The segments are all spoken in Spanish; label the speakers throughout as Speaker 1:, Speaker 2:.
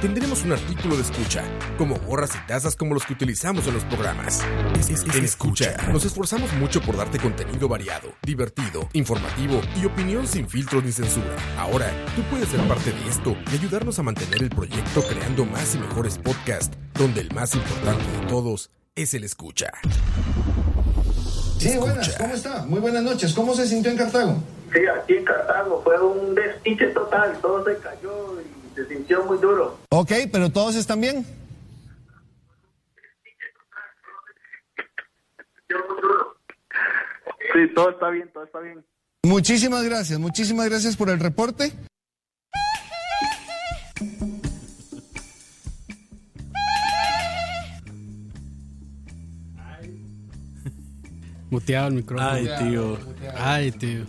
Speaker 1: tendremos un artículo de escucha, como gorras y tazas como los que utilizamos en los programas. Es, es- es- escucha. Nos esforzamos mucho por darte contenido variado, divertido, informativo y opinión sin filtros ni censura. Ahora, tú puedes ser parte de esto y ayudarnos a mantener el proyecto creando más y mejores podcasts, donde el más importante de todos es el escucha.
Speaker 2: Sí, buenas, ¿cómo está? Muy buenas noches. ¿Cómo se sintió en Cartago?
Speaker 3: Sí, aquí en Cartago fue un despiche total, todo se cayó y se sintió muy duro.
Speaker 2: Ok, pero todos están bien.
Speaker 3: Sí, todo está bien, todo está bien.
Speaker 2: Muchísimas gracias, muchísimas gracias por el reporte.
Speaker 4: Muteado el micrófono.
Speaker 5: Ay, tío.
Speaker 4: Ay, tío.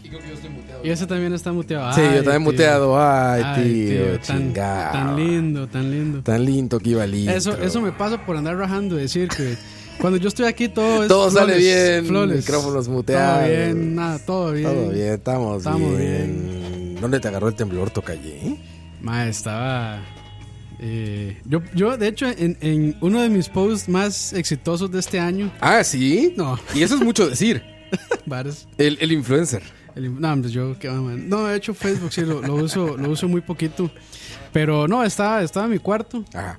Speaker 4: Y ese también está muteado.
Speaker 5: Sí,
Speaker 4: Ay,
Speaker 5: yo también
Speaker 4: tío.
Speaker 5: muteado. Ay,
Speaker 4: Ay,
Speaker 5: tío,
Speaker 4: tan,
Speaker 5: chingado.
Speaker 4: tan lindo, tan lindo.
Speaker 5: Tan lindo que iba el intro.
Speaker 4: Eso, eso me pasa por andar rajando y decir que cuando yo estoy aquí todo es
Speaker 5: Todo sale
Speaker 4: flores,
Speaker 5: bien,
Speaker 4: flores.
Speaker 5: micrófonos muteados.
Speaker 4: Todo bien, nada, todo bien.
Speaker 5: Todo bien, estamos,
Speaker 4: Estamos
Speaker 5: bien. ¿Dónde te agarró el temblor, Tocalle?
Speaker 4: Ma, estaba. eh, yo, yo, de hecho, en, en uno de mis posts más exitosos de este año,
Speaker 5: Ah, ¿sí?
Speaker 4: No.
Speaker 5: Y eso es mucho decir.
Speaker 4: varios.
Speaker 5: El, el influencer.
Speaker 4: El- no, hombre, yo qué va, man. No, de hecho, Facebook sí lo, lo uso, lo uso muy poquito. Pero no, estaba, estaba en mi cuarto
Speaker 5: Ah,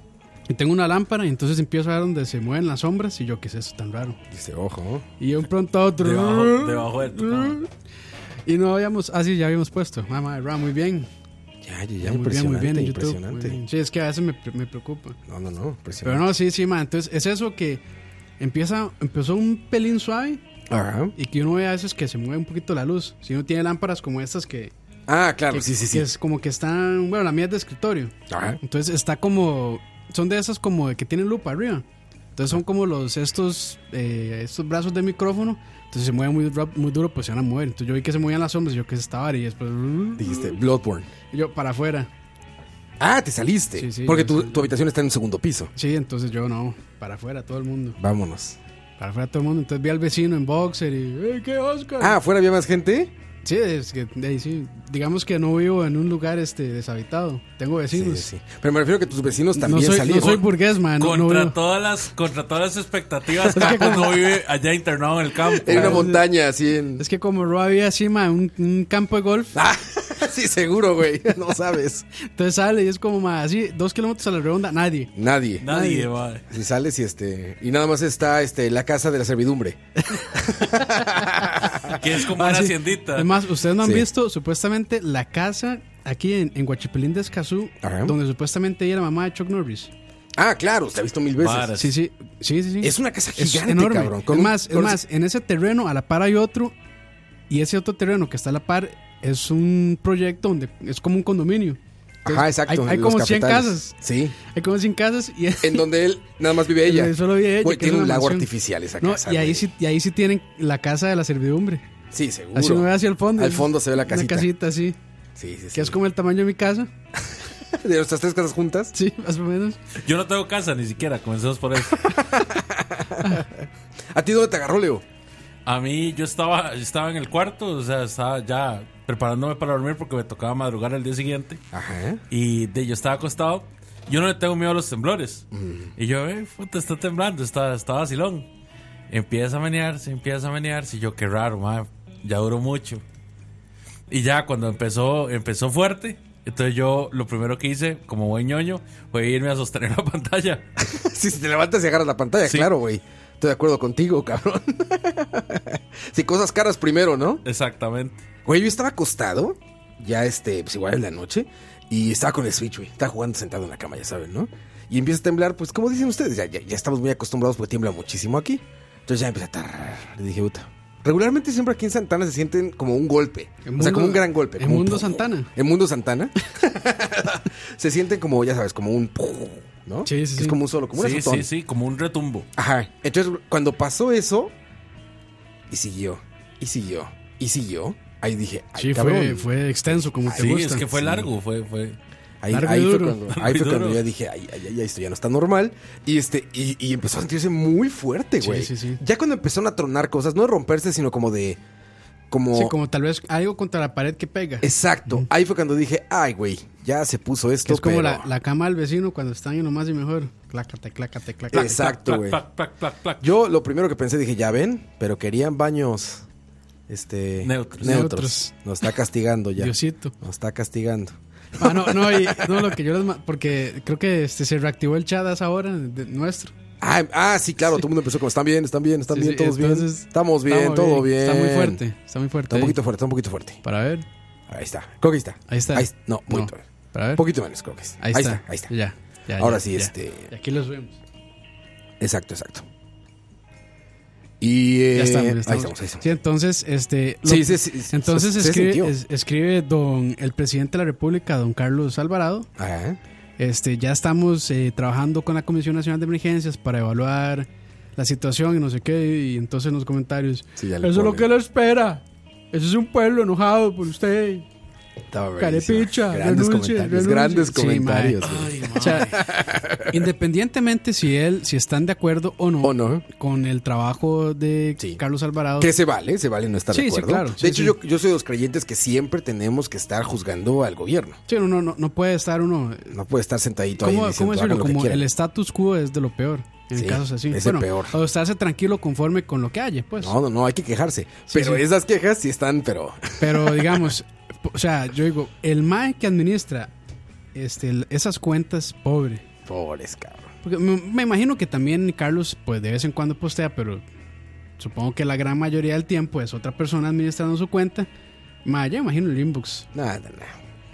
Speaker 4: y tengo una lámpara y entonces empiezo a ver donde se mueven las sombras y yo, ¿qué es eso tan raro?
Speaker 5: dice, ojo.
Speaker 4: Y de un pronto a otro.
Speaker 6: Debajo, debajo de tu cama.
Speaker 4: Y no habíamos. Ah, sí, ya habíamos puesto. Mamá, Ra, muy bien.
Speaker 5: Ya, ya, ya,
Speaker 4: muy bien,
Speaker 5: impresionante,
Speaker 4: muy bien en YouTube.
Speaker 5: impresionante.
Speaker 4: muy bien. Sí, es que a veces me, pre- me preocupa.
Speaker 5: No, no, no,
Speaker 4: Pero
Speaker 5: impresionante.
Speaker 4: no, sí, sí, man. Entonces, es eso que empieza, empezó un pelín suave
Speaker 5: Ajá.
Speaker 4: y que uno ve a veces que se mueve un poquito la luz. Si uno tiene lámparas como estas que.
Speaker 5: Ah, claro,
Speaker 4: que-
Speaker 5: sí, sí,
Speaker 4: que
Speaker 5: sí.
Speaker 4: es como que están. Bueno, la mía es de escritorio.
Speaker 5: Ajá.
Speaker 4: Entonces está como. Son de esas como de que tienen lupa arriba. Entonces son como los estos eh, estos brazos de micrófono. Entonces se mueven muy, rap- muy duro, pues se van a mover. Entonces yo vi que se movían las sombras, yo que se estaba y después.
Speaker 5: Dijiste, Bloodborne.
Speaker 4: y yo para afuera.
Speaker 5: Ah, te saliste.
Speaker 4: Sí, sí,
Speaker 5: porque
Speaker 4: yo
Speaker 5: tu,
Speaker 4: salí.
Speaker 5: tu habitación está en el segundo piso.
Speaker 4: Sí, entonces yo no, para afuera todo el mundo.
Speaker 5: Vámonos.
Speaker 4: Para afuera todo el mundo. Entonces vi al vecino en boxer y. "Ey, qué Oscar!
Speaker 5: Ah, ¿afuera había más gente?
Speaker 4: Sí, es que, de ahí sí. Digamos que no vivo en un lugar este deshabitado. Tengo
Speaker 5: Sí,
Speaker 4: vecinos.
Speaker 5: sí. Pero me refiero a que tus vecinos
Speaker 4: pues. No,
Speaker 5: también
Speaker 4: soy, no
Speaker 5: salieron.
Speaker 4: soy burgués, man. Ah, no- no
Speaker 6: contra,
Speaker 4: vivo-
Speaker 6: todas las, contra todas las expectativas, Caco no vive allá internado en el campo.
Speaker 4: Eh,
Speaker 5: En una montaña, así en...
Speaker 4: Es que como Roa había encima un, un campo de golf.
Speaker 5: Ah, sí, seguro, güey. No sabes.
Speaker 4: Entonces sale y es como ma, así, dos kilómetros a la redonda, nadie.
Speaker 5: Nadie.
Speaker 6: Nadie, madre.
Speaker 5: Si sales y este... Y nada más está este, la casa de la servidumbre.
Speaker 6: Que es como una
Speaker 4: Así.
Speaker 6: haciendita.
Speaker 4: Además, ustedes no han
Speaker 5: Sí.
Speaker 4: visto supuestamente la casa aquí en, en Guachipilín de Escazú,
Speaker 5: Ajá.
Speaker 4: donde supuestamente ella era mamá de Chuck Norris.
Speaker 5: Ah, claro, se ha visto mil veces.
Speaker 6: Para.
Speaker 4: Sí, sí, sí, sí. sí.
Speaker 5: Es una casa gigante, cabrón.
Speaker 4: es
Speaker 5: un-
Speaker 4: más, es
Speaker 5: con-
Speaker 4: más, en ese terreno a la par hay otro, y ese otro terreno que está a la par es un proyecto donde es como un condominio.
Speaker 5: Ajá, exacto.
Speaker 4: hay- hay
Speaker 5: los
Speaker 4: como 100
Speaker 5: cafetales.
Speaker 4: casas.
Speaker 5: Sí.
Speaker 4: Hay como 100 casas y
Speaker 5: En donde él nada más vive ella.
Speaker 4: Donde solo vive ella,
Speaker 5: Güey,
Speaker 4: que es
Speaker 5: tiene
Speaker 4: una
Speaker 5: un lago
Speaker 4: mansión.
Speaker 5: artificial esa
Speaker 4: No,
Speaker 5: casa.
Speaker 4: y ahí
Speaker 5: güey.
Speaker 4: sí, y ahí sí tienen la casa de la servidumbre.
Speaker 5: Sí, seguro.
Speaker 4: Así uno ve hacia el fondo.
Speaker 5: Al fondo se ve la
Speaker 4: Una
Speaker 5: casita.
Speaker 4: casita así,
Speaker 5: Sí, sí, sí.
Speaker 4: que es como el tamaño de mi casa.
Speaker 5: ¿De nuestras tres casas juntas?
Speaker 4: Sí, más o menos.
Speaker 6: Yo no tengo casa ni siquiera, comencemos por eso.
Speaker 5: ¿A ti dónde te agarró, Leo?
Speaker 6: A mí, yo estaba, estaba en el cuarto, o sea, estaba ya preparándome para dormir porque me tocaba madrugar el día siguiente.
Speaker 5: Ajá.
Speaker 6: Y de, yo estaba acostado. Yo no le tengo miedo a los temblores. Y yo, eh, puta, está temblando, está, está vacilón. Empieza a menearse, empieza a menearse. Y yo, qué raro, ma, ya duró mucho. Y ya cuando empezó, empezó fuerte. Entonces yo lo primero que hice, como buen ñoño, fue irme a sostener la pantalla.
Speaker 5: Si te levantas y agarras la pantalla,
Speaker 6: Sí.
Speaker 5: claro, güey. Estoy de acuerdo contigo, cabrón. si cosas caras primero, ¿no?
Speaker 6: Exactamente.
Speaker 5: Güey, yo estaba acostado, ya este, pues igual en la noche, y estaba con el Switch, güey. Estaba jugando sentado en la cama, ya saben, ¿no? Y empieza a temblar, pues como dicen ustedes, ya, ya, ya estamos muy acostumbrados porque tiembla muchísimo aquí. Entonces ya empieza a tarrar. Le dije, puta. Regularmente siempre aquí en Santana se sienten como un golpe.
Speaker 4: En
Speaker 5: o sea,
Speaker 4: Mundo-
Speaker 5: como un gran golpe.
Speaker 4: en
Speaker 5: como un
Speaker 4: Mundo
Speaker 5: pum.
Speaker 4: Santana.
Speaker 5: En Mundo Santana. se sienten como, ya sabes, como un... pum, ¿No?
Speaker 4: Sí, sí,
Speaker 5: Que Es
Speaker 4: sí.
Speaker 5: como un solo, como un
Speaker 6: Sí,
Speaker 5: azotón.
Speaker 6: sí, sí, como un retumbo.
Speaker 5: Ajá. Entonces, cuando pasó eso, Y siguió, y siguió, y siguió. Ahí dije, ay,
Speaker 4: Sí,
Speaker 5: cabrón.
Speaker 4: fue, fue extenso, como te
Speaker 6: Sí,
Speaker 4: gusta.
Speaker 6: es que fue largo, fue, fue.
Speaker 5: Ahí,
Speaker 4: Largo y
Speaker 5: ahí fue
Speaker 4: duro.
Speaker 5: cuando,
Speaker 6: Largo
Speaker 5: ahí
Speaker 6: y
Speaker 5: fue cuando
Speaker 6: duro.
Speaker 5: yo dije, ay, ay, ay, esto ya no está normal. Y este, y, y empezó a sentirse muy fuerte,
Speaker 4: Sí,
Speaker 5: güey.
Speaker 4: sí, sí.
Speaker 5: Ya cuando empezaron a tronar cosas, no de romperse, sino como de. Como,
Speaker 4: Sí, como tal vez algo contra la pared que pega. Es,
Speaker 5: Exacto. Ahí fue cuando dije, ay, güey, ya se puso esto.
Speaker 4: que es como
Speaker 5: pero-
Speaker 4: la, la cama del vecino cuando están en lo más y mejor. Clácate, clácate, clácate.
Speaker 5: Exacto,
Speaker 6: Plac,
Speaker 5: güey.
Speaker 6: plac, plac, plac, plac.
Speaker 5: Yo lo primero que pensé, dije, ya ven, pero querían baños. Este.
Speaker 6: Neutros.
Speaker 5: Neutros. Nos está castigando ya.
Speaker 4: Diosito.
Speaker 5: Nos está castigando.
Speaker 4: Ah, no, no, y, no, lo que yo les ma- Porque creo que este, se reactivó el chat a esa hora de- nuestro.
Speaker 5: Ah, ah, sí, claro, todo el mundo empezó como, están bien, están bien, están
Speaker 4: Sí,
Speaker 5: bien,
Speaker 4: sí,
Speaker 5: todos
Speaker 4: entonces,
Speaker 5: bien. Estamos bien,
Speaker 4: estamos
Speaker 5: todo bien.
Speaker 4: Está muy fuerte, está muy fuerte.
Speaker 5: Está un
Speaker 4: ahí.
Speaker 5: poquito fuerte, está un poquito fuerte.
Speaker 4: Para ver,
Speaker 5: Ahí está. Creo que ahí está.
Speaker 4: ahí está.
Speaker 5: no, un poquito.
Speaker 4: Para ver.
Speaker 5: Un poquito menos, creo que es.
Speaker 4: ahí, está.
Speaker 5: ahí está.
Speaker 4: Ya, ya,
Speaker 5: Ahora
Speaker 4: ya,
Speaker 5: sí,
Speaker 4: ya.
Speaker 5: este.
Speaker 4: Y aquí los vemos.
Speaker 5: Exacto, exacto. Y. eh,
Speaker 4: Ya estamos, ya
Speaker 5: Ahí
Speaker 4: estamos.
Speaker 5: estamos, ahí estamos.
Speaker 4: Sí, entonces, este. lo-
Speaker 5: Sí, sí, sí, sí,
Speaker 4: Entonces
Speaker 5: se- se sintió.
Speaker 4: escribe, es- escribe don el presidente de la República, don Carlos Alvarado.
Speaker 5: Ajá.
Speaker 4: Este, ya estamos eh, trabajando con la Comisión Nacional de Emergencias para evaluar la situación y no sé qué. Y entonces en los comentarios.
Speaker 5: Sí, ya
Speaker 4: Eso
Speaker 5: le
Speaker 4: es lo
Speaker 5: ponen.
Speaker 4: que le espera. Eso es un pueblo enojado por usted.
Speaker 5: Estaba buenísimo.
Speaker 4: Carepicha.
Speaker 5: Pues, Grandes
Speaker 4: renuncie,
Speaker 5: comentarios.
Speaker 4: renuncie.
Speaker 5: Grandes
Speaker 4: Sí,
Speaker 5: comentarios.
Speaker 4: mae.
Speaker 5: güey.
Speaker 4: O sea, independientemente si él, si están de acuerdo o no,
Speaker 5: O no.
Speaker 4: con el trabajo de
Speaker 5: Sí.
Speaker 4: Carlos Alvarado.
Speaker 5: Que se vale, se vale no estar
Speaker 4: Sí,
Speaker 5: de
Speaker 4: sí,
Speaker 5: acuerdo.
Speaker 4: claro, sí,
Speaker 5: de hecho,
Speaker 4: sí.
Speaker 5: Yo, yo soy de los creyentes que siempre tenemos que estar juzgando al gobierno.
Speaker 4: Sí, no, no, no, no puede estar uno.
Speaker 5: No puede estar sentadito ahí
Speaker 4: ¿Cómo,
Speaker 5: diciendo,
Speaker 4: cómo
Speaker 5: "Hagan
Speaker 4: decirlo?
Speaker 5: lo que
Speaker 4: Como
Speaker 5: quieran".
Speaker 4: el status quo es de lo peor. En
Speaker 5: Sí,
Speaker 4: casos así.
Speaker 5: es el
Speaker 4: bueno,
Speaker 5: peor.
Speaker 4: O estarse tranquilo conforme con lo que haya, pues.
Speaker 5: No, no, no, hay que quejarse. pero
Speaker 4: sí.
Speaker 5: esas quejas sí están, pero.
Speaker 4: Pero digamos, o sea, yo digo, el MAE que administra este, el- esas cuentas, pobre.
Speaker 5: Pobres, cabrón.
Speaker 4: Porque me, me imagino que también Carlos, pues de vez en cuando postea, pero supongo que la gran mayoría del tiempo es otra persona administrando su cuenta. Ma, yo imagino el inbox.
Speaker 5: Nada, nada. Yo
Speaker 4: No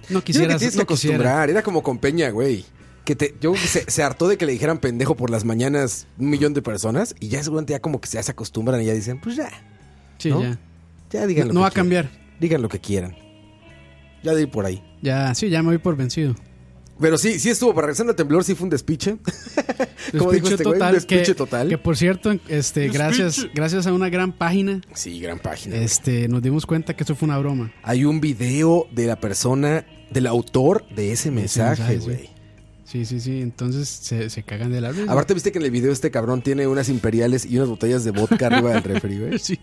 Speaker 5: creo
Speaker 4: quisiera,
Speaker 5: que tienes que
Speaker 4: no quisiera.
Speaker 5: acostumbrar. Era como con Peña, güey. Que te, yo creo que se, se hartó de que le dijeran pendejo por las mañanas un millón de personas y ya seguramente ya como que ya se acostumbran y ya dicen, pues ya,
Speaker 4: Sí,
Speaker 5: ¿no?
Speaker 4: ya.
Speaker 5: ya digan lo
Speaker 4: No
Speaker 5: que
Speaker 4: va a
Speaker 5: quieran.
Speaker 4: cambiar.
Speaker 5: Digan lo que quieran. Ya de ir por ahí.
Speaker 4: Ya, sí, ya me voy por vencido.
Speaker 5: Pero sí, sí estuvo, para regresar al temblor, sí fue un despiche. Como dijo
Speaker 4: Despiche
Speaker 5: este güey, un despiche
Speaker 4: que,
Speaker 5: total.
Speaker 4: Que por cierto, este, gracias, gracias a una gran página,
Speaker 5: Sí, gran página.
Speaker 4: este, nos dimos cuenta que eso fue una broma.
Speaker 5: Hay un video de la persona, del autor de ese mensaje,
Speaker 4: mensaje, sí.
Speaker 5: güey.
Speaker 4: Sí, sí, sí. Entonces se, se cagan de la risa.
Speaker 5: Aparte, viste que en el video este cabrón tiene unas imperiales y unas botellas de vodka arriba del refri, güey.
Speaker 4: Sí.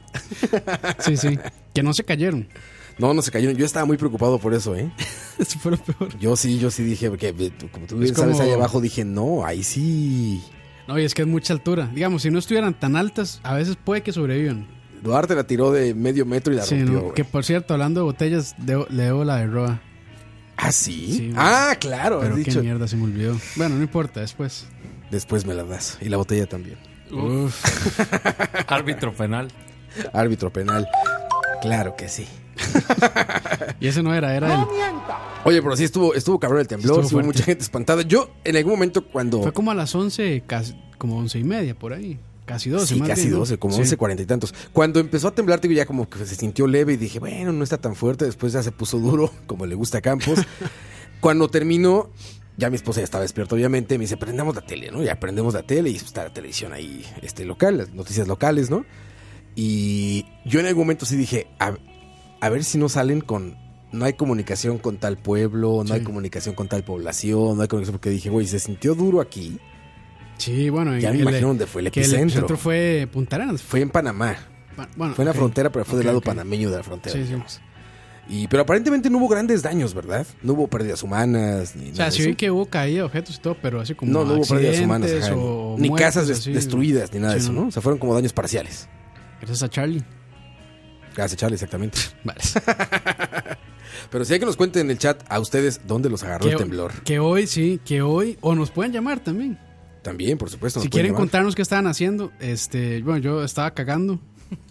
Speaker 4: sí, sí. Que no se cayeron.
Speaker 5: No, no se cayeron. Yo estaba muy preocupado por eso, ¿eh?
Speaker 4: Eso fue lo peor.
Speaker 5: Yo sí, yo sí dije, porque eh, tú- como tú
Speaker 4: Es
Speaker 5: bien sabes,
Speaker 4: como-
Speaker 5: ahí abajo dije, no, ahí sí.
Speaker 4: No, y es que es mucha altura. Digamos, si no estuvieran tan altas, a veces puede que sobrevivan.
Speaker 5: Duarte la tiró de medio metro y la
Speaker 4: Sí,
Speaker 5: rompió.
Speaker 4: ¿no?
Speaker 5: güey.
Speaker 4: Que por cierto, hablando de botellas, debo- le debo la de Roa.
Speaker 5: Ah, sí.
Speaker 4: Sí, güey.
Speaker 5: ah, claro, has
Speaker 4: Pero qué
Speaker 5: dicho.
Speaker 4: mierda se me olvidó. Bueno, no importa, después.
Speaker 5: Después me la das. Y la botella también.
Speaker 4: Uf.
Speaker 6: Árbitro penal.
Speaker 5: Árbitro penal. Claro que sí.
Speaker 4: Y ese no era, era él.
Speaker 5: Oye, pero sí estuvo, estuvo cabrón el temblor,
Speaker 4: Estuvo
Speaker 5: sí hubo
Speaker 4: fuerte.
Speaker 5: mucha gente espantada. Yo, en algún momento, cuando.
Speaker 4: Fue como a las 11, casi, como 11 y media por ahí. Casi 12.
Speaker 5: sí,
Speaker 4: más
Speaker 5: casi
Speaker 4: bien, ¿no?
Speaker 5: 12, como
Speaker 4: Sí.
Speaker 5: 11, 40 y tantos. Cuando empezó a temblar, te digo, ya como que se sintió leve y dije, bueno, no está tan fuerte. Después ya se puso duro, como le gusta a Campos. cuando terminó, ya mi esposa ya estaba despierta, obviamente. Me dice, prendamos la tele, ¿no? Ya prendemos la tele y está la televisión ahí, este, local, las noticias locales, ¿no? Y yo en algún momento sí dije, a, a ver si no salen con... No hay comunicación con tal pueblo, no
Speaker 4: Sí.
Speaker 5: hay comunicación con tal población, no hay comunicación porque dije, güey, se sintió duro aquí.
Speaker 4: Sí, bueno.
Speaker 5: Ya
Speaker 4: en
Speaker 5: me
Speaker 4: el-
Speaker 5: imagino dónde fue el
Speaker 4: que el
Speaker 5: epicentro.
Speaker 4: epicentro fue Punta Arenas.
Speaker 5: Fue en Panamá.
Speaker 4: Pa- Bueno,
Speaker 5: Fue en la
Speaker 4: ok.
Speaker 5: frontera, pero fue del
Speaker 4: Ok,
Speaker 5: lado
Speaker 4: ok.
Speaker 5: panameño de la frontera.
Speaker 4: Sí, sí.
Speaker 5: digamos. Y, pero aparentemente no hubo grandes daños, ¿verdad? No hubo pérdidas humanas. Ni
Speaker 4: O
Speaker 5: nada
Speaker 4: sea,
Speaker 5: de
Speaker 4: sí vi
Speaker 5: eso.
Speaker 4: que hubo caída de objetos y todo, pero así como.
Speaker 5: No, no hubo pérdidas
Speaker 4: accidentes
Speaker 5: humanas. ajá,
Speaker 4: o
Speaker 5: ni
Speaker 4: muertes,
Speaker 5: casas des-
Speaker 4: así.
Speaker 5: destruidas, ni nada de
Speaker 4: Sí,
Speaker 5: eso, ¿no? O sea, fueron como daños parciales.
Speaker 4: Gracias a Charlie.
Speaker 5: Gracias, Charlie, exactamente.
Speaker 4: Vale.
Speaker 5: Pero si hay que nos cuenten en el chat a ustedes dónde los agarró
Speaker 4: que,
Speaker 5: el temblor.
Speaker 4: que hoy, sí, que hoy. O nos pueden llamar también.
Speaker 5: También, por supuesto. nos
Speaker 4: si
Speaker 5: pueden
Speaker 4: quieren
Speaker 5: llamar.
Speaker 4: contarnos qué estaban haciendo, este, bueno, yo estaba cagando.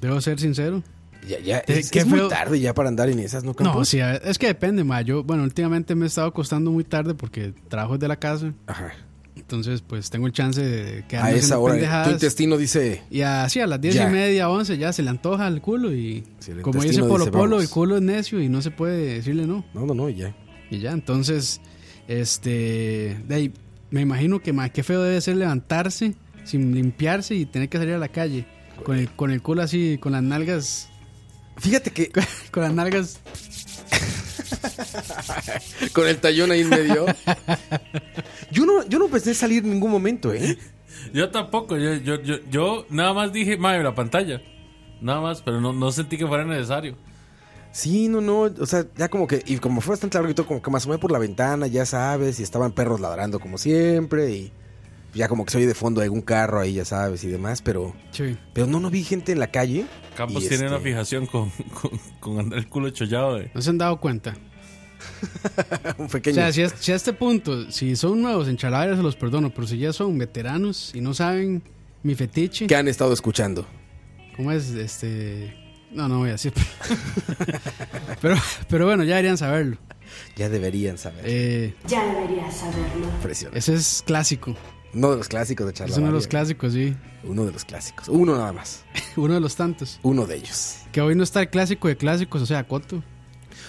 Speaker 4: Debo ser sincero.
Speaker 5: Ya, ya,
Speaker 4: Te-
Speaker 5: es,
Speaker 4: qué
Speaker 5: es muy
Speaker 4: feo.
Speaker 5: tarde ya para andar en esas, ¿no, Campos?
Speaker 4: No, sí, a- es que depende, ma. Yo, bueno, últimamente me he estado acostando muy tarde porque trabajo desde la casa.
Speaker 5: Ajá.
Speaker 4: Entonces, pues tengo el chance de quedarme
Speaker 5: A esa
Speaker 4: haciendo
Speaker 5: hora
Speaker 4: pendejadas.
Speaker 5: tu intestino dice...
Speaker 4: Y así a las diez
Speaker 5: Ya.
Speaker 4: y media, once, ya se le antoja el culo y
Speaker 5: Sí, el
Speaker 4: como dice
Speaker 5: intestino
Speaker 4: Polo
Speaker 5: dice,
Speaker 4: Polo,
Speaker 5: vamos.
Speaker 4: el culo es necio y no se puede decirle no.
Speaker 5: No, no, no, y ya.
Speaker 4: Y ya, entonces, este, de ahí, me imagino que más qué feo debe ser levantarse sin limpiarse y tener que salir a la calle. Con el, con el culo así, con las nalgas.
Speaker 5: Fíjate que
Speaker 4: Con las nalgas.
Speaker 5: con el tallón ahí en medio. Yo no, yo no pensé salir en ningún momento, ¿eh?
Speaker 6: Yo tampoco, yo, yo, yo, yo nada más dije, madre, la pantalla. Nada más, pero no, no sentí que fuera necesario.
Speaker 5: Sí, no, no, o sea, ya como que, y como fue bastante largo y todo, como que me asomé por la ventana, ya sabes, y estaban perros ladrando como siempre, y ya como que se oye de fondo algún carro ahí, ya sabes, y demás, pero,
Speaker 4: Sí.
Speaker 5: pero no, no vi gente en la calle.
Speaker 6: Campos
Speaker 5: Y,
Speaker 6: tiene
Speaker 5: este,
Speaker 6: una fijación con, con, con andar el culo chollado de...
Speaker 4: No se han dado cuenta.
Speaker 5: un
Speaker 4: O
Speaker 5: pequeño.
Speaker 4: sea, si, es- si a este punto, si son nuevos en Chalabaria, se los perdono, pero si ya son veteranos y no saben mi fetiche,
Speaker 5: que han estado escuchando.
Speaker 4: ¿cómo es? Este. No, no voy a decir. pero, pero bueno, ya deberían saberlo.
Speaker 5: Ya deberían saber.
Speaker 4: Eh,
Speaker 7: Ya deberías saberlo.
Speaker 5: Impresionante.
Speaker 4: ese es clásico.
Speaker 5: Uno de los clásicos de Charla.
Speaker 4: Es uno de los clásicos, sí.
Speaker 5: Uno de los clásicos. Uno nada más.
Speaker 4: Uno de los tantos.
Speaker 5: Uno de ellos.
Speaker 4: Que hoy no está el clásico de clásicos, o sea, Coto.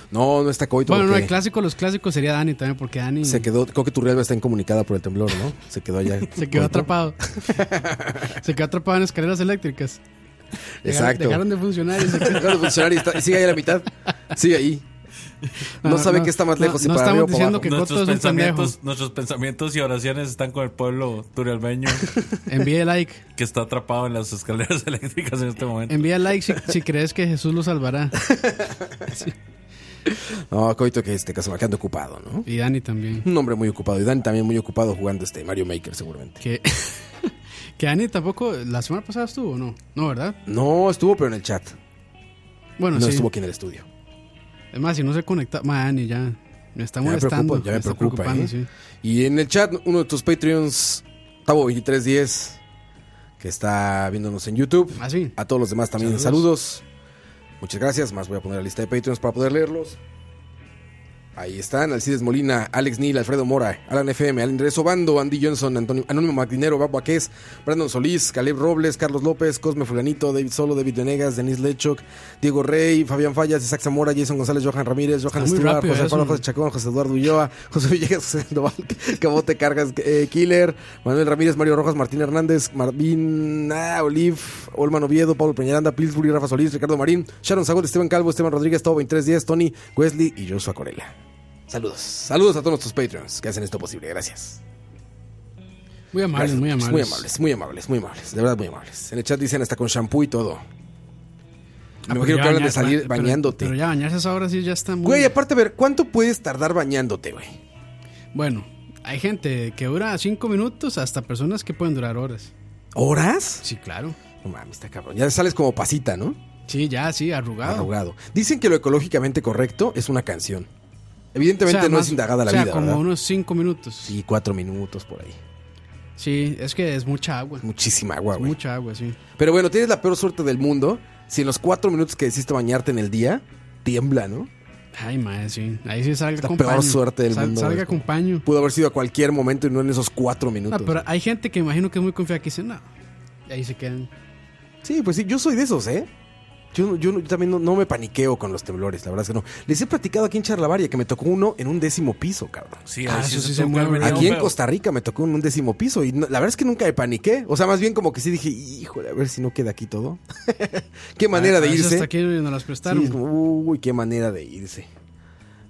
Speaker 5: No, no está coito.
Speaker 4: Bueno, no,
Speaker 5: porque
Speaker 4: el clásico, los clásicos sería Dani también, porque Dani
Speaker 5: Se
Speaker 4: se quedó,
Speaker 5: quedó, creo que tu realidad está incomunicada por el temblor, ¿no? Se quedó allá. coito.
Speaker 4: atrapado. se quedó atrapado en escaleras eléctricas. Dejaron-
Speaker 5: Exacto.
Speaker 4: Dejaron de funcionar. y se quedó-
Speaker 5: Dejaron de funcionar y está- y sigue ahí a la mitad. Sigue ahí. No, sabe qué está más
Speaker 4: no,
Speaker 5: lejos. si
Speaker 4: no
Speaker 5: para
Speaker 4: estamos
Speaker 5: arriba o para
Speaker 4: diciendo
Speaker 5: abajo.
Speaker 4: que Coto es
Speaker 6: Nuestros
Speaker 4: un pendejo.
Speaker 6: pensamientos, nuestros pensamientos y oraciones están con el pueblo turalbeño
Speaker 4: Envía like.
Speaker 6: que está atrapado en las escaleras eléctricas en este momento.
Speaker 4: Envía like si, si crees que Jesús lo salvará.
Speaker 5: No, Coito que este caso anda ocupado, ¿no?
Speaker 4: Y Dani también.
Speaker 5: Un hombre muy ocupado. Y Dani también muy ocupado jugando este Mario Maker, seguramente.
Speaker 4: Que, que Dani tampoco. La semana pasada estuvo, ¿no? No, ¿verdad?
Speaker 5: No, estuvo, pero en el chat.
Speaker 4: Bueno,
Speaker 5: No
Speaker 4: sí.
Speaker 5: estuvo aquí en el estudio.
Speaker 4: Es más, si no se conecta. Ma, Dani, ya. Me está
Speaker 5: Ya me
Speaker 4: molestando.
Speaker 5: preocupa, ya me
Speaker 4: está
Speaker 5: preocupa,
Speaker 4: preocupando,
Speaker 5: ¿eh?
Speaker 4: sí.
Speaker 5: Y en el chat, uno de tus Patreons, Tavo2310, que está viéndonos en YouTube.
Speaker 4: Ah, sí.
Speaker 5: A todos los demás también saludos. Muchas gracias. Más voy a poner la lista de Patreons para poder leerlos. Ahí están Alcides Molina, Alex Neal, Alfredo Mora, Alan FM, Andrés Obando, Andy Johnson, Antonio, Anónimo Magdinero, Babo Aqués, Brandon Solís, Caleb Robles, Carlos López, Cosme Fulanito, David Solo, David Venegas, Denis Lechok, Diego Rey, Fabián Fallas, Isaac Zamora, Jason González, Johan Ramírez, Johan
Speaker 4: Está muy
Speaker 5: Stuart,
Speaker 4: rápido ¿eh?
Speaker 5: José
Speaker 4: eso.
Speaker 5: Pablo José Chacón, José Eduardo Ulloa, José Villegas, José Sandoval, Cabote Cargas, eh, Killer, Manuel Ramírez, Mario Rojas, Martín Hernández, Marvin ah, Olive, Olman Oviedo, Pablo Peñaranda, Pillsbury, Rafa Solís, Ricardo Marín, Sharon Zagot, Esteban Calvo, Esteban Rodríguez, Todo 2310, Tony, Wesley y Joshua Corella. Saludos. Saludos a todos nuestros Patreons que hacen esto posible. Gracias.
Speaker 4: Muy amables,
Speaker 5: Ah, Gracias,
Speaker 4: muy
Speaker 5: muchachos. Muy
Speaker 4: amables.
Speaker 5: amables, muy amables, muy amables. De verdad, muy amables. En el chat dicen hasta con shampoo y todo. Me
Speaker 4: Ah, pero
Speaker 5: imagino
Speaker 4: ya
Speaker 5: pues que hablan de
Speaker 4: bañar-
Speaker 5: salir
Speaker 4: pero-
Speaker 5: bañándote.
Speaker 4: Pero ya bañarse a esa hora sí ya está muy.
Speaker 5: Güey, aparte, a ver, ¿cuánto puedes tardar bañándote, güey?
Speaker 4: Bueno, hay gente que dura cinco minutos hasta personas que pueden durar horas.
Speaker 5: ¿Horas?
Speaker 4: Sí, claro.
Speaker 5: No mames, está cabrón. Ya sales como pasita, ¿no?
Speaker 4: Sí, ya, sí, arrugado.
Speaker 5: Arrugado. Dicen que lo ecológicamente correcto es una canción. Evidentemente
Speaker 4: O sea,
Speaker 5: no
Speaker 4: más-
Speaker 5: es indagada la
Speaker 4: o sea,
Speaker 5: vida,
Speaker 4: como
Speaker 5: ¿verdad?
Speaker 4: unos cinco minutos. Sí.
Speaker 5: Sí, cuatro minutos por ahí.
Speaker 4: es que es mucha agua.
Speaker 5: Muchísima agua,
Speaker 4: Es
Speaker 5: güey.
Speaker 4: mucha agua, sí.
Speaker 5: Pero bueno, tienes la peor suerte del mundo si en los cuatro minutos que hiciste bañarte en el día, tiembla, ¿no?
Speaker 4: Ay, madre, sí. Ahí sí salga
Speaker 5: La
Speaker 4: con
Speaker 5: peor
Speaker 4: paño.
Speaker 5: suerte del
Speaker 4: Sal-
Speaker 5: mundo,
Speaker 4: Salga
Speaker 5: güey.
Speaker 4: con paño.
Speaker 5: Pudo haber sido a cualquier momento y no en esos cuatro
Speaker 4: No,
Speaker 5: minutos.
Speaker 4: pero hay gente que imagino que es muy confiada que dice, no. Y ahí se quedan.
Speaker 5: Sí, pues sí, yo soy de esos, ¿eh? Yo, no- yo no- yo también no, no me paniqueo con los temblores, la verdad es que no. Les he platicado aquí en Charlavaria que me tocó uno en un décimo piso, cabrón.
Speaker 6: Sí,
Speaker 4: Ah,
Speaker 6: ahí
Speaker 4: eso sí
Speaker 6: tuvo
Speaker 4: se
Speaker 6: que
Speaker 4: mueve.
Speaker 6: haber venido
Speaker 5: Aquí en
Speaker 6: feo.
Speaker 5: Costa Rica me tocó en un décimo piso y no- la verdad es que nunca me paniqué. O sea, más bien como que sí dije, híjole, a ver si no queda aquí todo. qué manera
Speaker 4: Ah,
Speaker 5: de
Speaker 4: esas
Speaker 5: irse.
Speaker 4: Hasta aquí nos las
Speaker 5: Sí,
Speaker 4: prestaron.
Speaker 5: es como, uy, qué manera de irse.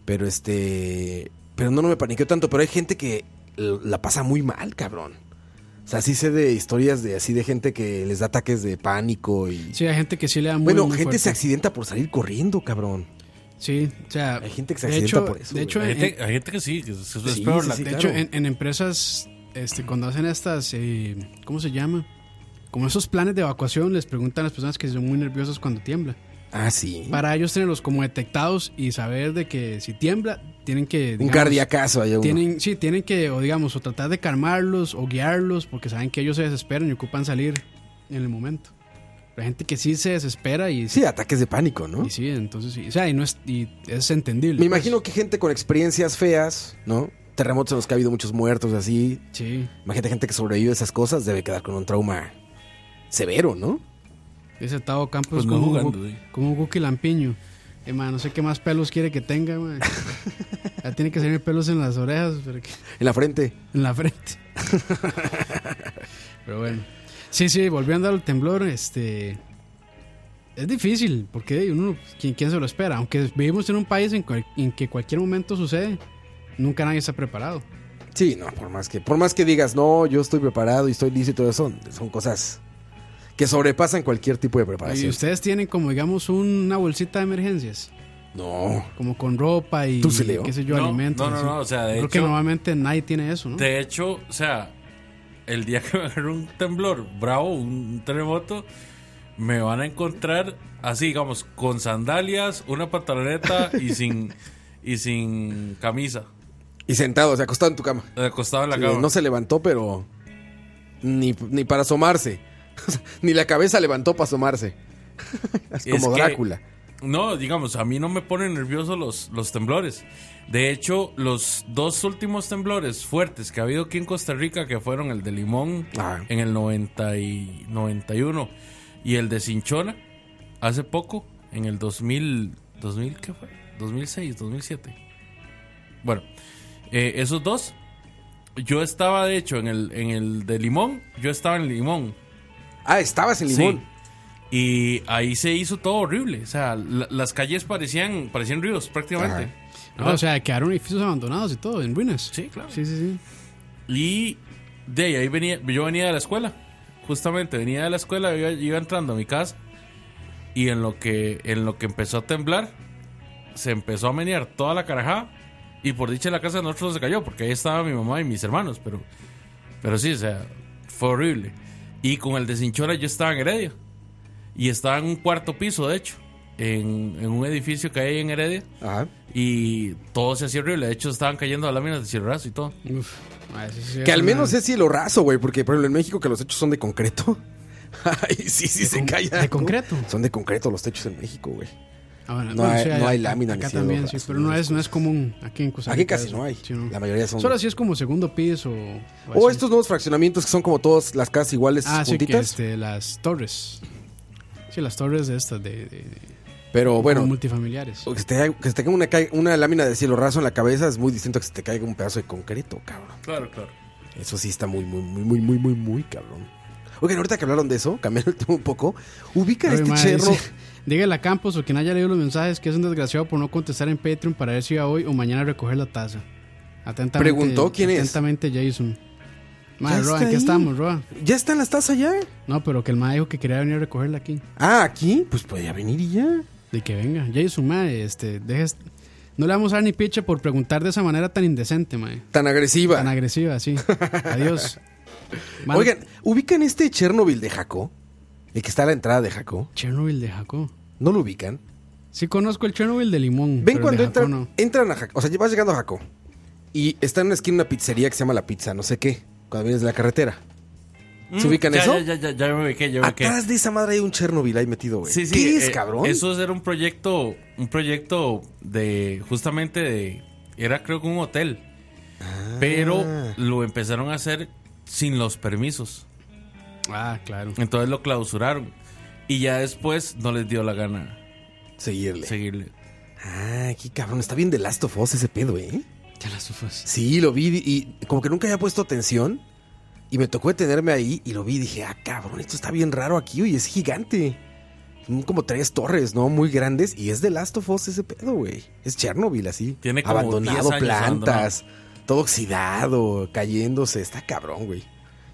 Speaker 5: Pero este. Pero no, no me paniqueó tanto. Pero hay gente que l- la pasa muy mal, cabrón. O sea, sí sé de historias de así de gente que les da ataques de pánico y.
Speaker 4: Sí, hay gente que sí le da muy,
Speaker 5: bueno,
Speaker 4: muy
Speaker 5: gente se
Speaker 4: fuerte.
Speaker 5: accidenta por salir corriendo, cabrón.
Speaker 4: Sí, o sea...
Speaker 5: Hay gente que se
Speaker 4: de
Speaker 5: accidenta
Speaker 4: hecho-
Speaker 5: por eso, güey.
Speaker 4: De hecho,
Speaker 6: Hay
Speaker 4: en-
Speaker 6: gente, hay gente que sí, que eso es
Speaker 5: eh. Sí,
Speaker 6: peor.
Speaker 5: sí,
Speaker 6: la-
Speaker 5: sí,
Speaker 4: de
Speaker 5: claro.
Speaker 4: hecho, en, en empresas, este, cuando hacen estas, eh, ¿cómo se llama? Como esos planes de evacuación, les preguntan a las personas que son muy nerviosas cuando tiembla.
Speaker 5: Ah, sí.
Speaker 4: Para ellos tenerlos como detectados y saber de que si tiembla, tienen que...
Speaker 5: Un
Speaker 4: digamos,
Speaker 5: cardiacazo allá uno.
Speaker 4: Tienen, sí, tienen que, o digamos, o tratar de calmarlos o guiarlos porque saben que ellos se desesperan y ocupan salir en el momento. Pero hay gente que sí se desespera y sí,
Speaker 5: Sí, ataques de pánico, ¿no?
Speaker 4: y sí entonces sí. O sea, y, no es, y es entendible.
Speaker 5: Me
Speaker 4: pues.
Speaker 5: imagino que gente con experiencias feas, ¿no? Terremotos en los que ha habido muchos muertos, así.
Speaker 4: pues. Sí,
Speaker 5: Imagínate gente que sobrevive a esas cosas, debe quedar con un trauma severo, ¿no?
Speaker 4: ese Tavo Campos
Speaker 6: Pues no
Speaker 4: como,
Speaker 6: jugando,
Speaker 4: un, gu-
Speaker 6: sí.
Speaker 4: como un Guki Lampiño. Eh, ma, no sé qué más pelos quiere que tenga, ma. ya tiene que salir pelos en las orejas, pero que-
Speaker 5: En la frente.
Speaker 4: en la frente. pero bueno. Sí, sí, volviendo al temblor, este. Es difícil, porque hey, uno, pues, ¿quién, ¿quién se lo espera? Aunque vivimos en un país en, cual- en que cualquier momento sucede, nunca nadie está preparado.
Speaker 5: Sí, no, por más que, por más que digas, no, yo estoy preparado y estoy listo y todo eso, son, son cosas que sobrepasan cualquier tipo de
Speaker 4: Y
Speaker 5: preparación.
Speaker 4: ustedes tienen como, digamos, una bolsita de emergencias,
Speaker 5: No.
Speaker 4: como con ropa y
Speaker 5: Tú sí, Leo.
Speaker 4: qué sé yo,
Speaker 6: No,
Speaker 4: alimentos.
Speaker 6: no, no,
Speaker 4: así.
Speaker 6: no, o sea, de
Speaker 4: Creo que
Speaker 6: hecho-
Speaker 4: normalmente nadie tiene eso, ¿no?
Speaker 6: De hecho, o sea, el día que me agarre un temblor bravo, un terremoto, me van a encontrar así, digamos, con sandalias, una pantaloneta y sin y sin camisa,
Speaker 5: Y sentado, o sea, acostado en tu cama.
Speaker 6: acostado en la
Speaker 5: Sí,
Speaker 6: cama.
Speaker 5: No se levantó, pero ni, ni para asomarse. ni la cabeza levantó para asomarse. es
Speaker 6: Es
Speaker 5: como
Speaker 6: que-
Speaker 5: Drácula.
Speaker 6: No, digamos, a mí no me ponen nervioso los, los temblores. De hecho, los dos últimos temblores fuertes que ha habido aquí en Costa Rica, que fueron el de Limón
Speaker 5: Ah.
Speaker 6: en el 90 y 91 y el de Cinchona hace poco, en el 2000, 2000 ¿qué fue? 2006, 2007. Bueno, eh, esos dos, yo estaba de hecho en el, en el de Limón, yo estaba en Limón.
Speaker 5: Ah, estabas en Limón.
Speaker 6: Sí. Y ahí se hizo todo horrible. O sea, la- las calles parecían, parecían ríos prácticamente.
Speaker 4: No, o sea, quedaron edificios abandonados y todo, en ruinas.
Speaker 6: Sí, claro.
Speaker 4: Sí, sí, sí.
Speaker 6: Y de ahí, ahí venía, yo venía de la escuela. Justamente, venía de la escuela, iba, iba entrando a mi casa. Y en lo que, en lo que empezó a temblar, se empezó a menear toda la carajada. Y por dicha la casa de nosotros no se cayó, porque ahí estaba mi mamá y mis hermanos. Pero, pero sí, o sea, fue horrible. Y con el de Cinchora yo estaba en Heredia. Y estaba en un cuarto piso, de hecho. En, en un edificio que hay en Heredia.
Speaker 5: Ajá.
Speaker 6: Y todo se hacía horrible. De hecho, estaban cayendo láminas de cigarrazo y todo.
Speaker 4: Uf, ah, sí, sí,
Speaker 5: Que al
Speaker 4: una-
Speaker 5: menos es cielo raso, güey, porque por ejemplo en México que los techos son de concreto. Ay, sí, sí, se
Speaker 4: con-
Speaker 5: calla.
Speaker 4: de concreto?
Speaker 5: Son de concreto los techos en México, güey.
Speaker 4: Ah, bueno,
Speaker 5: no
Speaker 4: bueno,
Speaker 5: hay-
Speaker 4: sí,
Speaker 5: no hay
Speaker 4: acá-
Speaker 5: lámina ni
Speaker 4: Acá
Speaker 5: cielo
Speaker 4: también,
Speaker 5: raso,
Speaker 4: sí, pero
Speaker 5: ni
Speaker 4: no
Speaker 5: esas
Speaker 4: es, no es común aquí en Costa
Speaker 5: Aquí
Speaker 4: Rica.
Speaker 5: casi
Speaker 4: eso,
Speaker 5: no hay.
Speaker 4: sí, no.
Speaker 5: La mayoría son.
Speaker 4: Solo así es como segundo piso. O,
Speaker 5: o
Speaker 4: así.
Speaker 5: estos nuevos fraccionamientos que son como todas las casas iguales
Speaker 4: Pues Ah, sí, que
Speaker 5: juntitas.
Speaker 4: este, las torres. Sí, las torres de estas, de, de- de-
Speaker 5: Pero bueno,
Speaker 4: como multifamiliares.
Speaker 5: o que se te, que se te caiga una, ca- una lámina de cielo raso en la cabeza es muy distinto a que se te caiga un pedazo de concreto, cabrón.
Speaker 6: Claro, claro.
Speaker 5: Eso sí está muy, muy, muy, muy, muy, muy, muy cabrón. Oigan, ahorita que hablaron de eso, cambiando el tema un poco, ubican
Speaker 4: Ay,
Speaker 5: este
Speaker 4: madre,
Speaker 5: cherno.
Speaker 4: dice- dígale a Campos o quien haya leído los mensajes que es un desgraciado por no contestar en Patreon para ver si va hoy o mañana a recoger la taza. Atentamente.
Speaker 5: Preguntó quién es.
Speaker 4: atentamente Jason.
Speaker 5: Ya
Speaker 4: Madre, Roa,
Speaker 5: está
Speaker 4: ¿en qué
Speaker 5: ahí.
Speaker 4: estamos, Roa?
Speaker 5: ¿Ya están las tazas ya?
Speaker 4: No, pero que el madre dijo que quería venir a recogerla aquí.
Speaker 5: Ah, aquí, pues podía venir y ya.
Speaker 4: De que venga. Jason, madre, este, dejes. No le vamos a dar ni picha por preguntar de esa manera tan indecente, madre.
Speaker 5: Tan agresiva.
Speaker 4: Tan agresiva, sí. Adiós. Mano,
Speaker 5: Oigan, ubican este Chernobyl de Jaco, el que está a la entrada de Jaco.
Speaker 4: Chernobyl de Jacob.
Speaker 5: No lo ubican.
Speaker 4: Sí, conozco el Chernobyl de
Speaker 5: Ven
Speaker 4: Limón. pero
Speaker 5: cuando
Speaker 4: el de Jacob
Speaker 5: entran, entran a Jaco. O sea, vas llegando a Jaco. Y está en una esquina una pizzería que se llama La Pizza, no sé qué. Cuando vienes de la carretera. ¿Se ubican
Speaker 6: Mm, ya,
Speaker 5: eso?
Speaker 6: Ya, ya, ya, ya me ubiqué, ya me ubiqué.
Speaker 5: Atrás de esa madre hay un Chernobyl ahí metido, güey.
Speaker 6: Sí, sí,
Speaker 5: ¿Qué es,
Speaker 6: eh,
Speaker 5: cabrón?
Speaker 6: Eso era un proyecto, un proyecto de, justamente de, era creo que un hotel.
Speaker 5: Ah.
Speaker 6: Pero lo empezaron a hacer sin los permisos.
Speaker 4: no. Ah, claro.
Speaker 6: Entonces lo clausuraron. Y ya después no les dio la gana
Speaker 5: Seguirle.
Speaker 6: seguirle.
Speaker 5: Ah, qué cabrón. Está bien de Last of Us ese pedo, ¿eh?
Speaker 4: Ya las ufas.
Speaker 5: Sí, lo vi y como que nunca había puesto atención. Y me tocó detenerme ahí y lo vi y dije, ah, cabrón, esto está bien raro aquí, oye, es gigante. Son como tres torres, ¿no? Muy grandes. Y es de Last of Us ese pedo, güey. Es Chernobyl así.
Speaker 6: Tiene como 10
Speaker 5: Abandonado,
Speaker 6: años
Speaker 5: plantas, todo oxidado, cayéndose. Está cabrón, güey.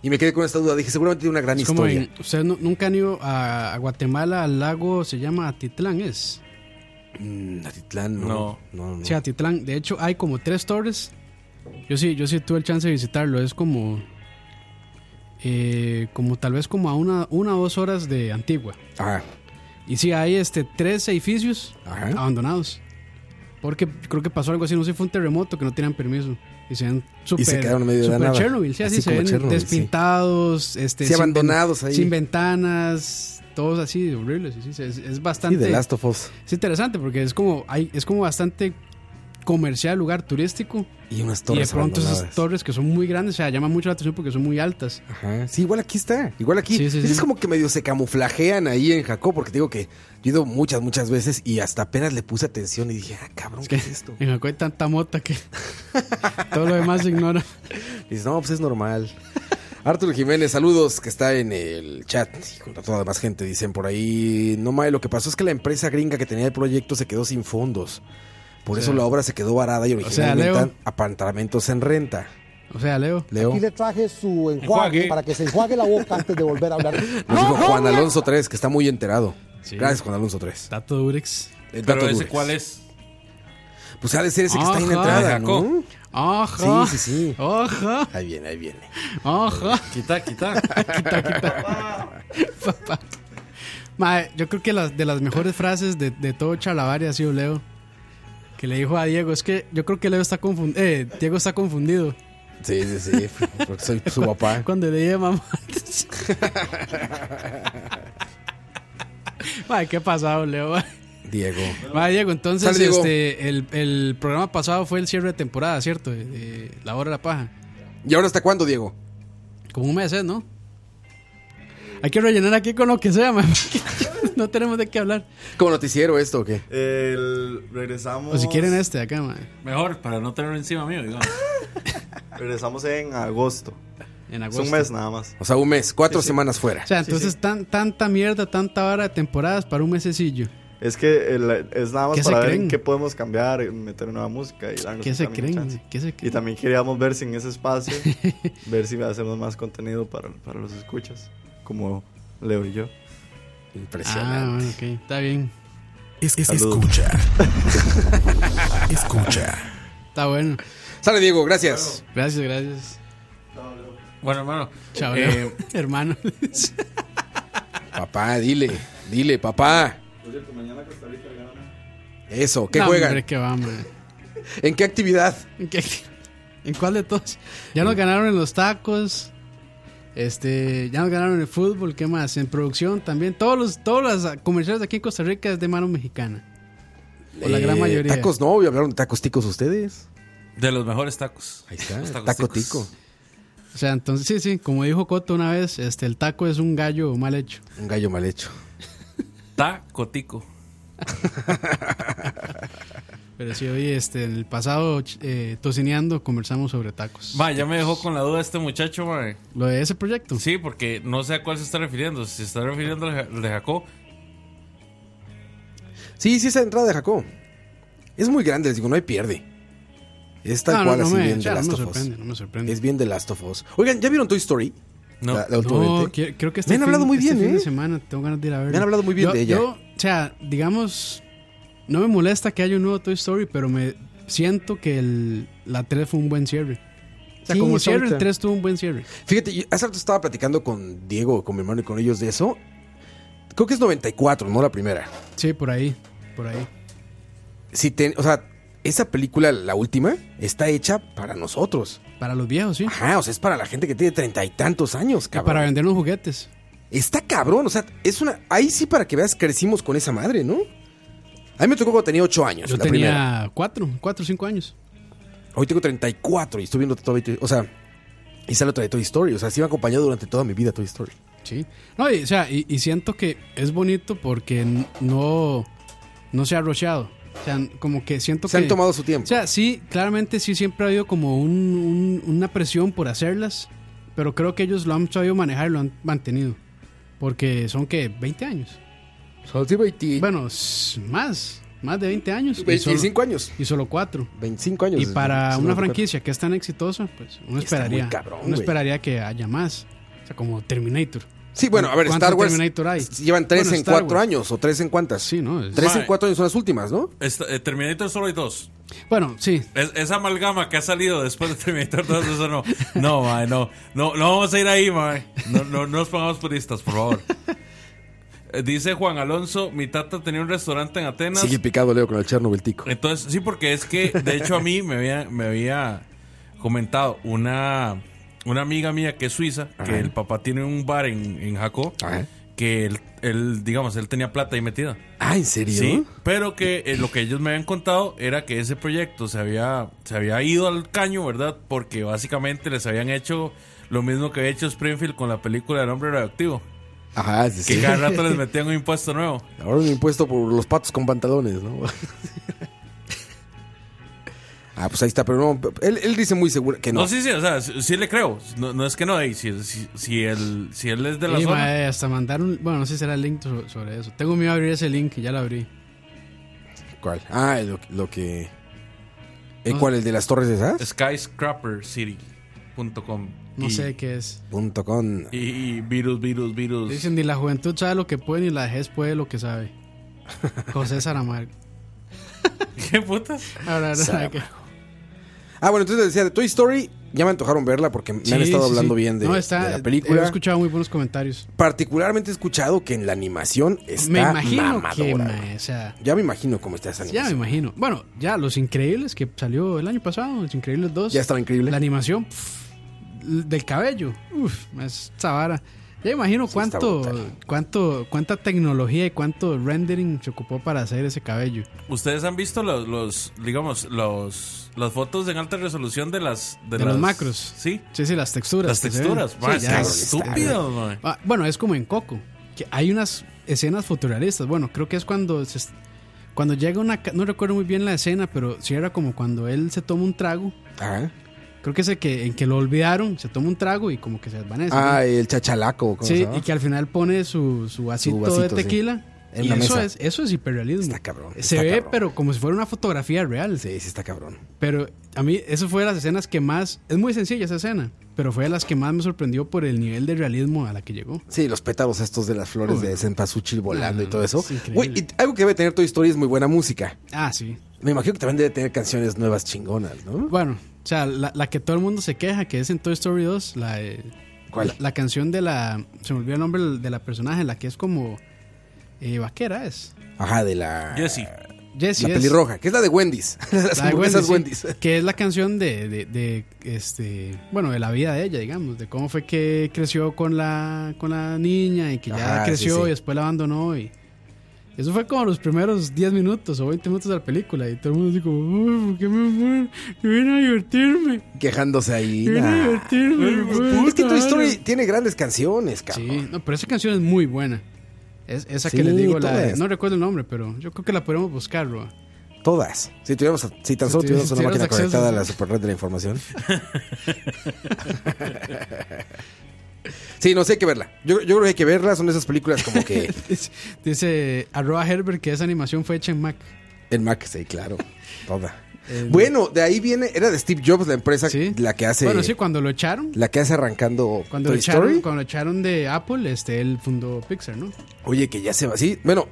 Speaker 5: Y me quedé con esta duda. Dije, seguramente tiene una gran
Speaker 4: Es como
Speaker 5: historia.
Speaker 4: en- ustedes nu- nunca han ido a, a Guatemala al lago, se llama Atitlán, ¿es?
Speaker 5: Mm, Atitlán, no.
Speaker 6: No.
Speaker 5: no, no.
Speaker 4: Sí, Atitlán. De hecho, hay como tres torres. Yo sí, yo sí tuve el chance de visitarlo. Es como. eh, como tal vez como a una, una o dos horas de Antigua.
Speaker 5: Ah,
Speaker 4: Y sí, hay este, tres edificios
Speaker 5: Ajá.
Speaker 4: Ah, abandonados. Porque creo que pasó algo así, no sé, fue un terremoto que no tenían permiso. Y se ven super,
Speaker 5: quedaron en medio de la
Speaker 4: super
Speaker 5: nada.
Speaker 4: Chernobyl, sí, así,
Speaker 5: Así
Speaker 4: se
Speaker 5: como
Speaker 4: ven
Speaker 5: Chernobyl, sí.
Speaker 4: despintados, este,
Speaker 5: Sí, abandonados ahí.
Speaker 4: sin ventanas, todos así, horribles. sí, sí, es, es
Speaker 5: sí,
Speaker 4: bastante
Speaker 5: de Last of Us.
Speaker 4: es interesante porque es como, hay, es como bastante comercial, lugar turístico.
Speaker 5: Y unas
Speaker 4: Y de
Speaker 5: torres
Speaker 4: pronto esas
Speaker 5: abandonadas.
Speaker 4: torres que son muy grandes, o sea, llaman mucho la atención porque son muy altas.
Speaker 5: Ajá. Sí, igual aquí está. Igual aquí.
Speaker 4: Sí, sí,
Speaker 5: Entonces
Speaker 4: sí.
Speaker 5: como que medio se camuflajean ahí en Jacob, porque te digo que yo he ido muchas, muchas veces y hasta apenas le puse atención y dije, ah, cabrón, ¿qué es esto?
Speaker 4: En Jacob hay tanta mota que todo lo demás se ignora.
Speaker 5: Y dices, no, pues es normal. Arthur Jiménez, saludos, que está en el chat y junto a toda la demás gente. Dicen por ahí, no mames, lo que pasó es que la empresa gringa que tenía el proyecto se quedó sin fondos. Por eso la obra se quedó varada y
Speaker 4: sea,
Speaker 5: originalmente
Speaker 4: Leo.
Speaker 5: eran apartamentos en renta.
Speaker 4: O sea, Leo.
Speaker 5: Leo,
Speaker 7: Aquí
Speaker 5: nos
Speaker 7: le traje su enjuague,
Speaker 8: Enjuague.
Speaker 7: para que se enjuague la boca antes de volver a hablar.
Speaker 5: dijo Juan Alonso 3, que está muy enterado.
Speaker 4: Sí.
Speaker 5: Gracias, Juan Alonso 3.
Speaker 4: Tato Durex.
Speaker 6: Pero ese cuál es.
Speaker 5: Pues ha de ser ese que está ahí en la
Speaker 4: Ajá.
Speaker 5: entrada, ¿no?
Speaker 4: Ajá. Oh.
Speaker 5: Sí, sí, sí.
Speaker 4: Ajá.
Speaker 5: Ahí viene, ahí viene.
Speaker 4: Ajá.
Speaker 6: Quita, quita.
Speaker 4: Mae, yo creo que las de las mejores frases de, de todo Chalabar ha sido Leo. Que le dijo a Diego, es que yo creo que Leo está confundido. Eh, Diego está confundido.
Speaker 5: Sí, sí, sí. Porque soy su papá.
Speaker 4: Cuando le dije a mamá. Mae, qué pasado, Leo. mae.
Speaker 5: Diego.
Speaker 4: Mae, Diego, entonces
Speaker 5: Sale, Diego.
Speaker 4: este el, el programa pasado fue el cierre de temporada, ¿cierto? De- de la hora de la paja.
Speaker 5: ¿Y ahora hasta cuándo, Diego?
Speaker 4: Como un mes, ¿eh? ¿no? Hay que rellenar aquí con lo que sea, mae, porque No tenemos de qué hablar.
Speaker 5: ¿Como noticiero esto o qué?
Speaker 8: El- regresamos.
Speaker 4: O si quieren este de acá, mae.
Speaker 6: Mejor, para no tenerlo encima mío, digamos.
Speaker 8: Regresamos en agosto.
Speaker 4: En
Speaker 8: Es
Speaker 4: agosto.
Speaker 8: un mes nada más.
Speaker 5: O sea, un mes, cuatro semanas fuera.
Speaker 4: O sea, entonces tan- tanta mierda, tanta vara de temporadas para un mesecillo.
Speaker 8: Es que el- es nada
Speaker 4: ¿Qué
Speaker 8: más
Speaker 4: se
Speaker 8: para ver
Speaker 4: creen?
Speaker 8: en qué podemos cambiar, meter nueva música y darnos
Speaker 4: ¿Qué se
Speaker 8: también
Speaker 4: creen?
Speaker 8: chance.
Speaker 4: ¿Qué se
Speaker 8: Y
Speaker 4: creen?
Speaker 8: también queríamos ver si en ese espacio, ver si hacemos más contenido para, para los escuchas, como Leo y yo.
Speaker 4: Ah,
Speaker 5: Impresionante.
Speaker 4: bueno, ok. Está bien.
Speaker 1: Es, es-
Speaker 8: Salud.
Speaker 1: escucha. escucha.
Speaker 4: Está bueno.
Speaker 5: Sale, Diego, gracias.
Speaker 4: Gracias, gracias.
Speaker 6: Bueno, hermano.
Speaker 4: Chao,
Speaker 6: eh,
Speaker 4: Leo. hermano.
Speaker 5: Papá, dile, dile, papá.
Speaker 6: pues
Speaker 5: Eso, ¿qué
Speaker 4: No,
Speaker 5: juegan?
Speaker 4: Hombre, qué va, hombre.
Speaker 5: ¿En qué actividad?
Speaker 4: ¿En, qué- en cuál de todos? Ya nos ganaron en los tacos. Este, ya nos ganaron en el fútbol, ¿qué más? En producción también. Todos los, todas las comerciales de aquí en Costa Rica es de mano mexicana. O la gran
Speaker 5: Eh,
Speaker 4: mayoría.
Speaker 5: Tacos no, y hablaron de tacos ticos ustedes.
Speaker 6: De los mejores tacos.
Speaker 5: Ahí está,
Speaker 6: Los
Speaker 5: taco
Speaker 6: ticos.
Speaker 5: tico.
Speaker 4: O sea, entonces, sí, sí, como dijo Coto una vez, este, el taco es un gallo mal hecho.
Speaker 5: Un gallo mal hecho.
Speaker 6: Taco tico.
Speaker 4: Pero sí, hoy este, en el pasado, ch- eh, tocineando, conversamos sobre tacos.
Speaker 6: Ma, ya me dejó con la duda este muchacho, ma.
Speaker 4: Lo de ese proyecto.
Speaker 6: Sí, porque no sé a cuál se está refiriendo. Si se está refiriendo al ja- al de Jacob.
Speaker 5: Sí, sí, esa entrada de Jacob. Es muy grande, les digo, no hay pierde. Es tal
Speaker 4: No, no,
Speaker 5: cual
Speaker 4: no
Speaker 5: así
Speaker 4: me-
Speaker 5: bien de
Speaker 4: ya, no
Speaker 5: Last
Speaker 4: me
Speaker 5: of Us.
Speaker 4: sorprende, no me sorprende.
Speaker 5: Es bien de Last of Us. Oigan, ¿ya vieron Toy Story?
Speaker 6: No.
Speaker 5: La- la
Speaker 4: No,
Speaker 5: últimamente.
Speaker 4: que- creo que este
Speaker 5: Me han hablado
Speaker 4: fin-
Speaker 5: muy
Speaker 4: este
Speaker 5: bien,
Speaker 4: fin de
Speaker 5: ¿eh?
Speaker 4: semana tengo ganas de ir a verlo.
Speaker 5: Me han hablado muy bien
Speaker 4: Yo-
Speaker 5: de ella.
Speaker 4: yo, o sea, digamos, no me molesta que haya un nuevo Toy Story, pero me siento que el, la 3 fue un buen cierre. O sea,
Speaker 5: Sí,
Speaker 4: como
Speaker 5: es
Speaker 4: cierre, el
Speaker 5: ahorita.
Speaker 4: 3 tuvo un buen cierre.
Speaker 5: Fíjate, yo hace rato estaba platicando con Diego, con mi hermano y con ellos de eso. Creo que es 94, no la primera.
Speaker 4: Sí, por ahí, por ahí.
Speaker 5: Si te- o sea, esa película, la última, está hecha para nosotros.
Speaker 4: Para los viejos, sí.
Speaker 5: Ajá, o sea, es para la gente que tiene treinta y tantos años,
Speaker 4: Que
Speaker 5: Ah, cabrón.
Speaker 4: para vender los juguetes.
Speaker 5: Está cabrón, o sea, es una. Ahí sí para que veas, crecimos con esa madre, ¿no? A mí me tocó cuando tenía ocho años,
Speaker 4: Yo
Speaker 5: la primera.
Speaker 4: tenía 4, 4 o 5 años.
Speaker 5: Hoy tengo 34 y estoy viendo todavía. Toy- O sea, y sale otra de Toy Story. O sea, sí me ha acompañado durante toda mi vida Toy Story.
Speaker 4: Sí. No, y, o sea, y, y siento que es bonito porque n- no, no se ha rocheado. O sea, como que siento
Speaker 5: Se
Speaker 4: que...
Speaker 5: han tomado su tiempo.
Speaker 4: O sea, sí, claramente sí siempre ha habido como un- un- una presión por hacerlas, pero creo que ellos lo han sabido manejar y lo han mantenido. Porque son que 20 años.
Speaker 5: Son sí, 20
Speaker 4: Bueno, s- más, más de 20 años. Y solo,
Speaker 5: 25 años.
Speaker 4: y solo cuatro.
Speaker 5: 25 años.
Speaker 4: Y para
Speaker 5: Sí,
Speaker 4: una
Speaker 5: 94.
Speaker 4: franquicia que es tan exitosa, pues uno
Speaker 5: Está muy
Speaker 4: esperaría,
Speaker 5: cabrón,
Speaker 4: uno
Speaker 5: güey.
Speaker 4: esperaría que haya más. O sea, como Terminator.
Speaker 5: Sí, bueno, a ver,
Speaker 4: ¿Cuánto
Speaker 5: Star Wars.
Speaker 4: Terminator hay?
Speaker 5: Llevan tres
Speaker 4: Bueno,
Speaker 5: en
Speaker 4: Star
Speaker 5: cuatro
Speaker 4: Wars.
Speaker 5: años, o tres en cuántas.
Speaker 4: Sí, ¿no? Es-
Speaker 5: Tres
Speaker 6: Mae.
Speaker 5: en cuatro años son las últimas, ¿no?
Speaker 6: Esta- eh, Terminator solo hay dos.
Speaker 4: Bueno, sí,
Speaker 6: Es- esa amalgama que ha salido después de Terminator 2, eso no. No, ma, no. No, no vamos a ir ahí, ma. No, no, no nos pongamos puristas, por favor. Eh, Dice Juan Alonso, mi tata tenía un restaurante en Atenas.
Speaker 5: Sigue picado Leo con el Chernobyl tico.
Speaker 6: Entonces, sí, porque es que, de hecho, a mí me había, me había comentado una, una amiga mía que es suiza, que el papá tiene un bar en, en Jacó,
Speaker 4: Eh.
Speaker 5: Ajá.
Speaker 6: que él, él, digamos, él tenía plata ahí metida.
Speaker 5: Ah, ¿en serio?
Speaker 6: Sí, pero que eh, lo que ellos me habían contado era que ese proyecto se había, se había ido al caño, ¿verdad? Porque básicamente les habían hecho lo mismo que había hecho Springfield con la película del hombre radioactivo,
Speaker 5: Ajá, sí,
Speaker 6: que
Speaker 5: sí.
Speaker 6: cada rato les metían un impuesto nuevo.
Speaker 5: Ahora un impuesto por los patos con pantalones, ¿no? Ah, pues ahí está, pero no, él, él dice muy seguro que no.
Speaker 6: No, sí, sí, o sea, sí, sí le creo. No, no es que no, y si, si, si él, si él es de la
Speaker 4: Y,
Speaker 6: zona.
Speaker 4: mae, hasta mandaron. Bueno, no sé si será el link so- sobre eso. Tengo miedo a abrir ese link, ya lo abrí.
Speaker 5: ¿Cuál? Ah, lo, lo que... ¿Eh, ¿Cuál? ¿El de las torres esas?
Speaker 6: skyscrapercity.com.
Speaker 4: No
Speaker 6: y,
Speaker 4: sé qué es.
Speaker 5: Punto con...
Speaker 6: Y, y virus, virus,
Speaker 5: pues
Speaker 6: virus.
Speaker 4: Dicen, ni la juventud sabe lo que puede, ni la vejez puede lo que sabe. José Saramago.
Speaker 6: ¿Qué putas?
Speaker 4: Ahora, ahora,
Speaker 5: Saramago.
Speaker 4: que-
Speaker 5: Ah, bueno, entonces decía de Toy Story, ya me antojaron verla porque me han
Speaker 4: Sí,
Speaker 5: estado
Speaker 4: sí,
Speaker 5: hablando
Speaker 4: sí.
Speaker 5: bien de,
Speaker 4: No, está-
Speaker 5: de la película.
Speaker 4: He escuchado muy buenos comentarios.
Speaker 5: Particularmente he escuchado que en la animación está
Speaker 4: me imagino que,
Speaker 5: mamadora.
Speaker 4: mae, o sea,
Speaker 5: Ya me imagino cómo está esa
Speaker 4: ya me
Speaker 5: animación.
Speaker 4: imagino. Bueno, ya Los Increíbles que salió el año pasado, Los Increíbles 2.
Speaker 5: Ya, estaba increíble.
Speaker 4: La animación pff, del cabello, uff, esa vara. Ya imagino
Speaker 5: está
Speaker 4: cuánto,
Speaker 5: brutal.
Speaker 4: cuánto, cuánta tecnología y cuánto rendering se ocupó para hacer ese cabello.
Speaker 6: Ustedes han visto los, los digamos, los, las fotos en alta resolución de las...
Speaker 4: De los
Speaker 6: las-
Speaker 4: macros.
Speaker 6: Sí.
Speaker 4: Sí, sí, las texturas.
Speaker 6: Las
Speaker 4: que se
Speaker 6: texturas.
Speaker 4: ven. Sí,
Speaker 6: mae, qué
Speaker 4: ya.
Speaker 5: cabrón, está
Speaker 6: estúpido, mae.
Speaker 4: Ah, bueno, es como en Coco, que hay unas escenas fotorrealistas. Bueno, creo que es cuando se est- cuando llega una, ca- no recuerdo muy bien la escena, pero sí era como cuando él se toma un trago.
Speaker 5: Ajá.
Speaker 4: Creo que es el que en que lo olvidaron, se toma un trago y como que se desvanece. ¿no?
Speaker 5: Ah, el chachalaco. ¿cómo se
Speaker 4: Sí,
Speaker 5: llama?
Speaker 4: y que al final pone su, su vasito,
Speaker 5: vasito,
Speaker 4: de
Speaker 5: sí.
Speaker 4: tequila.
Speaker 5: En
Speaker 4: y
Speaker 5: la
Speaker 4: eso
Speaker 5: mesa.
Speaker 4: es, eso es hiperrealismo.
Speaker 5: Está cabrón,
Speaker 4: Se
Speaker 5: está
Speaker 4: ve,
Speaker 5: cabrón.
Speaker 4: pero como si fuera una fotografía real.
Speaker 5: Sí, sí está cabrón.
Speaker 4: Pero a mí, eso fue de las escenas que más. Es muy sencilla esa escena, pero fue de las que más me sorprendió por el nivel de realismo a la que llegó.
Speaker 5: Sí, los pétalos estos de las flores
Speaker 4: Uy.
Speaker 5: de cempasúchil volando
Speaker 4: No, no,
Speaker 5: y todo eso.
Speaker 4: es increíble.
Speaker 5: Güey, y algo que debe tener Toy Story es muy buena música.
Speaker 4: Ah, sí.
Speaker 5: Me imagino que también debe tener canciones nuevas chingonas, ¿no?
Speaker 4: Bueno, o sea, la, la que todo el mundo se queja, que es en Toy Story 2, la, de-
Speaker 5: ¿Cuál?
Speaker 4: la, la canción de la. Se me olvidó el nombre de la personaje, la que es como. eh, vaquera es.
Speaker 5: Ajá, de la...
Speaker 6: Jesse.
Speaker 4: Jessie
Speaker 5: la
Speaker 4: es.
Speaker 5: pelirroja, que es la de Wendy's. Las
Speaker 4: La de
Speaker 5: hamburguesas
Speaker 4: Wendy,
Speaker 5: Wendy's.
Speaker 4: sí, que es la canción de, de- de, este bueno de la vida de ella digamos de cómo fue que creció con la con la niña y que ya
Speaker 5: Ajá,
Speaker 4: creció
Speaker 5: sí, sí.
Speaker 4: y después la abandonó y eso fue como los primeros 10 minutos o 20 minutos de la película y todo el mundo así como "Uy, ¿por qué me muero? Yo vine a divertirme
Speaker 5: Quejándose ahí.
Speaker 4: yo vine a
Speaker 5: nah.
Speaker 4: divertirme
Speaker 5: Es que
Speaker 4: puta
Speaker 5: Toy Story
Speaker 4: madre".
Speaker 5: tiene grandes canciones, cabrón.
Speaker 4: sí no, pero esa canción es muy buena es, esa que
Speaker 5: Sí,
Speaker 4: les digo la,
Speaker 5: todas.
Speaker 4: no recuerdo el nombre pero yo creo que la podemos buscar Roa.
Speaker 5: Todas. Si tuviéramos, si tan
Speaker 4: Si
Speaker 5: solo
Speaker 4: tuvi-
Speaker 5: tuviéramos
Speaker 4: si
Speaker 5: una máquina
Speaker 4: tuviéramos acceso,
Speaker 5: conectada a
Speaker 4: sí.
Speaker 5: la superred de la información. sí, no sé hay que verla. Yo, yo creo que hay que verla. Son esas películas como que
Speaker 4: Dice- dice arroba Herbert que esa animación fue hecha en Mac
Speaker 5: en Mac, sí, claro. Toda. bueno, de ahí viene, era de Steve Jobs la empresa
Speaker 4: Sí.
Speaker 5: la que hace
Speaker 4: Bueno, sí, cuando lo echaron.
Speaker 5: la que hace arrancando
Speaker 4: Cuando lo,
Speaker 5: Toy
Speaker 4: echaron,
Speaker 5: Story.
Speaker 4: cuando lo echaron de Apple, este, él fundó Pixar, ¿no?
Speaker 5: Oye, que ya se va así. Bueno,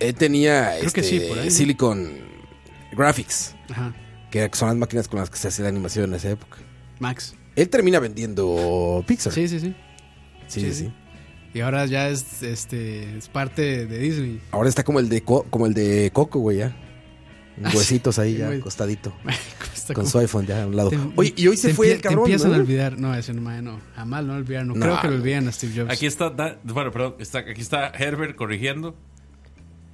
Speaker 5: él tenía
Speaker 4: Creo que
Speaker 5: este,
Speaker 4: sí, por ahí.
Speaker 5: Silicon Graphics,
Speaker 4: Ajá.
Speaker 5: que son las máquinas con las que se hace la animación en esa época.
Speaker 4: Max.
Speaker 5: Él termina vendiendo Pixar.
Speaker 4: Sí, sí, sí.
Speaker 5: Sí,
Speaker 4: Sí,
Speaker 5: sí, sí.
Speaker 4: Y ahora ya es, este, es parte de Disney.
Speaker 5: Ahora está como el de Co- como el de Coco, güey, ya. Huesitos ahí
Speaker 4: Ah, sí,
Speaker 5: ya,
Speaker 4: güey.
Speaker 5: acostadito.
Speaker 4: Está
Speaker 5: Con
Speaker 4: como-
Speaker 5: su iPhone ya a un lado.
Speaker 4: te-
Speaker 5: Oye, y hoy se
Speaker 4: te
Speaker 5: fue
Speaker 4: empie-
Speaker 5: el cabrón.
Speaker 4: Te empiezan
Speaker 5: ¿no?
Speaker 4: a olvidar. No, ese no, mae, no. Jamás lo van a olvidar. No,
Speaker 5: No.
Speaker 4: creo que lo olviden a Steve Jobs.
Speaker 6: Aquí está, da- bueno, perdón, está, aquí está Herbert corrigiendo.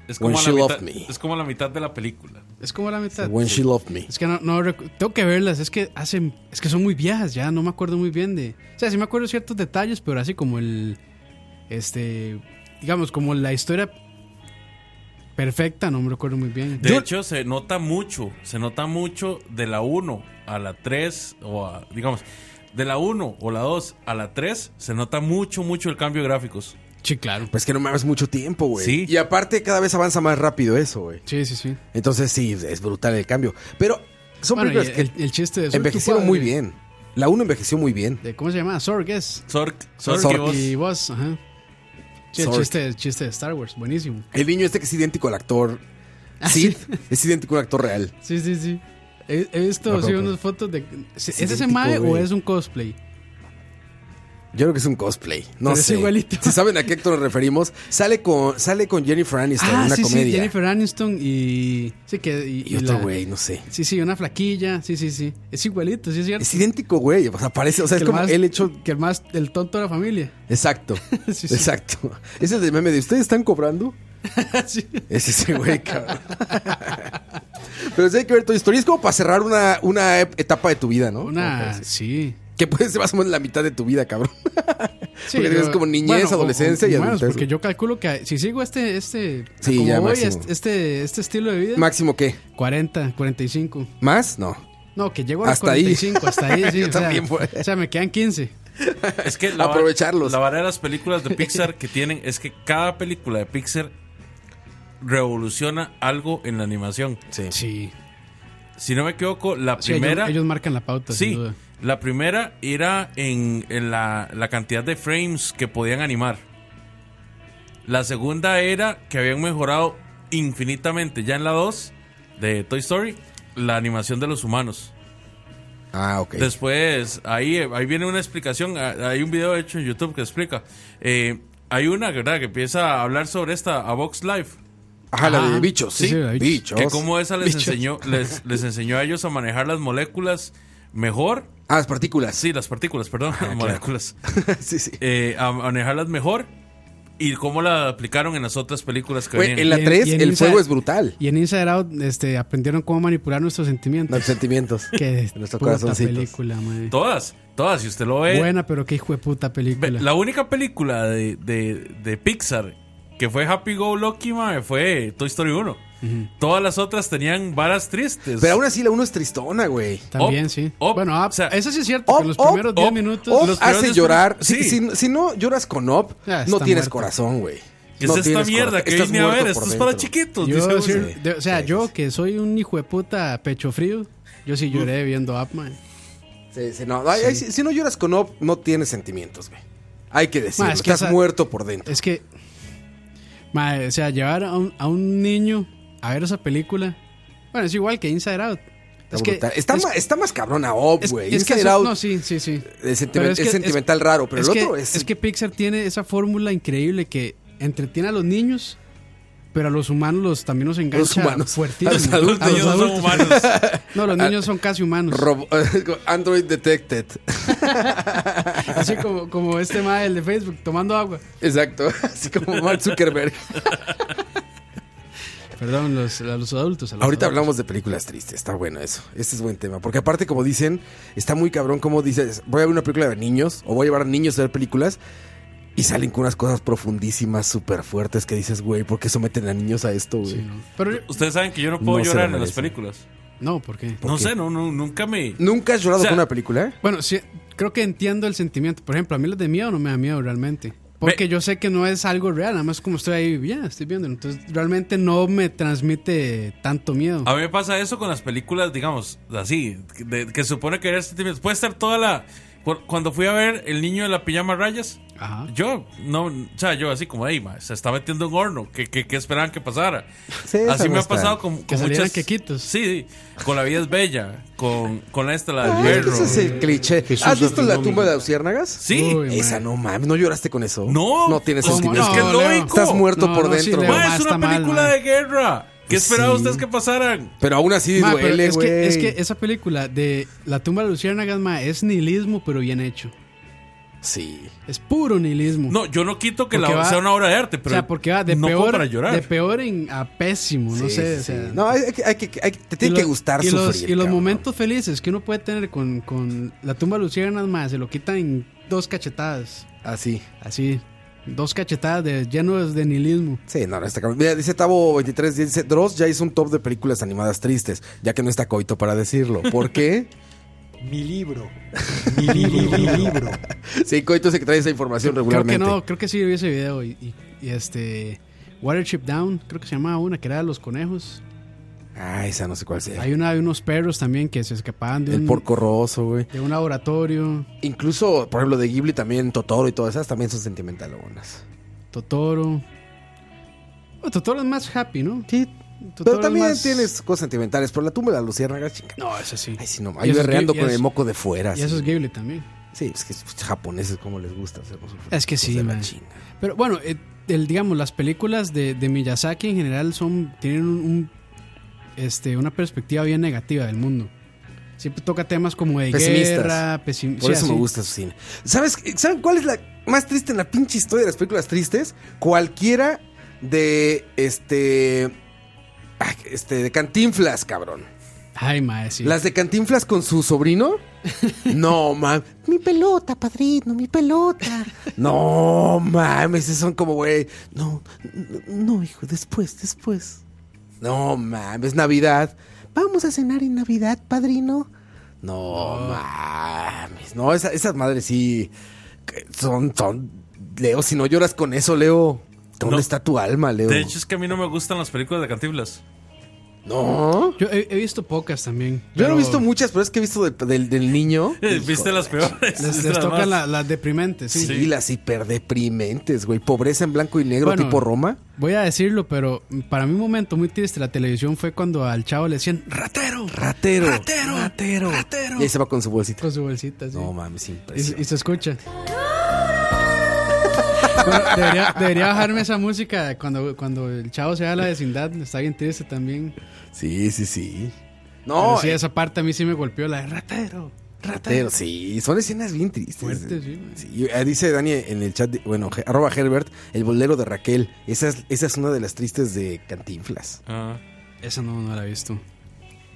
Speaker 6: Es
Speaker 5: When
Speaker 6: como, a
Speaker 5: she
Speaker 6: la mitad,
Speaker 5: loved me.
Speaker 6: es como a la mitad de la película.
Speaker 4: Es como la mitad.
Speaker 5: When She Loved Me.
Speaker 4: Es que no, no recu- tengo que verlas, es que hacen, es que son muy viejas ya, no me acuerdo muy bien de, o sea, sí me acuerdo ciertos detalles, pero así como el, este, digamos, como la historia perfecta, no me recuerdo muy bien.
Speaker 6: De hecho, se nota mucho, se nota mucho de la 1 a la 3, o a, digamos, de la 1 o la 2 a la 3, se nota mucho, mucho el cambio de gráficos.
Speaker 4: Sí, claro.
Speaker 5: Pues que no mames mucho tiempo, güey.
Speaker 6: Sí.
Speaker 5: Y aparte cada vez avanza más rápido eso, güey.
Speaker 4: Sí, sí, sí.
Speaker 5: Entonces sí, es brutal el cambio. Pero son
Speaker 4: Bueno, y
Speaker 5: películas
Speaker 4: el,
Speaker 5: que
Speaker 4: el chiste de Soy tu
Speaker 5: envejecieron
Speaker 4: padre,
Speaker 5: muy bien. La 1 envejeció muy bien.
Speaker 4: De, ¿Cómo se llama? Sorg es.
Speaker 6: Zork, Zork,
Speaker 5: Zork.
Speaker 6: y vos.
Speaker 4: Y vos, ajá. Sí, el
Speaker 5: Zorg.
Speaker 4: chiste, el chiste de Star Wars, buenísimo.
Speaker 5: El niño este que es idéntico al actor
Speaker 4: Ah,
Speaker 5: Sid, es idéntico al actor real.
Speaker 4: Sí, sí, sí. He, he visto
Speaker 5: No,
Speaker 4: sí,
Speaker 5: pero-
Speaker 4: unas fotos de... ¿Es, ese
Speaker 5: idéntico,
Speaker 4: mae o
Speaker 5: güey.
Speaker 4: es un cosplay?
Speaker 5: Yo creo que es un cosplay. No
Speaker 4: Pero es
Speaker 5: sé.
Speaker 4: igualito.
Speaker 5: Si saben a qué actor nos referimos, sale con, sale con Jennifer Aniston en
Speaker 4: Ah,
Speaker 5: una
Speaker 4: sí,
Speaker 5: comedia.
Speaker 4: sí, Jennifer Aniston y... Sí, que... Y,
Speaker 5: Y
Speaker 4: y
Speaker 5: otro
Speaker 4: la-
Speaker 5: güey, no sé.
Speaker 4: Sí, sí, una flaquilla, sí, sí, sí. Es igualito, sí es cierto.
Speaker 5: Es idéntico, güey. O sea, parece, o sea,
Speaker 4: Que
Speaker 5: es como
Speaker 4: más-
Speaker 5: él hecho.
Speaker 4: que el más el tonto de la familia.
Speaker 5: Exacto.
Speaker 4: Sí, sí.
Speaker 5: Exacto. Ese es el meme de ustedes están cobrando.
Speaker 4: Sí.
Speaker 5: Es ese güey, cabrón. Pero sí hay que ver tu historia. Es como para cerrar una, una ep- etapa de tu vida, ¿no? Como
Speaker 4: Una,
Speaker 5: para-
Speaker 4: sí.
Speaker 5: Que puede ser más o menos la mitad de tu vida, cabrón.
Speaker 4: Sí,
Speaker 5: Porque es como niñez,
Speaker 4: o-
Speaker 5: adolescencia
Speaker 4: o-
Speaker 5: y
Speaker 4: bueno,
Speaker 5: adultez.
Speaker 4: Porque yo calculo que si sigo este este
Speaker 5: Sí,
Speaker 4: como
Speaker 5: ya
Speaker 4: voy,
Speaker 5: máximo.
Speaker 4: este, este este estilo de vida,
Speaker 5: ¿Máximo qué?
Speaker 4: 40, 45.
Speaker 5: ¿Más? No.
Speaker 4: No, que llego a los
Speaker 5: Hasta ahí.
Speaker 4: 45, hasta ahí. Sí,
Speaker 5: Yo
Speaker 4: o, sea,
Speaker 5: también, güey.
Speaker 4: o sea, me quedan 15.
Speaker 6: Es que la, va-
Speaker 5: Aprovecharlos.
Speaker 6: La vara de las películas de Pixar que tienen es que cada película de Pixar revoluciona algo en la animación.
Speaker 5: Sí.
Speaker 4: Sí.
Speaker 6: Si no me equivoco, la
Speaker 4: Sí, ellos-
Speaker 6: primera.
Speaker 4: ellos, marcan la pauta, sin
Speaker 6: sí,
Speaker 4: duda.
Speaker 6: la primera era en, en la, la cantidad de frames que podían animar. La segunda era que habían mejorado infinitamente. Ya en la 2 de Toy Story, la animación de los humanos.
Speaker 5: Ah, ok.
Speaker 6: Después, ahí, ahí viene una explicación. ah, Hay un video hecho en YouTube que explica. Eh, hay una, ¿verdad? Que empieza a hablar sobre esta, a Vox Live.
Speaker 5: Ajá, la
Speaker 6: Ah,
Speaker 4: Ajá.
Speaker 5: de bichos.
Speaker 4: Sí,
Speaker 5: Sí,
Speaker 4: sí, la de
Speaker 5: bichos.
Speaker 6: Que como esa les
Speaker 4: Bichos.
Speaker 6: enseñó, les, les enseñó a ellos a manejar las moléculas mejor.
Speaker 5: Ah, las partículas.
Speaker 6: Sí, las partículas, perdón,
Speaker 5: Ah, claro.
Speaker 6: moléculas.
Speaker 5: sí, sí.
Speaker 6: Eh, a manejarlas mejor. Y cómo la aplicaron en las otras películas que
Speaker 5: Güey,
Speaker 6: venían.
Speaker 5: en la
Speaker 4: Y en-
Speaker 5: 3
Speaker 4: y en
Speaker 5: el
Speaker 4: Inside-
Speaker 5: fuego es brutal.
Speaker 4: Y en Inside Out este, aprendieron cómo manipular nuestros sentimientos.
Speaker 5: Los sentimientos.
Speaker 4: Qué
Speaker 5: En nuestros
Speaker 4: puta
Speaker 5: corazoncitos.
Speaker 4: película, mae.
Speaker 6: Todas, todas, si usted lo ve.
Speaker 4: Buena, pero qué hijo de puta
Speaker 6: Ve,
Speaker 4: película.
Speaker 6: La única película de, de- de Pixar que fue Happy Go Lucky mae, fue Toy Story 1. Todas las otras tenían varas tristes.
Speaker 5: Pero aún así la 1 es tristona, güey.
Speaker 4: También,
Speaker 6: Up,
Speaker 4: sí.
Speaker 6: Up,
Speaker 4: bueno, Up,
Speaker 6: o sea,
Speaker 4: eso sí es cierto. que en los
Speaker 5: Up,
Speaker 4: primeros 10
Speaker 6: Up,
Speaker 4: minutos.
Speaker 5: Up
Speaker 6: los
Speaker 5: hace
Speaker 6: peores-
Speaker 5: llorar.
Speaker 6: Sí.
Speaker 5: Si, si- si no lloras con Op,
Speaker 4: Ah,
Speaker 5: no
Speaker 4: está
Speaker 5: tienes
Speaker 4: muerto.
Speaker 5: corazón, güey.
Speaker 6: ¿Qué
Speaker 5: No
Speaker 6: es esta
Speaker 5: tienes
Speaker 6: mierda
Speaker 5: corazón.
Speaker 6: que
Speaker 5: Estás
Speaker 6: vine a ver?
Speaker 5: muerto
Speaker 6: Esto
Speaker 5: por
Speaker 6: es para
Speaker 5: dentro.
Speaker 6: chiquitos.
Speaker 4: yo
Speaker 6: dice uno.
Speaker 4: sí-
Speaker 5: sí.
Speaker 4: de- o sea,
Speaker 5: Sí,
Speaker 4: yo
Speaker 5: sí, sí.
Speaker 4: que soy un hijo de puta pecho frío, yo sí lloré viendo Up, mae.
Speaker 5: Sí, sí, no. Ay, ay, si, si no lloras con Op, no tienes sentimientos, güey. Hay que decirlo.
Speaker 4: Ma, es que
Speaker 5: Estás
Speaker 4: esa-
Speaker 5: muerto por dentro.
Speaker 4: Es que, mae, o sea, llevar a un, a un niño a ver esa película, bueno, es igual que Inside Out.
Speaker 5: Está,
Speaker 4: Es que,
Speaker 5: brutal. está,
Speaker 4: es-
Speaker 5: ma- está más cabrón a Op,
Speaker 4: es-
Speaker 5: güey.
Speaker 4: es que
Speaker 5: Inside
Speaker 4: eso-
Speaker 5: Out
Speaker 4: No, sí, sí, sí.
Speaker 5: es, sentimen-
Speaker 4: Pero es que-
Speaker 5: es sentimental raro, pero
Speaker 4: es
Speaker 5: el
Speaker 4: que-
Speaker 5: otro es...
Speaker 4: Es que Pixar tiene esa fórmula increíble que entretiene a los niños, pero a los humanos los, también los engancha
Speaker 5: Los humanos.
Speaker 4: fuertísimo.
Speaker 5: A los adultos.
Speaker 6: Los niños son humanos.
Speaker 4: No,
Speaker 5: Ah.
Speaker 4: los niños son casi humanos.
Speaker 5: Robo- Android Detected.
Speaker 4: Así como, como este mae el de Facebook tomando agua.
Speaker 5: Exacto. Así como Mark Zuckerberg.
Speaker 4: Perdón, los, a los adultos. a los
Speaker 5: Ahorita
Speaker 4: adultos.
Speaker 5: hablamos de películas tristes, está bueno eso. Este es buen tema. Porque aparte, como dicen, está muy cabrón como dices, voy a ver una película de niños o voy a llevar a niños a ver películas y salen con unas cosas profundísimas, súper fuertes que dices, güey, ¿por qué someten a niños a esto, güey?
Speaker 4: Sí, ¿no? Pero yo-
Speaker 6: Ustedes saben que yo no puedo
Speaker 5: No se lo
Speaker 6: llorar en las
Speaker 5: merece.
Speaker 6: películas.
Speaker 4: no, ¿por qué?
Speaker 6: No sé, no, no, nunca me.
Speaker 5: ¿Nunca has llorado
Speaker 6: O sea,
Speaker 5: con una película?
Speaker 4: Bueno, sí, creo que entiendo el sentimiento. Por ejemplo, a mí las de miedo no me da miedo realmente. Porque
Speaker 6: Ve-
Speaker 4: yo sé que no es algo real, nada más como estoy ahí, ya, estoy viendo. Entonces, realmente no me transmite tanto miedo.
Speaker 6: A mí me pasa eso con las películas, digamos, así, de- que supone que eres sentimientos. Puede estar toda la. cu- Cuando fui a ver El niño de la pijama rayas,
Speaker 4: Ajá.
Speaker 6: yo, no, o sea, yo así como, "Ey, ma, se está metiendo en horno, ¿qué, qué, qué esperaban que pasara?
Speaker 5: Sí, esa
Speaker 6: así
Speaker 5: no
Speaker 6: me ha
Speaker 5: está.
Speaker 6: pasado con,
Speaker 4: Que
Speaker 6: con
Speaker 4: salieran
Speaker 6: muchas.
Speaker 4: quequitos.
Speaker 6: Sí, sí, con La vida es bella, con, con esta, la del
Speaker 5: Ah,
Speaker 6: perro.
Speaker 5: ese es el cliché.
Speaker 9: Jesús
Speaker 5: ¿Has visto la
Speaker 9: Arquinómeno.
Speaker 5: tumba de Luciérnagas?
Speaker 6: Sí,
Speaker 4: Uy,
Speaker 5: Esa
Speaker 4: man.
Speaker 5: no mames, no lloraste con eso.
Speaker 6: no,
Speaker 5: No tienes
Speaker 6: ¿cómo?
Speaker 5: sentimientos.
Speaker 6: Es que es
Speaker 4: No, Leo.
Speaker 6: lógico.
Speaker 5: Estás muerto
Speaker 4: No,
Speaker 5: por
Speaker 4: no, sí,
Speaker 5: dentro.
Speaker 4: Leo.
Speaker 5: güey. Ah,
Speaker 6: Ma, es
Speaker 4: Está
Speaker 6: una
Speaker 4: mal,
Speaker 6: película
Speaker 4: ma. Pues
Speaker 6: de guerra. ¿Qué esperaban
Speaker 5: Sí.
Speaker 6: ustedes que pasaran?
Speaker 5: Pero aún así
Speaker 4: Ma, pero
Speaker 5: duele,
Speaker 4: es,
Speaker 5: güey.
Speaker 4: que, es que esa película de La tumba de Luciérnagas ma, es nihilismo, pero bien hecho.
Speaker 5: Sí.
Speaker 4: Es puro nihilismo.
Speaker 6: No, yo no quito que la,
Speaker 4: Porque va-
Speaker 6: sea una obra de arte,
Speaker 4: o
Speaker 6: pero
Speaker 4: sea, porque va de
Speaker 6: no fue
Speaker 4: peor
Speaker 6: para llorar.
Speaker 4: de peor en, a pésimo, Pues no
Speaker 5: Sí,
Speaker 4: sé.
Speaker 5: sí,
Speaker 4: o sea,
Speaker 5: sí. No, hay, que- hay que, hay que- te
Speaker 4: y
Speaker 5: tiene que
Speaker 4: los-
Speaker 5: gustar
Speaker 4: y
Speaker 5: sufrir.
Speaker 4: los, Y los
Speaker 5: cabrón.
Speaker 4: momentos felices que uno puede tener con, con la tumba de Luciérnagas, más se lo quitan en dos cachetadas.
Speaker 5: Así.
Speaker 4: Así. Dos cachetadas de llenos de nihilismo.
Speaker 5: Sí, no, no está cabrón. Mira, dice Tavo 23, dice, Dross ya hizo un top de películas animadas tristes, ya que no está coito para decirlo. ¿Por qué?
Speaker 9: Mi libro. Mi libro. Mi libro.
Speaker 5: sí, coito es el que trae esa información
Speaker 4: Creo que
Speaker 5: regularmente.
Speaker 4: no, creo que sí vi ese video. Y, y- y este. Watership Down, creo que se llamaba una, que era de los conejos.
Speaker 5: Ah, esa no sé cuál sea.
Speaker 4: Hay una de unos perros también que se escapaban de
Speaker 5: El
Speaker 4: un,
Speaker 5: porco roso, güey.
Speaker 4: de un laboratorio.
Speaker 5: Incluso, por ejemplo, de Ghibli también, Totoro y todas esas también son sentimentalonas.
Speaker 4: Totoro. Bueno, Totoro es más happy, ¿no?
Speaker 5: Sí,
Speaker 4: Totoro
Speaker 5: pero
Speaker 4: es
Speaker 5: también
Speaker 4: más-
Speaker 5: tienes cosas sentimentales. Pero la tumba de la luciérnaga, chinga.
Speaker 4: No, es así.
Speaker 5: Ay, sí, no,
Speaker 4: Y
Speaker 5: ahí
Speaker 4: eso es
Speaker 5: berreando
Speaker 4: Ghibli-
Speaker 5: con
Speaker 4: y
Speaker 5: el
Speaker 4: eso-
Speaker 5: moco de fuera.
Speaker 4: Y eso es
Speaker 5: sí.
Speaker 4: Ghibli también.
Speaker 5: Sí, es que los japoneses como les gusta hacernos sufrir,
Speaker 4: Es que
Speaker 5: hijos
Speaker 4: sí,
Speaker 5: de la
Speaker 4: man.
Speaker 5: chinga.
Speaker 4: Pero bueno, eh, el, digamos, las películas de, de Miyazaki en general son tienen un, un, este, una perspectiva bien negativa del mundo. Siempre toca temas como de
Speaker 5: Pesimistas.
Speaker 4: guerra, pesimismo.
Speaker 5: Por eso me gusta su cine. ¿Sabes, ¿Saben cuál es la más triste en la pinche historia de las películas tristes? Cualquiera de este. ay, Este, de Cantinflas, cabrón.
Speaker 4: Ay, mae, sí.
Speaker 5: Las de Cantinflas con su sobrino. No, mames. Mi pelota, padrino, mi pelota. No, mames, esos son como, güey. No, n- no, hijo, después, después. No, mames, Navidad. Vamos a cenar en Navidad, padrino. No, mames. No, esa- esas madres sí que son, son. Leo, si no lloras con eso, Leo, ¿dónde
Speaker 6: No.
Speaker 5: está tu alma, Leo?
Speaker 6: De hecho, es que a mí no me gustan las películas de Cantinflas.
Speaker 5: no.
Speaker 4: Yo he, he visto pocas también.
Speaker 5: Yo no
Speaker 4: pero
Speaker 5: he visto muchas, pero es que he visto del, del- del niño.
Speaker 6: Eh,
Speaker 5: Hijo
Speaker 6: Viste
Speaker 5: de-
Speaker 6: las peores.
Speaker 4: Les, les
Speaker 6: las
Speaker 4: tocan
Speaker 6: más-
Speaker 4: la- las deprimentes.
Speaker 5: Sí,
Speaker 4: Sí.
Speaker 5: las hiperdeprimentes, güey. Pobreza en blanco y negro,
Speaker 4: Bueno.
Speaker 5: tipo Roma.
Speaker 4: Voy a decirlo, pero para mí un momento muy triste de la televisión fue cuando al chavo le decían ratero
Speaker 5: Ratero. Ratero. Ratero. Y ahí se va con su bolsita.
Speaker 4: con su bolsita. sí.
Speaker 5: No mames,
Speaker 4: y,
Speaker 5: impresionante.
Speaker 4: y se escucha. Bueno, debería, debería bajarme esa música cuando, cuando el chavo se va a la vecindad. Está bien triste también.
Speaker 5: Sí, sí, sí.
Speaker 4: Pero
Speaker 5: No,
Speaker 4: sí,
Speaker 5: eh,
Speaker 4: esa parte a mí sí me golpeó la de ratero.
Speaker 5: ratero. Sí, son escenas bien tristes.
Speaker 4: Fuerte, sí.
Speaker 5: Sí, eh, dice Dani en el chat, de- bueno, je- arroba Herbert, el bolero de Raquel. Esa es, esa es una de las tristes de Cantinflas.
Speaker 6: Ah.
Speaker 4: Esa no, no la he visto.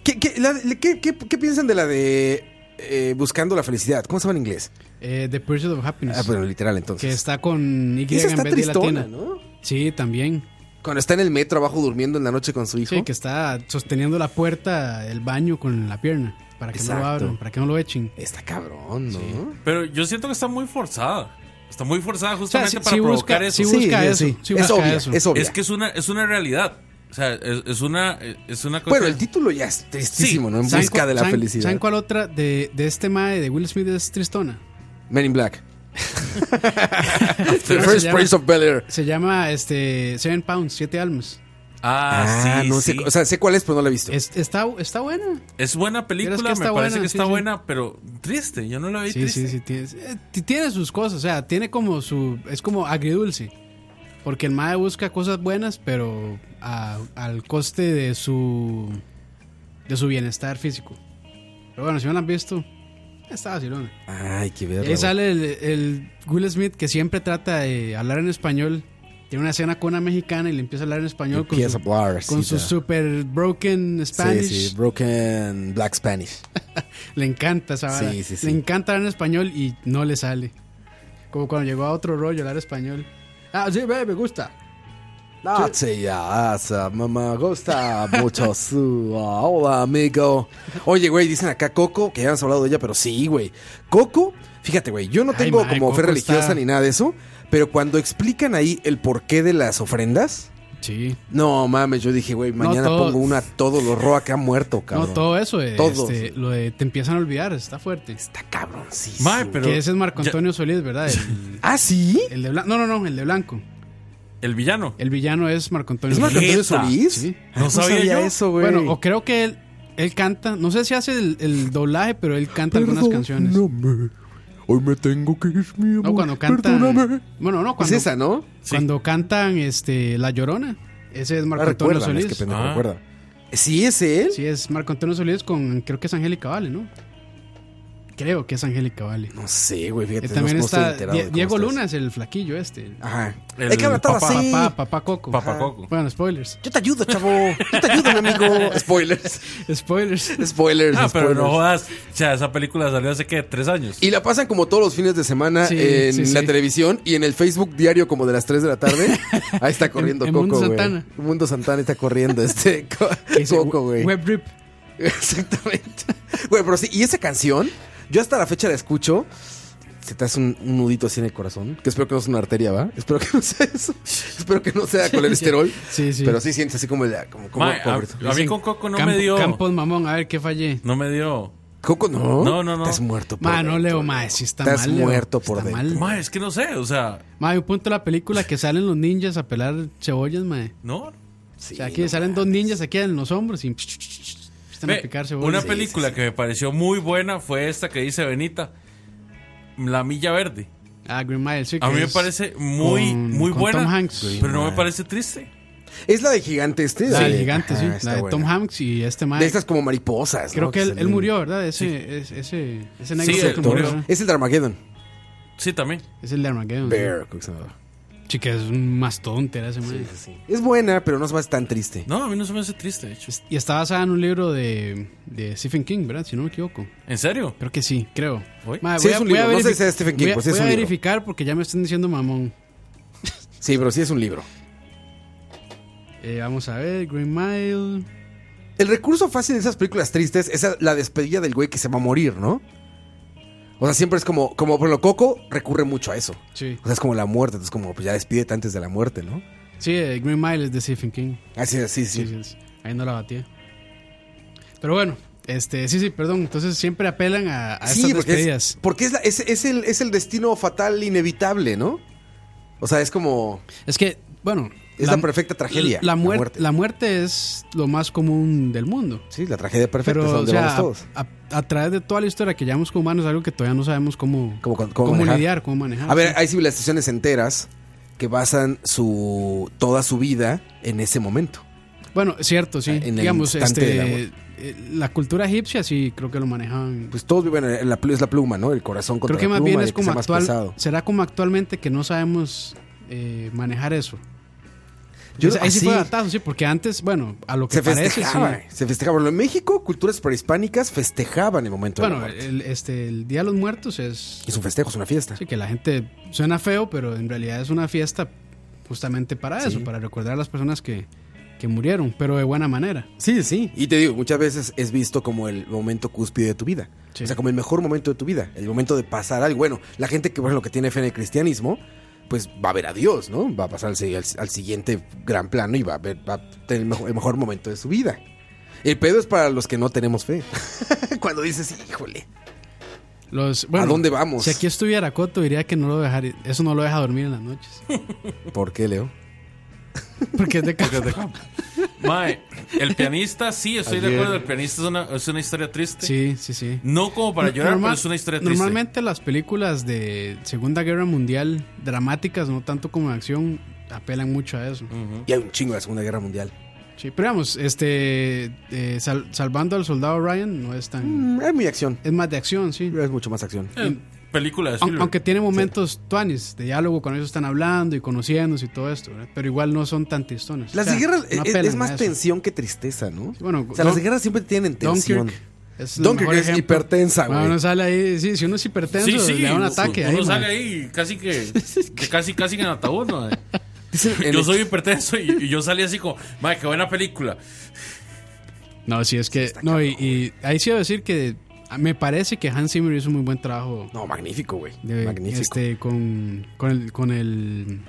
Speaker 5: ¿Qué, qué- la- le- qué- qué- qué piensan de la de eh, Buscando la Felicidad? ¿Cómo se llama en inglés?
Speaker 4: Eh, The Pursuit of Happiness.
Speaker 5: Ah, pero literal,
Speaker 4: que
Speaker 5: entonces.
Speaker 4: está con Y
Speaker 5: Esa
Speaker 4: en
Speaker 5: está
Speaker 4: vez de
Speaker 5: tristona,
Speaker 4: latina.
Speaker 5: ¿no?
Speaker 4: Sí, también.
Speaker 5: Cuando está en el metro abajo durmiendo en la noche con su hijo.
Speaker 4: Sí, que está sosteniendo la puerta del baño con la pierna. Para que no lo
Speaker 5: Exacto.
Speaker 4: abran, para que no lo echen.
Speaker 5: Está cabrón, ¿no?
Speaker 6: Pero yo siento que está muy forzada. Está muy forzada justamente
Speaker 4: sí-
Speaker 6: para
Speaker 4: sí busca-
Speaker 6: provocar eso.
Speaker 4: sí busca eso, sí
Speaker 5: es
Speaker 4: busca
Speaker 5: obvia,
Speaker 4: eso.
Speaker 5: es obvia.
Speaker 6: Es que es una, es una realidad. O sea, es, es una, es una cosa.
Speaker 5: Bueno, el título ya es tristísimo,
Speaker 6: Sí,
Speaker 5: ¿no? En
Speaker 4: ¿Saben
Speaker 5: busca
Speaker 4: cu-
Speaker 5: de la
Speaker 4: saben-
Speaker 5: felicidad.
Speaker 4: ¿Saben cuál otra de, de este mae de Will Smith es tristona?
Speaker 5: Men in Black. The
Speaker 4: ¿Cómo se
Speaker 5: First
Speaker 4: llama?
Speaker 5: Prince of Bel Air.
Speaker 4: Se llama este Seven Pounds, Siete Almas.
Speaker 6: Ah,
Speaker 5: Ah,
Speaker 6: sí,
Speaker 5: no
Speaker 6: sí.
Speaker 5: sé. O sea, sé cuál es, pero no la he visto.
Speaker 4: Es- está, está buena.
Speaker 6: es buena película,
Speaker 4: Pero es que
Speaker 6: me
Speaker 4: está
Speaker 6: parece
Speaker 4: buena,
Speaker 6: que
Speaker 4: sí,
Speaker 6: está
Speaker 4: sí.
Speaker 6: buena, pero triste. Yo no la vi
Speaker 4: Sí,
Speaker 6: triste.
Speaker 4: sí, sí. Tiene, eh, ti- tiene sus cosas, o sea, tiene como su. Es como agridulce. Porque el mae busca cosas buenas, pero a- al coste de su. de su bienestar físico. Pero bueno, si no la han visto, está vacilona.
Speaker 5: Ay, qué
Speaker 4: Y
Speaker 5: verga.
Speaker 4: ahí
Speaker 5: güey.
Speaker 4: sale el, el Will Smith que siempre trata de hablar en español. Tiene una escena con una mexicana y le empieza a hablar en español con
Speaker 5: Empieza
Speaker 4: su-
Speaker 5: a hablar, sí,
Speaker 4: con su
Speaker 5: da.
Speaker 4: super broken Spanish.
Speaker 5: Sí, sí, Broken Black Spanish.
Speaker 4: Le encanta esa vara.
Speaker 5: Sí, sí, sí.
Speaker 4: Le encanta hablar en español y no le sale. Como cuando llegó a otro rollo hablar español. Ah, sí, ve, me gusta.
Speaker 5: No te llamas, mamá, eh, gusta mucho su. ah, Hola, amigo. Oye, güey, dicen acá Coco, que ya hemos hablado de ella, pero sí, güey. Coco, fíjate, güey, yo no
Speaker 4: Ay,
Speaker 5: tengo
Speaker 4: ma,
Speaker 5: como fe
Speaker 4: Coco
Speaker 5: religiosa
Speaker 4: está-
Speaker 5: ni nada de eso, pero cuando explican ahí el porqué de las ofrendas,
Speaker 4: Sí.
Speaker 5: no mames, yo dije, güey, mañana
Speaker 4: todo-
Speaker 5: pongo una a todos los roa que ha muerto, cabrón.
Speaker 4: No, todo eso. de,
Speaker 5: Todos.
Speaker 4: este, lo de te empiezan a olvidar, está fuerte.
Speaker 5: Está cabroncísimo.
Speaker 6: Mae, pero
Speaker 4: que ese es Marco
Speaker 6: ya-
Speaker 4: Antonio Solís, ¿verdad? El,
Speaker 5: ¿Ah, sí?
Speaker 4: el de blanco. No, no, no, el de blanco.
Speaker 6: el villano.
Speaker 4: El villano es Marco Antonio
Speaker 5: ¿Es Marco
Speaker 4: Solís.
Speaker 5: Antonio
Speaker 6: Jeta.
Speaker 5: Solís?
Speaker 4: Sí.
Speaker 6: No sabía yo.
Speaker 5: eso, güey.
Speaker 4: Bueno, o creo que él, él canta. No sé si hace el, el doblaje, pero él canta algunas canciones. No,
Speaker 5: Perdóname, Hoy me tengo que ir, mi amor.
Speaker 4: cuando canta.
Speaker 5: Perdóname.
Speaker 4: Bueno, no,
Speaker 5: Es
Speaker 4: cuando,
Speaker 5: esa, ¿no?
Speaker 4: cuando cantan este, La Llorona. Ese es Marco
Speaker 5: Ah,
Speaker 4: Antonio
Speaker 5: recuérdame,
Speaker 4: Solís.
Speaker 5: es que pendejo,
Speaker 6: Ah.
Speaker 5: recuerda. ¿Sí es él?
Speaker 4: Sí, es Marco Antonio Solís con, creo que es Angélica Vale, ¿no? Creo que es Angélica Vale.
Speaker 5: No sé, güey,
Speaker 4: Eh,
Speaker 5: fíjate.
Speaker 4: también
Speaker 5: no, no estoy
Speaker 4: está
Speaker 5: enterado
Speaker 4: Die-
Speaker 5: de cómo
Speaker 4: Diego
Speaker 5: está
Speaker 4: Luna, es el flaquillo este. el
Speaker 5: eso. Ajá.
Speaker 6: El
Speaker 5: Hay que hablar todo
Speaker 6: papá.
Speaker 5: así.
Speaker 4: Papá, papá Coco.
Speaker 6: Papacoco.
Speaker 4: Bueno, spoilers.
Speaker 5: Yo te ayudo, chavo. Yo te ayudo, mi amigo. Spoilers.
Speaker 4: Spoilers.
Speaker 5: Spoilers.
Speaker 6: Ah, pero
Speaker 5: spoilers.
Speaker 6: no jodas. O sea, esa película salió hace que tres años.
Speaker 5: Y la pasan como todos los fines de semana
Speaker 4: Sí,
Speaker 5: en
Speaker 4: sí,
Speaker 5: la
Speaker 4: sí.
Speaker 5: televisión y en el Facebook diario como de las 3 de la tarde. Ahí está corriendo
Speaker 4: En- en
Speaker 5: Coco,
Speaker 4: Mundo
Speaker 5: güey.
Speaker 4: Santana.
Speaker 5: Mundo Santana está corriendo este co- Coco, güey.
Speaker 4: Web Rip.
Speaker 5: Exactamente. Güey, pero sí, y esa canción, yo hasta la fecha la escucho. Se te hace un, un nudito así en el corazón. Que espero que no sea una arteria, ¿va? Espero que no sea eso. espero que no sea colesterol.
Speaker 4: Sí, sí.
Speaker 5: Pero sí sientes así como. el- como, como
Speaker 6: Mae, a,
Speaker 5: como-
Speaker 6: a mí con Coco no
Speaker 4: Campo-
Speaker 6: me dio.
Speaker 4: Campos Mamón, a ver qué fallé.
Speaker 6: No me dio.
Speaker 5: Coco, no.
Speaker 6: No, no, no.
Speaker 5: Estás muerto.
Speaker 4: Ma, no
Speaker 5: dentro,
Speaker 4: leo, ma, sí está
Speaker 5: Estás
Speaker 4: mal, Leo.
Speaker 5: muerto por
Speaker 4: Está
Speaker 5: dentro.
Speaker 4: mal.
Speaker 6: Mae, es que no sé. O sea,
Speaker 4: Ma, hay un punto de la película que salen los ninjas a pelar cebollas, mae.
Speaker 6: no.
Speaker 5: Sí,
Speaker 4: O sea, aquí
Speaker 5: no
Speaker 4: salen dos
Speaker 5: mames.
Speaker 4: ninjas aquí en los hombros y están
Speaker 6: Ve,
Speaker 4: a picar cebollas.
Speaker 6: una
Speaker 4: Sí,
Speaker 6: película que me pareció muy buena fue esta que dice Benita. La Milla Verde.
Speaker 4: sí. Ah, Green Mile, sí.
Speaker 6: A
Speaker 4: que
Speaker 6: mí me
Speaker 4: es
Speaker 6: parece muy,
Speaker 4: con-
Speaker 6: muy
Speaker 4: con
Speaker 6: buena.
Speaker 4: Tom Hanks.
Speaker 6: Pero no me parece triste.
Speaker 5: Es la de gigante este.
Speaker 4: La
Speaker 5: de-
Speaker 4: del gigante,
Speaker 5: Ajá,
Speaker 4: sí.
Speaker 5: está
Speaker 4: La de
Speaker 5: buena.
Speaker 4: Tom Hanks y este mae.
Speaker 5: De estas como mariposas.
Speaker 4: Creo
Speaker 5: ¿no?
Speaker 4: que él, él
Speaker 5: salen-
Speaker 4: murió, ¿verdad? Ese, es- ese, ese negro
Speaker 6: Sí,
Speaker 4: que
Speaker 6: él
Speaker 4: se
Speaker 6: murió.
Speaker 4: murió.
Speaker 5: Es el Dramageddon.
Speaker 6: Sí, también.
Speaker 4: Es el de Armageddon. sí.
Speaker 5: Bear, creo que se llamaba.
Speaker 4: Sí, que es un mastodonte era ese mae.
Speaker 5: Es buena, pero no se va a estar tan triste.
Speaker 6: No, a mí no se me hace triste, de hecho.
Speaker 4: Y está basada en un libro de, de Stephen King, ¿verdad? Si no me equivoco.
Speaker 6: ¿En serio?
Speaker 4: Creo que sí, creo.
Speaker 6: ¿Oye?
Speaker 4: Mae,
Speaker 5: Sí,
Speaker 4: voy
Speaker 5: es
Speaker 4: a-
Speaker 5: un
Speaker 4: voy a
Speaker 5: libro. No sé si
Speaker 4: verific-
Speaker 5: sea Stephen King,
Speaker 4: voy a-
Speaker 5: pero sí es
Speaker 4: voy a
Speaker 5: un libro.
Speaker 4: verificar porque ya me están diciendo mamón.
Speaker 5: Sí, pero sí es un libro.
Speaker 4: Eh, vamos a ver, Green Mile.
Speaker 5: El recurso fácil de esas películas tristes es la despedida del güey que se va a morir, ¿no? O sea, siempre es como, como por lo Coco recurre mucho a eso.
Speaker 4: Sí.
Speaker 5: O sea, es como la muerte, entonces como pues ya despídete antes de la muerte, ¿no?
Speaker 4: Sí, eh, Green Mile es de Stephen King.
Speaker 5: Así, así,
Speaker 4: Sí,
Speaker 5: sí.
Speaker 4: sí, sí. Ahí no la batía. Pero bueno, este, sí, sí, perdón. Entonces siempre apelan a, a
Speaker 5: Sí,
Speaker 4: estas
Speaker 5: porque,
Speaker 4: despedidas.
Speaker 5: es, porque es, la- es- es el, es el destino fatal inevitable, ¿no? O sea, es como...
Speaker 4: Es que, bueno.
Speaker 5: Es la perfecta tragedia,
Speaker 4: La,
Speaker 5: la
Speaker 4: muer-
Speaker 5: muerte.
Speaker 4: la muerte es lo más común del mundo.
Speaker 5: Sí, la tragedia perfecta es
Speaker 4: pero, o
Speaker 5: donde
Speaker 4: sea,
Speaker 5: vamos todos.
Speaker 4: a, a- a través de toda la historia que llevamos como humanos, algo que todavía no sabemos cómo,
Speaker 5: Cómo con- cómo manejar.
Speaker 4: lidiar, cómo manejar.
Speaker 5: A ver,
Speaker 4: ah, sí.
Speaker 5: hay civilizaciones enteras que basan su toda su vida en ese momento.
Speaker 4: bueno, cierto, sí.
Speaker 5: Ah, en el
Speaker 4: Digamos,
Speaker 5: instante de la
Speaker 4: este, eh, la cultura egipcia sí creo que lo manejaban.
Speaker 5: Pues todos viven en la, pl- es la pluma, ¿no? El corazón contra
Speaker 4: creo que
Speaker 5: la
Speaker 4: más
Speaker 5: pluma,
Speaker 4: bien
Speaker 5: de
Speaker 4: es
Speaker 5: que
Speaker 4: como
Speaker 5: sea más
Speaker 4: actual.
Speaker 5: pesado.
Speaker 4: Será como actualmente que no sabemos eh, manejar eso.
Speaker 5: Yo
Speaker 4: Yo,
Speaker 5: creo-
Speaker 4: ahí sí fue
Speaker 5: así.
Speaker 4: datazo, sí, porque antes, bueno, a lo que
Speaker 5: Se
Speaker 4: parece, sí.
Speaker 5: festejaba, se festejaba. Bueno, En México, culturas prehispánicas festejaban el momento de
Speaker 4: Bueno,
Speaker 5: la muerte.
Speaker 4: el, este, el Día de los Muertos es.
Speaker 5: Es un festejo, es una fiesta.
Speaker 4: Sí, que la gente suena feo, pero en realidad es una fiesta justamente para eso, para recordar a las personas que, que murieron, pero de buena manera.
Speaker 5: Sí, sí. Y te digo, muchas veces es visto como el momento cúspide de tu vida.
Speaker 4: Sí.
Speaker 5: O sea, como el mejor momento de tu vida. El momento de pasar algo. Bueno, la gente que, por ejemplo, que tiene fe en el cristianismo, pues va a ver a Dios, ¿no? Va a pasar al, si- al- al siguiente gran plano y va a, ver, va a tener el mejor, el mejor momento de su vida. El pedo es para los que no tenemos fe. Cuando dices, híjole.
Speaker 4: Los, bueno,
Speaker 5: ¿A dónde vamos?
Speaker 4: Si aquí estuviera Coto, diría que no lo dejaría, eso no lo deja dormir en las noches.
Speaker 5: ¿Por qué, Leo?
Speaker 4: Porque es de campo.
Speaker 6: Mae, eh, el pianista, sí, estoy de acuerdo. El pianista es una, es una historia triste.
Speaker 4: Sí, sí, sí.
Speaker 6: No como para llorar,
Speaker 4: Normal-
Speaker 6: pero es una historia triste.
Speaker 4: Normalmente las películas de Segunda Guerra Mundial, dramáticas, no tanto como de acción, apelan mucho a eso.
Speaker 6: Mm.
Speaker 5: Y hay un chingo de la Segunda Guerra Mundial.
Speaker 4: Sí, pero vamos, este, eh, sal- salvando al soldado Ryan no es tan...
Speaker 5: Mm, hay muy acción.
Speaker 4: Es más de acción, sí.
Speaker 5: Es mucho más acción.
Speaker 6: Eh, película de
Speaker 4: Au-
Speaker 6: Spielberg.
Speaker 4: Aunque tiene momentos tuanis de diálogo, con ellos están hablando y conociéndose y todo esto, ¿verdad? pero igual no son tan tristones.
Speaker 5: Las
Speaker 4: O sea,
Speaker 5: de guerra
Speaker 4: no
Speaker 5: es,
Speaker 4: apelan
Speaker 5: es
Speaker 4: a
Speaker 5: más
Speaker 4: eso.
Speaker 5: tensión que tristeza, ¿no?
Speaker 4: Bueno,
Speaker 5: o sea, las
Speaker 4: Don-
Speaker 5: de guerra siempre tienen tensión.
Speaker 4: Dunkirk es el
Speaker 5: Dunkirk
Speaker 4: mejor
Speaker 5: es
Speaker 4: ejemplo.
Speaker 5: hipertensa, güey.
Speaker 4: Bueno, uno sale ahí, sí, si uno es hipertenso,
Speaker 6: Sí, sí,
Speaker 4: le da un
Speaker 6: uno-
Speaker 4: ataque.
Speaker 6: Uno
Speaker 4: ahí,
Speaker 6: sale
Speaker 4: man.
Speaker 6: ahí casi que, que casi, casi que en ataúd, ¿no?
Speaker 5: Dicen en
Speaker 6: Yo
Speaker 5: el-
Speaker 6: soy hipertenso y, y yo salí así como, mae, qué buena película.
Speaker 4: No, sí, es que. no, y, y ahí sí debo decir que ah, me parece que Hans Zimmer hizo un muy buen trabajo
Speaker 5: No, magnífico, güey.
Speaker 4: de-
Speaker 5: Magnífico.
Speaker 4: Este, con, con, el, con el,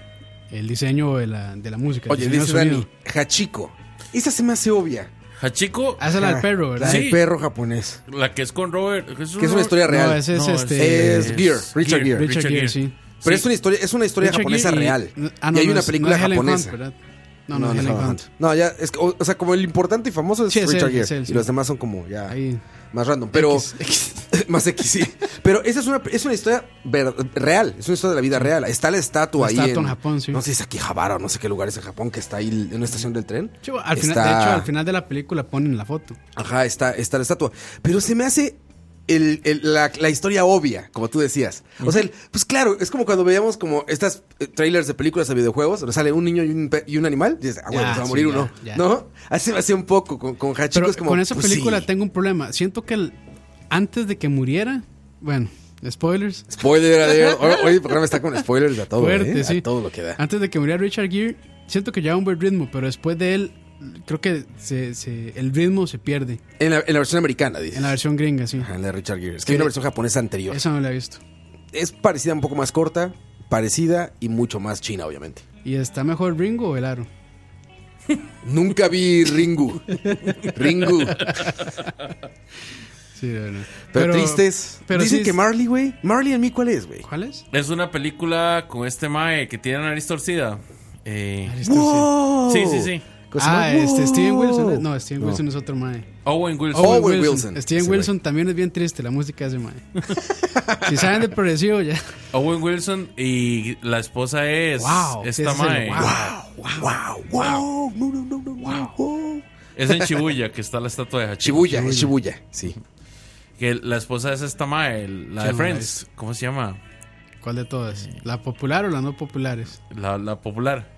Speaker 4: el diseño de la, de la música. el
Speaker 5: Oye,
Speaker 4: diseño de
Speaker 5: dice
Speaker 4: sonido.
Speaker 5: Dani, Hachiko. Esa se me hace obvia.
Speaker 6: Hachiko,
Speaker 4: Ah, esa es la del
Speaker 5: Ah,
Speaker 4: perro, ¿verdad?
Speaker 5: La del
Speaker 6: Sí.
Speaker 5: perro japonés.
Speaker 6: la que es con Robert. Que es,
Speaker 5: Que es una historia real.
Speaker 4: No, ese es
Speaker 6: No, es-
Speaker 4: este.
Speaker 5: Es Gear, Richard Gere.
Speaker 4: Richard Gere,
Speaker 6: Gere.
Speaker 4: sí.
Speaker 5: Pero
Speaker 6: Sí.
Speaker 5: es una historia, es una historia
Speaker 4: Richard
Speaker 5: japonesa
Speaker 4: Gere y-
Speaker 5: real.
Speaker 4: ah,
Speaker 5: y
Speaker 4: no,
Speaker 5: hay
Speaker 4: no
Speaker 5: una
Speaker 4: es-
Speaker 5: película
Speaker 4: no es Helen
Speaker 5: japonesa.
Speaker 4: Hunt, ¿verdad? no, no,
Speaker 5: No,
Speaker 4: es Helen
Speaker 5: no,
Speaker 4: Hunt.
Speaker 5: no, ya, es, que, o, o sea, como el importante y famoso es
Speaker 4: Sí, es
Speaker 5: Richard
Speaker 4: él,
Speaker 5: Gere.
Speaker 4: es él, sí.
Speaker 5: Y los demás son como ya
Speaker 4: Ahí.
Speaker 5: más random. Pero
Speaker 4: X, X.
Speaker 5: más X, sí. Pero esa es una, es una historia ver- real, es una historia de la vida real. Está la estatua
Speaker 4: La
Speaker 5: ahí.
Speaker 4: estatua en Japón, sí.
Speaker 5: No sé si es aquí Javara o no sé qué lugar es en Japón, que está ahí en una estación del tren.
Speaker 4: Sí, bueno, al final-
Speaker 5: Está-
Speaker 4: De hecho, al final de la película ponen la foto.
Speaker 5: Ajá, está, está la estatua. Pero se me hace el- el- la, la historia obvia, como tú decías. O sea, el- pues claro, es como cuando veíamos como estas eh, trailers de películas de videojuegos, donde sale un niño y un, pe- y un animal, y dices, ah, bueno,
Speaker 4: Ya,
Speaker 5: se va a
Speaker 4: sí,
Speaker 5: morir
Speaker 4: ya,
Speaker 5: uno.
Speaker 4: ya.
Speaker 5: ¿No? Así me hace un poco con, con Hachiko.
Speaker 4: Pero
Speaker 5: es como,
Speaker 4: con esa
Speaker 5: pues,
Speaker 4: película
Speaker 5: sí.
Speaker 4: tengo un problema. Siento que el- antes de que muriera, bueno, spoilers.
Speaker 5: Spoiler, adiós. Hoy- Hoy el programa está con spoilers a todo,
Speaker 4: Fuerte,
Speaker 5: ¿eh?
Speaker 4: sí. Ah.
Speaker 5: A todo lo que da.
Speaker 4: Antes de que muriera Richard Gere, siento que lleva un buen ritmo, pero después de él, creo que se- se- el ritmo se pierde.
Speaker 5: En la, en la versión americana, dices.
Speaker 4: En la versión gringa, sí.
Speaker 5: Ajá, en la de Richard Gere. Es que hay una versión japonesa anterior.
Speaker 4: Esa no la he visto.
Speaker 5: es parecida, un poco más corta, parecida y mucho más china, obviamente.
Speaker 4: ¿Y está mejor Ringo o el aro?
Speaker 5: Nunca vi Ringu. Ringu.
Speaker 4: Sí, de verdad.
Speaker 5: Pero, tristes.
Speaker 4: pero
Speaker 5: Dicen
Speaker 4: sí
Speaker 5: que
Speaker 4: es-
Speaker 5: Marley, güey. Marley en mí, ¿cuál es, güey?
Speaker 4: ¿Cuál es?
Speaker 6: es una película con este Mae que tiene una nariz torcida. Eh,
Speaker 5: ¡Wow!
Speaker 6: Sí, sí, sí.
Speaker 5: Ah, este, Cosa más-
Speaker 4: Ah, este,
Speaker 5: ¡Wow!
Speaker 4: Steven Wilson. es- No, Steven Wilson es otro mae.
Speaker 6: Owen Wilson.
Speaker 5: Owen Wilson,
Speaker 4: Steven
Speaker 5: ese
Speaker 4: Wilson también es bien triste la música de ese mae. si saben de progresivo ya.
Speaker 6: Owen Wilson y la esposa es
Speaker 4: Wow, ese
Speaker 6: esta
Speaker 4: es el
Speaker 6: Mae.
Speaker 4: wow.
Speaker 5: ¡Wow! ¡Wow! ¡No, no, no, no! ¡Wow! wow.
Speaker 6: Es en Shibuya que está la estatua de Hachiko.
Speaker 5: Shibuya, es Shibuya. Sí.
Speaker 6: Que la esposa es esta Mae, el- la
Speaker 4: Sí,
Speaker 6: de
Speaker 4: no,
Speaker 6: Friends. ¿Cómo se llama?
Speaker 4: ¿Cuál de todas? ¿La popular o la no populares?
Speaker 6: La, la popular.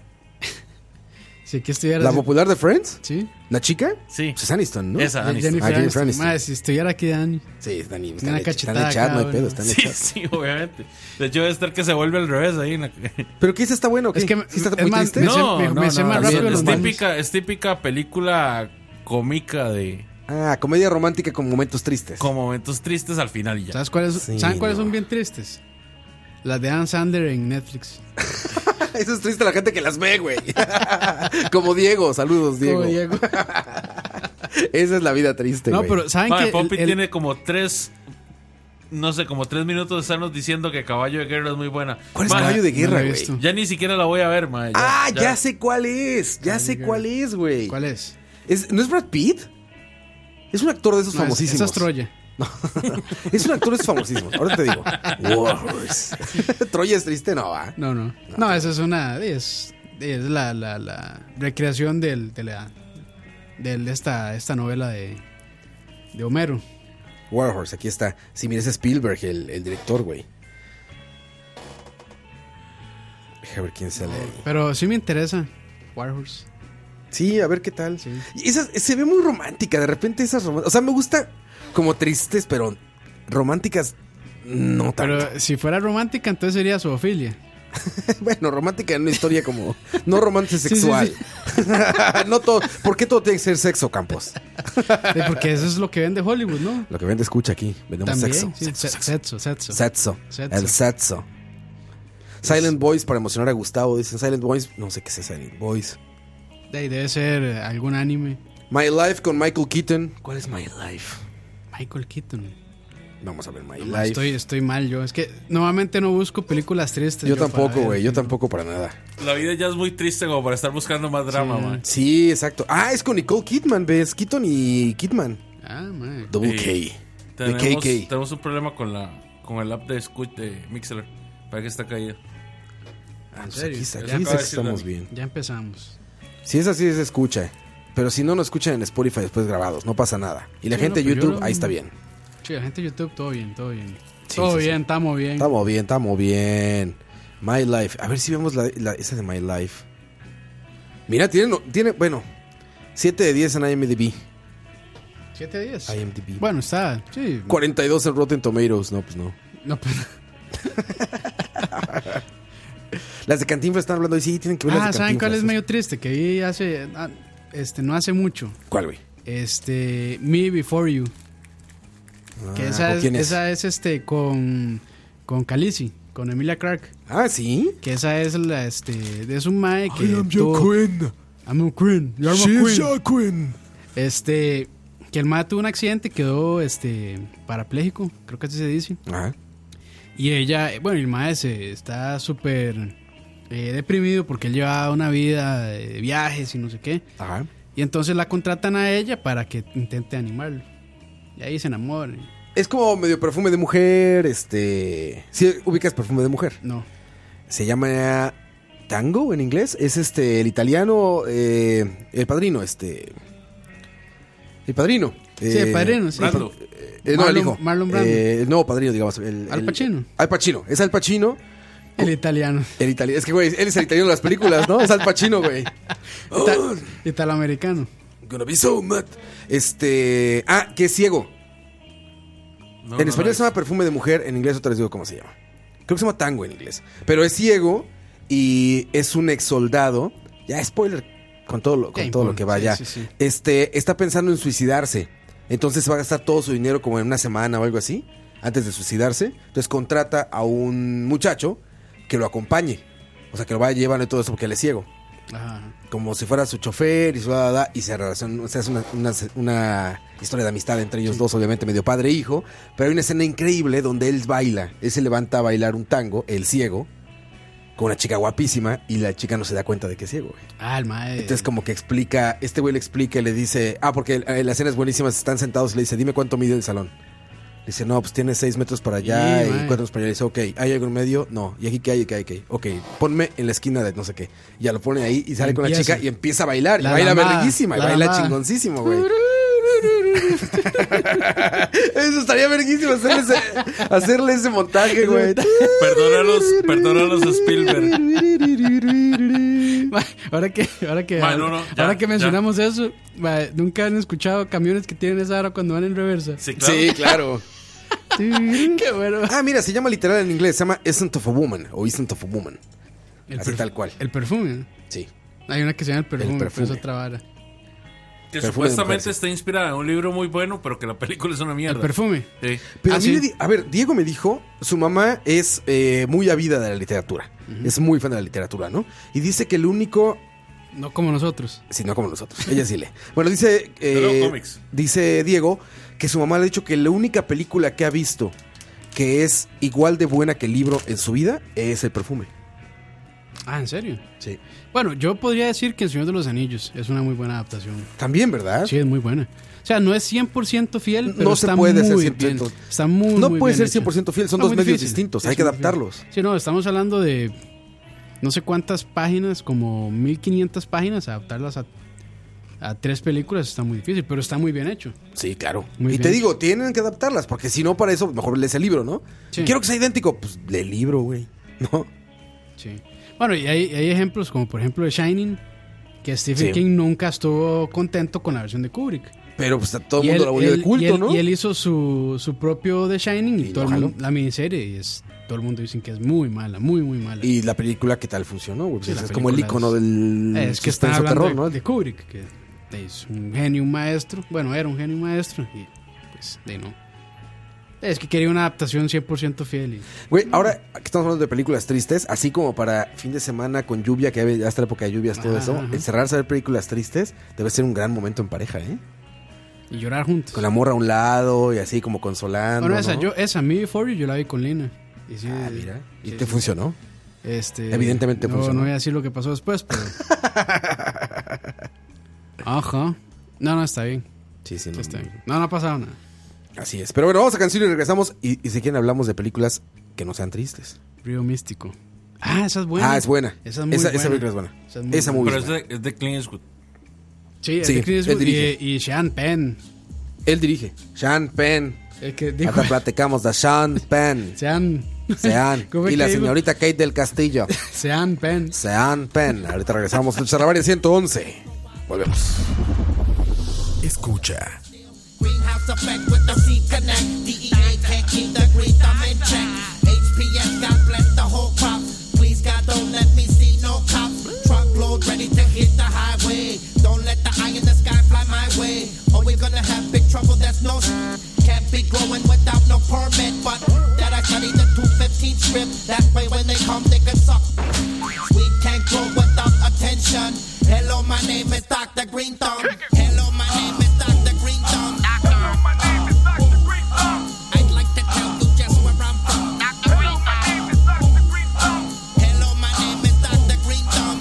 Speaker 4: Si aquí estuviera.
Speaker 5: ¿La popular de Friends?
Speaker 4: Sí.
Speaker 5: ¿La chica?
Speaker 6: Sí.
Speaker 5: Pues es Aniston, ¿no?
Speaker 6: Esa, Aniston.
Speaker 4: Jennifer
Speaker 5: Ah, Jennifer
Speaker 4: Aniston.
Speaker 5: Aniston.
Speaker 4: Mae, si estuviera aquí, Dani.
Speaker 5: Sí, es Dani. Está
Speaker 4: Una
Speaker 5: en el chat, está en
Speaker 4: cachetada
Speaker 5: el chat,
Speaker 4: acá,
Speaker 5: no hay pedo,
Speaker 4: bueno.
Speaker 5: está en el
Speaker 6: Sí,
Speaker 5: chat.
Speaker 6: sí, obviamente. De hecho, debe estar que se vuelve al revés ahí. en la-
Speaker 5: ¿Pero qué es esta buena o qué?
Speaker 4: Es que me-
Speaker 5: ¿Sí está
Speaker 4: es
Speaker 5: muy
Speaker 4: más,
Speaker 5: triste?
Speaker 4: me-
Speaker 6: No,
Speaker 4: me-
Speaker 6: no,
Speaker 4: me sé
Speaker 6: no,
Speaker 4: más
Speaker 5: no,
Speaker 4: rápido
Speaker 5: también
Speaker 4: los
Speaker 6: Es
Speaker 5: está
Speaker 4: nombres.
Speaker 6: típica, es típica película cómica de
Speaker 5: Ah, comedia romántica con momentos tristes.
Speaker 6: con momentos tristes al final y ya.
Speaker 4: ¿Sabes cuáles,
Speaker 5: Sí,
Speaker 4: ¿saben cuáles
Speaker 5: no.
Speaker 4: son bien tristes? Las de Ann Sander en Netflix.
Speaker 5: Eso es triste a la gente que las ve, güey. Como Diego, saludos, Diego.
Speaker 4: Como Diego.
Speaker 5: Esa es la vida triste,
Speaker 4: no,
Speaker 5: güey.
Speaker 4: pero ¿saben
Speaker 6: Mae,
Speaker 4: que
Speaker 6: Poppy tiene como tres, no sé, como tres minutos de estarnos diciendo que Caballo de Guerra es muy buena.
Speaker 5: ¿Cuál es
Speaker 6: Mae,
Speaker 5: Caballo de
Speaker 4: no lo
Speaker 5: Guerra,
Speaker 4: he
Speaker 5: güey?
Speaker 4: visto.
Speaker 6: Ya ni siquiera la voy a ver, mae.
Speaker 5: ah, ya. sé cuál es. Ya sé cuál es, güey.
Speaker 4: ¿Cuál es?
Speaker 5: Es- ¿No es Brad Pitt? Es un actor de esos
Speaker 4: No, es-
Speaker 5: famosísimos.
Speaker 4: Esa es Troya.
Speaker 5: Es un actor de esos famosísimos. Ahora te digo. Wars. Troya es triste, no va.
Speaker 4: No, no. No, esa es una. Es, es la, la, la recreación del, de la. del- de esta, esta novela de. de Homero.
Speaker 5: Warhorse, aquí está. Sí, mira, ese es Spielberg, el, el director, güey. Deja ver quién sale ahí.
Speaker 4: Pero sí me interesa. Warhorse.
Speaker 5: Sí, a ver qué tal.
Speaker 4: Sí.
Speaker 5: Y esas- se ve muy romántica, de repente esas románticas. O sea, me gusta como tristes, pero románticas no tanto.
Speaker 4: Pero si fuera romántica, entonces sería zoofilia.
Speaker 5: Bueno, romántica en una historia como. No romance
Speaker 4: sí,
Speaker 5: sexual. no todo. ¿Por qué todo tiene que ser sexo, Campos?
Speaker 4: Sí, Porque eso es lo que vende Hollywood, ¿no?
Speaker 5: Lo que vende escucha aquí. Vendemos
Speaker 4: También.
Speaker 5: sexo.
Speaker 4: sí,
Speaker 5: sexo,
Speaker 4: se-
Speaker 5: sexo.
Speaker 4: sexo, sexo.
Speaker 5: Sexo.
Speaker 4: Sexo.
Speaker 5: El sexo. Silent Boys para emocionar a Gustavo. Dicen Silent Boys. No sé qué es Silent Boys.
Speaker 4: De ahí Debe ser eh, algún anime.
Speaker 5: My Life con Michael Keaton. ¿Cuál es My Life?
Speaker 4: Michael Keaton.
Speaker 5: Vamos a ver My
Speaker 4: No,
Speaker 5: Life.
Speaker 4: Estoy, estoy mal yo. Es que normalmente no busco películas tristes.
Speaker 5: Yo
Speaker 4: para
Speaker 5: tampoco,
Speaker 4: ver.
Speaker 5: güey. Yo tampoco para nada.
Speaker 6: La vida ya es muy triste como para estar buscando más drama,
Speaker 4: Sí.
Speaker 6: mae.
Speaker 5: Sí, exacto. Ah, es con Nicole Kidman, ¿ves? Keaton y Kidman.
Speaker 4: Ah, man.
Speaker 5: Double
Speaker 6: Sí.
Speaker 5: K.
Speaker 6: Tenemos,
Speaker 5: De KK.
Speaker 6: tenemos un problema con la con el app de, Scoot de Mixler. Para que está caído.
Speaker 5: Ah, pues
Speaker 4: serio?
Speaker 5: aquí está,
Speaker 6: Ya
Speaker 5: aquí
Speaker 6: acaba de
Speaker 5: estamos
Speaker 6: decir
Speaker 5: bien.
Speaker 4: Ya empezamos.
Speaker 5: Si es así, se escucha. Pero si no, nos escuchan en Spotify después grabados. No pasa nada. Y la
Speaker 4: Sí,
Speaker 5: gente de
Speaker 4: no, pero yo
Speaker 5: YouTube,
Speaker 4: no-
Speaker 5: ahí está bien.
Speaker 4: Sí, la gente de YouTube, todo bien, todo bien.
Speaker 5: Sí,
Speaker 4: todo
Speaker 5: sí, sí.
Speaker 4: bien, estamos bien.
Speaker 5: Estamos bien, estamos bien. My Life. A ver si vemos la, la- esa de My Life. Mira, tiene, no- tiene bueno, 7 de 10 en IMDb.
Speaker 4: 7 a 10.
Speaker 5: IMDb.
Speaker 4: Bueno, está. Sí.
Speaker 5: 42 en Rotten Tomatoes. No, pues no.
Speaker 4: No, pero-
Speaker 5: Las de Cantinflas están hablando y sí, tienen que ver
Speaker 4: ah,
Speaker 5: las de
Speaker 4: ¿saben cuál
Speaker 5: Cantinflas.
Speaker 4: es medio triste? Que vi hace. ah, este, no hace mucho.
Speaker 5: ¿Cuál, güey?
Speaker 4: Este. Me Before You. Que
Speaker 5: Ah,
Speaker 4: esa,
Speaker 5: ¿con
Speaker 4: es,
Speaker 5: quién es?
Speaker 4: esa es este. Con. Con Khaleesi, con Emilia Clark.
Speaker 5: Ah, sí.
Speaker 4: Que esa es la. Este. Es un mae que. tuvo-
Speaker 5: queen.
Speaker 4: I'm a queen. You're my queen.
Speaker 5: queen.
Speaker 4: Este. Que el mae tuvo un accidente y quedó este, parapléjico, creo que así se dice.
Speaker 5: Ajá.
Speaker 4: Y ella, eh, bueno, el maestro está súper eh, deprimido porque él lleva una vida de viajes y no sé qué.
Speaker 5: Ajá.
Speaker 4: Y entonces la contratan a ella para que intente animarlo. Y ahí se enamoran.
Speaker 5: Es como medio perfume de mujer, este... Si ubicas perfume de mujer.
Speaker 4: No.
Speaker 5: Se llama tango en inglés. Es este, el italiano, eh, el padrino, este... El padrino.
Speaker 4: Sí, el
Speaker 5: Eh,
Speaker 4: padrino, sí.
Speaker 6: Brando.
Speaker 5: eh, no, el
Speaker 4: Marlon-
Speaker 5: hijo.
Speaker 4: Marlon Brando.
Speaker 5: Eh, el nuevo padrino, digamos. el-
Speaker 4: Al
Speaker 5: el-
Speaker 4: Pacino.
Speaker 5: Al Pacino. Es Al Pacino.
Speaker 4: El italiano.
Speaker 5: El italiano. Es que, güey, él es el italiano de las películas, ¿no? Es Al Pacino, güey. Oh,
Speaker 4: Ita- italoamericano.
Speaker 5: Gonna be so mad. Este... Ah, que es ciego.
Speaker 6: No,
Speaker 5: en
Speaker 6: no la
Speaker 5: español
Speaker 6: he
Speaker 5: se llama perfume de mujer, en inglés otra vez digo cómo se llama. Creo que se llama tango en inglés. Pero es ciego y es un ex soldado. Ya, spoiler, con todo lo, con
Speaker 4: Ya
Speaker 5: todo lo
Speaker 4: importa,
Speaker 5: que vaya.
Speaker 4: sí, sí, sí.
Speaker 5: Este, está pensando en suicidarse. Entonces va a gastar todo su dinero como en una semana o algo así, antes de suicidarse. Entonces contrata a un muchacho que lo acompañe. O sea, que lo vaya llevando y todo eso porque él es ciego
Speaker 4: Ajá.
Speaker 5: como si fuera su chofer y su da, da, da, y se relaciona, o sea, es una, una- una historia de amistad entre ellos dos, obviamente medio padre e hijo, pero hay una escena increíble donde él baila, él se levanta a bailar un tango, el ciego, con una chica guapísima y la chica no se da cuenta de que es ciego. güey.
Speaker 4: Ah, el maestro.
Speaker 5: Entonces como que explica, este güey le explica y le dice, ah, porque eh, la escena es buenísima, están sentados y le dice, dime cuánto mide el salón. Le dice, no, pues tiene seis metros para allá y
Speaker 4: Y, mae.
Speaker 5: cuatro metros para allá. Le dice, ok, ¿hay algo en medio? No. ¿Y aquí qué hay? ¿Qué hay? ¿Qué hay? Ok, ponme en la esquina de no sé qué. Ya lo pone ahí y sale con la
Speaker 4: Empieza.
Speaker 5: chica y empieza a bailar.
Speaker 4: La
Speaker 5: y baila
Speaker 4: lambada,
Speaker 5: verguísima, y
Speaker 4: la
Speaker 5: baila
Speaker 4: lambada.
Speaker 5: chingoncísimo, güey. Eso estaría verguísimo hacerle ese, hacerle ese montaje, güey.
Speaker 6: visto. Perdona a los, perdona a los Spielberg.
Speaker 4: Ma, Ahora que, ahora que,
Speaker 6: Ma, no, no, ya,
Speaker 4: ahora que
Speaker 6: ya.
Speaker 4: mencionamos eso, ma, nunca han escuchado camiones que tienen esa hora cuando van en reversa.
Speaker 6: Sí, claro.
Speaker 5: Sí, claro.
Speaker 4: Qué bueno.
Speaker 5: Ah, mira, se llama literal en inglés, se llama Isn't of a Woman o Isn't of a Woman.
Speaker 4: El
Speaker 5: Así
Speaker 4: perf-
Speaker 5: tal cual.
Speaker 4: El perfume.
Speaker 5: Sí.
Speaker 4: Hay una que se llama el perfume, pero
Speaker 5: perfume.
Speaker 4: es otra vara.
Speaker 5: Perfume
Speaker 6: Que
Speaker 5: de mujer,
Speaker 6: supuestamente
Speaker 5: sí.
Speaker 6: está inspirada en un libro muy bueno, pero que la película es una mierda.
Speaker 4: El perfume.
Speaker 6: Sí.
Speaker 5: Pero
Speaker 4: Ah,
Speaker 5: a, mí
Speaker 4: sí.
Speaker 5: me di- a ver, Diego me dijo, su mamá es eh, muy avida de la literatura. Es muy fan de la literatura, ¿no? Y dice que el único,
Speaker 4: No como nosotros.
Speaker 5: si no como nosotros, ella sí lee. Bueno, dice,
Speaker 6: Yo leo
Speaker 5: eh,
Speaker 6: cómics.
Speaker 5: dice Diego que su mamá le ha dicho que la única película que ha visto que es igual de buena que el libro en su vida es el perfume.
Speaker 4: Ah, ¿en serio?
Speaker 5: Sí.
Speaker 4: Bueno, yo podría decir que El Señor de los Anillos es una muy buena adaptación.
Speaker 5: También, ¿verdad?
Speaker 4: Sí, es muy buena. O sea, no es 100% fiel, pero
Speaker 5: ¿Ah? No se
Speaker 4: está
Speaker 5: puede ser
Speaker 4: muy
Speaker 5: 100%.
Speaker 4: bien. Está muy,
Speaker 5: No
Speaker 4: muy
Speaker 5: puede
Speaker 4: bien
Speaker 5: ser
Speaker 4: hecha.
Speaker 5: 100% fiel, son
Speaker 4: Está
Speaker 5: dos
Speaker 4: muy
Speaker 5: medios
Speaker 4: difícil.
Speaker 5: distintos,
Speaker 4: Sí,
Speaker 5: hay
Speaker 4: es
Speaker 5: que
Speaker 4: muy
Speaker 5: adaptarlos.
Speaker 4: difícil. Sí, no, estamos hablando de no sé cuántas páginas, como 1500 páginas, adaptarlas a, a tres películas está muy difícil, pero está muy bien hecho.
Speaker 5: Sí, claro.
Speaker 4: Muy
Speaker 5: y te
Speaker 4: bien.
Speaker 5: digo, tienen que adaptarlas, porque si no, para eso mejor lees el libro, ¿no?
Speaker 4: Sí.
Speaker 5: Quiero que sea idéntico, pues lee el libro, güey. No.
Speaker 4: Sí. Bueno, y hay, hay ejemplos como por ejemplo The Shining, que Stephen
Speaker 5: Sí.
Speaker 4: King nunca estuvo contento con la versión de Kubrick.
Speaker 5: Pero pues a todo el
Speaker 4: Y
Speaker 5: mundo
Speaker 4: él-
Speaker 5: la volvió de
Speaker 4: él-
Speaker 5: culto,
Speaker 4: y él,
Speaker 5: ¿no?
Speaker 4: Y él hizo su, su propio The Shining y,
Speaker 5: Y
Speaker 4: todo
Speaker 5: no
Speaker 4: el
Speaker 5: jaló.
Speaker 4: mundo, la miniserie, y es, todo el mundo dicen que es muy mala, muy, muy mala.
Speaker 5: Y la película, ¿qué tal funcionó? güey? Pues,
Speaker 4: Sí, la
Speaker 5: es como el
Speaker 4: película
Speaker 5: icono
Speaker 4: es-
Speaker 5: del
Speaker 4: Eh, es que está
Speaker 5: suspenso
Speaker 4: hablando
Speaker 5: terror,
Speaker 4: de,
Speaker 5: ¿no?
Speaker 4: de Kubrick, que es un genio, un maestro. Bueno, era un genio, un maestro. Y pues, de no. Es que quería una adaptación 100% fiel. y-
Speaker 5: Güey, ahora que estamos hablando de películas tristes, así como para fin de semana con lluvia, que ya está la época de lluvias, todo
Speaker 4: Ajá,
Speaker 5: eso,
Speaker 4: ajá.
Speaker 5: encerrarse a ver películas tristes debe ser un gran momento en pareja, ¿eh?
Speaker 4: Y, llorar juntos.
Speaker 5: Con la morra a un lado y así como consolando.
Speaker 4: bueno, esa,
Speaker 5: ¿no?
Speaker 4: yo, esa, mi Before You, yo la vi con Lina. Y sí,
Speaker 5: Ah, mira. ¿Y
Speaker 4: sí,
Speaker 5: te
Speaker 4: sí.
Speaker 5: funcionó?
Speaker 4: Este,
Speaker 5: Evidentemente
Speaker 4: no,
Speaker 5: funcionó.
Speaker 4: No voy a decir lo que pasó después, pero. Ajá. No, no, está bien.
Speaker 5: Sí, sí, no.
Speaker 4: Está bien. Este No, no ha pasado nada.
Speaker 5: Así es. Pero bueno, vamos a canción y regresamos. Y, y si quieren, hablamos de películas que no sean tristes.
Speaker 4: Río Místico. Ah, esa es buena.
Speaker 5: ah, es buena.
Speaker 4: Esa es muy buena.
Speaker 5: película es buena.
Speaker 4: Esa es muy
Speaker 5: Esa
Speaker 4: buena.
Speaker 5: movie
Speaker 6: Pero
Speaker 5: es
Speaker 6: es de, es de Clint Eastwood.
Speaker 4: Sí, es
Speaker 5: Sí,
Speaker 4: de Clint
Speaker 5: él
Speaker 4: Eastwood
Speaker 5: dirige.
Speaker 4: y, y Sean Penn.
Speaker 5: buena. Él dirige. Sean Penn.
Speaker 4: El que dijo.
Speaker 5: Acá platicamos de Sean Penn.
Speaker 4: Sean.
Speaker 5: Sean.
Speaker 4: ¿Cómo es
Speaker 5: Y la
Speaker 4: que digo?
Speaker 5: señorita Kate del Castillo.
Speaker 4: Sean Penn.
Speaker 5: Sean Penn. Ahorita regresamos. El Charlavaria 111. Volvemos.
Speaker 1: Escucha.
Speaker 10: Greenhouse effect with the C connect. DEA can't keep the green thumb in check. HPS, God bless the whole crop. Please, God, don't let me see no cops. Truckload ready to hit the highway. Don't let the eye in the sky fly my way. Or we're gonna have big trouble, that's no. s- Can't be growing without no permit. But that I study the 215 script. That way when they come, they can suck. We can't grow without attention. Hello, my name is Dr. Green Thumb. Hello, my name is Dr. Green Thumb. Hello, my name is Dr. Green Thumb. I'd like to tell you just where I'm from. Dr. Green Thumb. Hello, my name is Dr. Green Thumb.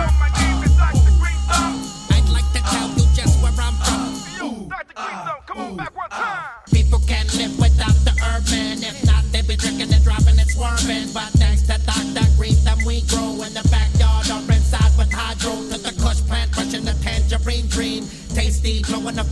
Speaker 10: Hello, my name is Dr. Green Thumb. I'd like to tell you just where I'm from. Dr. Green Thumb, come on back one time. People can't live without the urban. If not, they be drinking and driving and swerving. But thanks to Dr. Green Thumb, we grow in the backyard or inside with hydro. To the kush plant, crushing the tangerine dream. Tasty, blowing up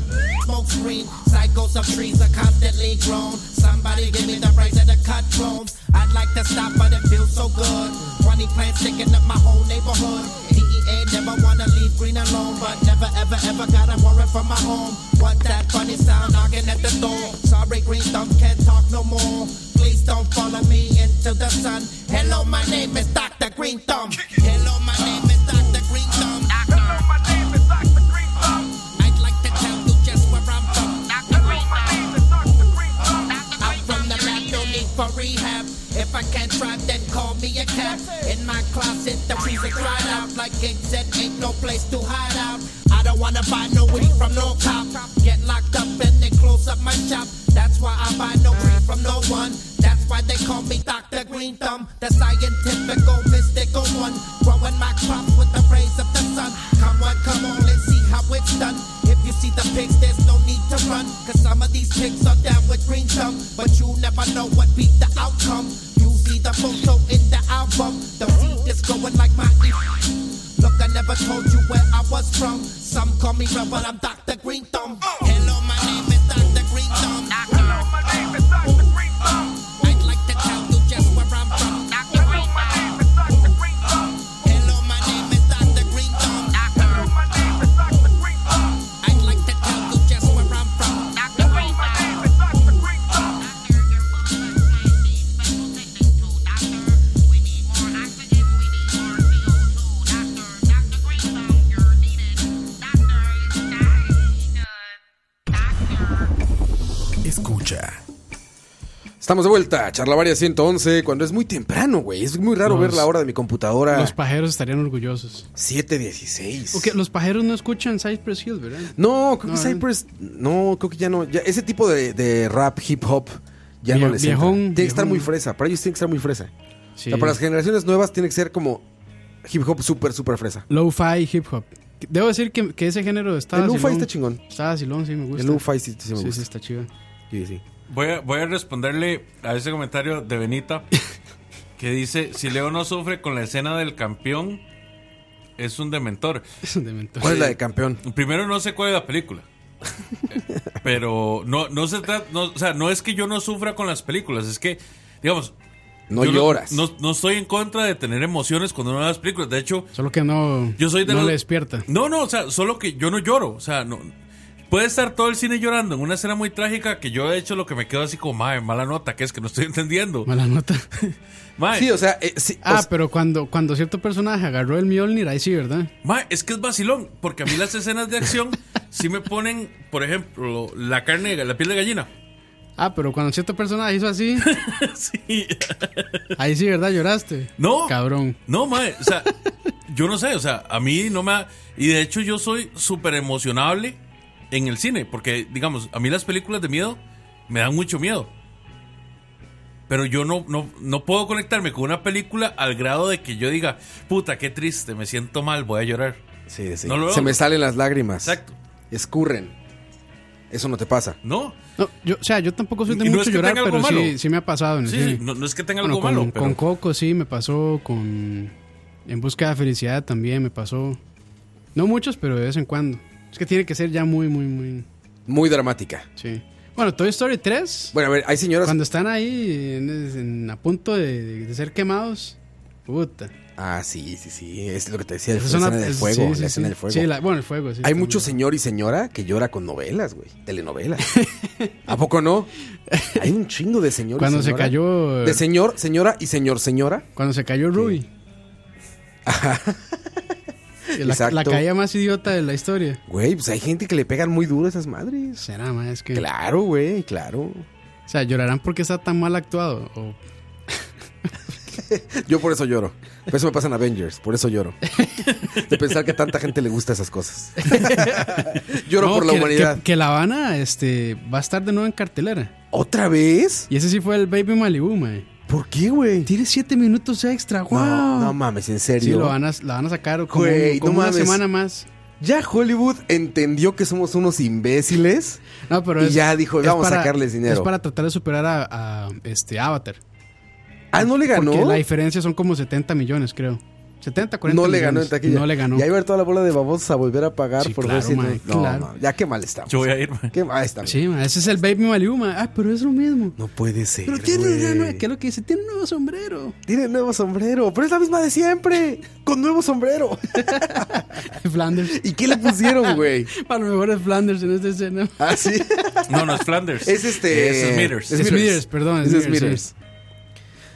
Speaker 10: smoke screen. Cycles of trees are constantly grown. Somebody give me the price of the cut clones. I'd like to stop, but it feels so good. 20 plants sticking up my whole neighborhood. DEA never wanna leave green alone, but never ever ever got a warrant for my home. What that funny sound knocking at the door? Sorry, green thumb can't talk no more. Please don't follow me into the sun. Hello, my name is Dr. Green Thumb. Hello, my name is Dr. Green Thumb. Hello, my name is Dr. Green Thumb. I'd like to tell you just where I'm from. Dr. Green Thumb. I'm from the lab, no need for rehab. If I can't drive, then call me a cab. In my closet, the freezer dried out. Like it said, ain't no place to hide out. I don't wanna buy no weed from no cop. Get locked up and they close up my shop. That's why I buy no weed from no one. That's why they call me Dr. Green Thumb, the scientific, mystical one. Growing my crop with the rays of the sun. Come on, come on, let's see how it's done. If you see the pigs, there's no need to run. Cause some of these pigs are down with green thumb. But you never know what be the outcome. You see the photo in the album. The seed is going like my. Look, I never told you where I was from. Some call me red, but I'm Dr. Green Thumb. Hello, my name is Dr. Green Thumb. Hello, my name is Dr. Green Thumb. I'd like to tell you just where I'm from. Dr. Green my name is Dr. Green Thumb. Hello, my name is Dr. Green Thumb. Hello, my name is Dr. Green Thumb. I'd like to tell you just where I'm from. Dr. Green my name is Dr. Green Thumb.
Speaker 5: Estamos de vuelta, Charlavaria 111, cuando es muy temprano, güey. Es muy raro
Speaker 4: Los-
Speaker 5: ver la hora de mi computadora.
Speaker 4: Los pajeros estarían orgullosos.
Speaker 5: 7.16.
Speaker 4: Ok, los pajeros no escuchan Cypress Hill, ¿verdad?
Speaker 5: No, creo
Speaker 4: No,
Speaker 5: que Cypress. No, creo que ya no. ya- ese tipo de, de rap, hip hop, ya
Speaker 4: Vie-
Speaker 5: no les entra.
Speaker 4: viejón,
Speaker 5: Tiene que estar
Speaker 4: viejón.
Speaker 5: muy fresa. Para ellos tiene que estar muy fresa. O
Speaker 4: Sí.
Speaker 5: sea, para las generaciones nuevas tiene que ser como hip hop súper, súper fresa.
Speaker 4: Lo-fi hip hop. Debo decir que, que ese género está.
Speaker 5: El lo-fi
Speaker 4: vacilón.
Speaker 5: está chingón.
Speaker 4: Está vacilón, sí, me gusta.
Speaker 5: El lo-fi sí, sí me
Speaker 4: Sí,
Speaker 5: gusta.
Speaker 4: sí, está chido.
Speaker 5: Sí, sí.
Speaker 6: Voy a, voy a responderle a ese comentario de Benita que dice: Si Leo no sufre con la escena del campeón, es un dementor.
Speaker 4: Es un dementor.
Speaker 5: ¿Cuál es la de campeón?
Speaker 6: Primero, no sé cuál es la película. Eh, Pero no, no se trata. no, o sea, no es que yo no sufra con las películas, es que, digamos.
Speaker 5: No
Speaker 6: yo
Speaker 5: lloras.
Speaker 6: No, no estoy en contra de tener emociones cuando uno ve las películas. De hecho,
Speaker 4: Solo que no.
Speaker 6: Yo soy de
Speaker 4: No
Speaker 6: los-
Speaker 4: le despierta.
Speaker 6: no, no, o sea, solo que yo no lloro. O sea, no. Puede estar todo el cine llorando en una escena muy trágica que yo he hecho lo que me quedo así como, madre, mala nota, que es que no estoy entendiendo.
Speaker 4: Mala nota.
Speaker 6: Mae,
Speaker 5: Sí, o sea, eh, sí, o
Speaker 6: Pues-
Speaker 4: Ah,
Speaker 5: sea,
Speaker 4: pero cuando, cuando cierto personaje agarró el Mjolnir, ahí sí, ¿verdad?
Speaker 6: mae, es que es vacilón, porque a mí las escenas de acción sí me ponen, por ejemplo, la carne, de- la piel de gallina.
Speaker 4: Ah, pero cuando cierto personaje hizo así,
Speaker 6: Sí.
Speaker 4: ahí sí, ¿verdad? Lloraste.
Speaker 6: No.
Speaker 4: Cabrón.
Speaker 6: No, mae, o sea, yo no sé, o sea, a mí no me... ha- Y de hecho yo soy súper emocionable en el cine, porque, digamos, a mí las películas de miedo me dan mucho miedo. Pero yo no, no, no puedo conectarme con una película al grado de que yo diga, puta, qué triste, me siento mal, voy a llorar.
Speaker 5: sí, sí.
Speaker 6: no lo
Speaker 5: Se
Speaker 6: hago.
Speaker 5: me salen las lágrimas.
Speaker 6: Exacto.
Speaker 5: Escurren. Eso no te pasa.
Speaker 6: No,
Speaker 4: No, yo, o sea, yo tampoco soy de
Speaker 6: Y no
Speaker 4: mucho
Speaker 6: es que
Speaker 4: llorar,
Speaker 6: tenga
Speaker 4: pero
Speaker 6: algo
Speaker 4: sí,
Speaker 6: malo.
Speaker 4: sí me ha pasado en el
Speaker 6: sí,
Speaker 4: cine.
Speaker 6: sí, no, no es que tenga
Speaker 4: Bueno,
Speaker 6: algo
Speaker 4: con,
Speaker 6: malo, pero...
Speaker 4: con Coco sí me pasó, con En Busca de Felicidad también me pasó. No muchos, pero de vez en cuando. Es que tiene que ser ya muy, muy, muy...
Speaker 5: Muy dramática.
Speaker 4: Sí. Bueno, Toy Story 3,
Speaker 5: Bueno, a ver, hay señoras.
Speaker 4: cuando están ahí en, en- a punto de, de ser quemados, puta.
Speaker 5: Ah, sí, sí, sí. Es lo que te decía. La
Speaker 4: Esa es una-
Speaker 5: escena del
Speaker 4: es-
Speaker 5: fuego.
Speaker 4: sí,
Speaker 5: la
Speaker 4: sí,
Speaker 5: escena
Speaker 4: sí.
Speaker 5: del fuego.
Speaker 4: Sí, la- bueno, el fuego, sí.
Speaker 5: Hay
Speaker 4: también.
Speaker 5: mucho señor y señora que llora con novelas, güey. Telenovelas. ¿A poco no? Hay un chingo de señor y
Speaker 4: Cuando se
Speaker 5: señora.
Speaker 4: cayó... eh.
Speaker 5: De señor, señora y señor, señora.
Speaker 4: Cuando se cayó Ruby. Y la,
Speaker 5: Exacto.
Speaker 4: la caída más idiota de la historia.
Speaker 5: Güey, pues hay gente que le pegan muy duro a esas madres.
Speaker 4: Será, más es que...
Speaker 5: Claro, güey, claro.
Speaker 4: O sea, llorarán porque está tan mal actuado. O
Speaker 5: Yo por eso lloro. Por eso me pasan Avengers, por eso lloro. De pensar que a tanta gente le gusta esas cosas. lloro
Speaker 4: No,
Speaker 5: por la
Speaker 4: que-
Speaker 5: humanidad.
Speaker 4: Que, que La Habana este, va a estar de nuevo en cartelera.
Speaker 5: ¿Otra vez?
Speaker 4: Y ese sí fue el Baby Malibu, mae.
Speaker 5: ¿Por qué, güey?
Speaker 4: Tiene 7 minutos extra, wow.
Speaker 5: No, no mames, en serio.
Speaker 4: sí, lo van a, la van a sacar como,
Speaker 5: Güey,
Speaker 4: como
Speaker 5: no
Speaker 4: una
Speaker 5: mames.
Speaker 4: semana más.
Speaker 5: Ya Hollywood entendió que somos unos imbéciles.
Speaker 4: No, pero
Speaker 5: Y
Speaker 4: es-
Speaker 5: ya dijo,
Speaker 4: es
Speaker 5: vamos a sacarles dinero.
Speaker 4: Es para tratar de superar a, a, este Avatar.
Speaker 5: Ah, no le ganó.
Speaker 4: Porque la diferencia son como 70 millones, creo. 70, 40
Speaker 5: no le
Speaker 4: millones.
Speaker 5: ganó en taquilla.
Speaker 4: No le ganó.
Speaker 5: Y ahí va a haber toda la bola de babosos a volver a pagar
Speaker 4: Sí,
Speaker 5: por
Speaker 4: claro,
Speaker 5: ver si no-
Speaker 4: mae,
Speaker 5: no,
Speaker 4: claro.
Speaker 5: no, ya qué mal estamos.
Speaker 6: Yo voy a ir, mae.
Speaker 5: Qué mal estamos.
Speaker 4: Sí, mae, ese es el Baby Malibu, mae. Ah, pero es lo mismo.
Speaker 5: No puede ser.
Speaker 4: pero tiene,
Speaker 5: güey.
Speaker 4: ¿qué es lo que dice? Tiene un nuevo sombrero.
Speaker 5: Tiene nuevo sombrero, pero es la misma de siempre. Con nuevo sombrero.
Speaker 4: Flanders.
Speaker 5: ¿Y qué le pusieron, güey?
Speaker 4: Para lo mejor es Flanders en esta escena.
Speaker 5: Ah, sí.
Speaker 6: No, no es Flanders.
Speaker 5: Es este.
Speaker 6: Es Smithers.
Speaker 4: Es Smithers, perdón,
Speaker 5: Es
Speaker 4: Smithers,
Speaker 5: Smithers.
Speaker 4: sí.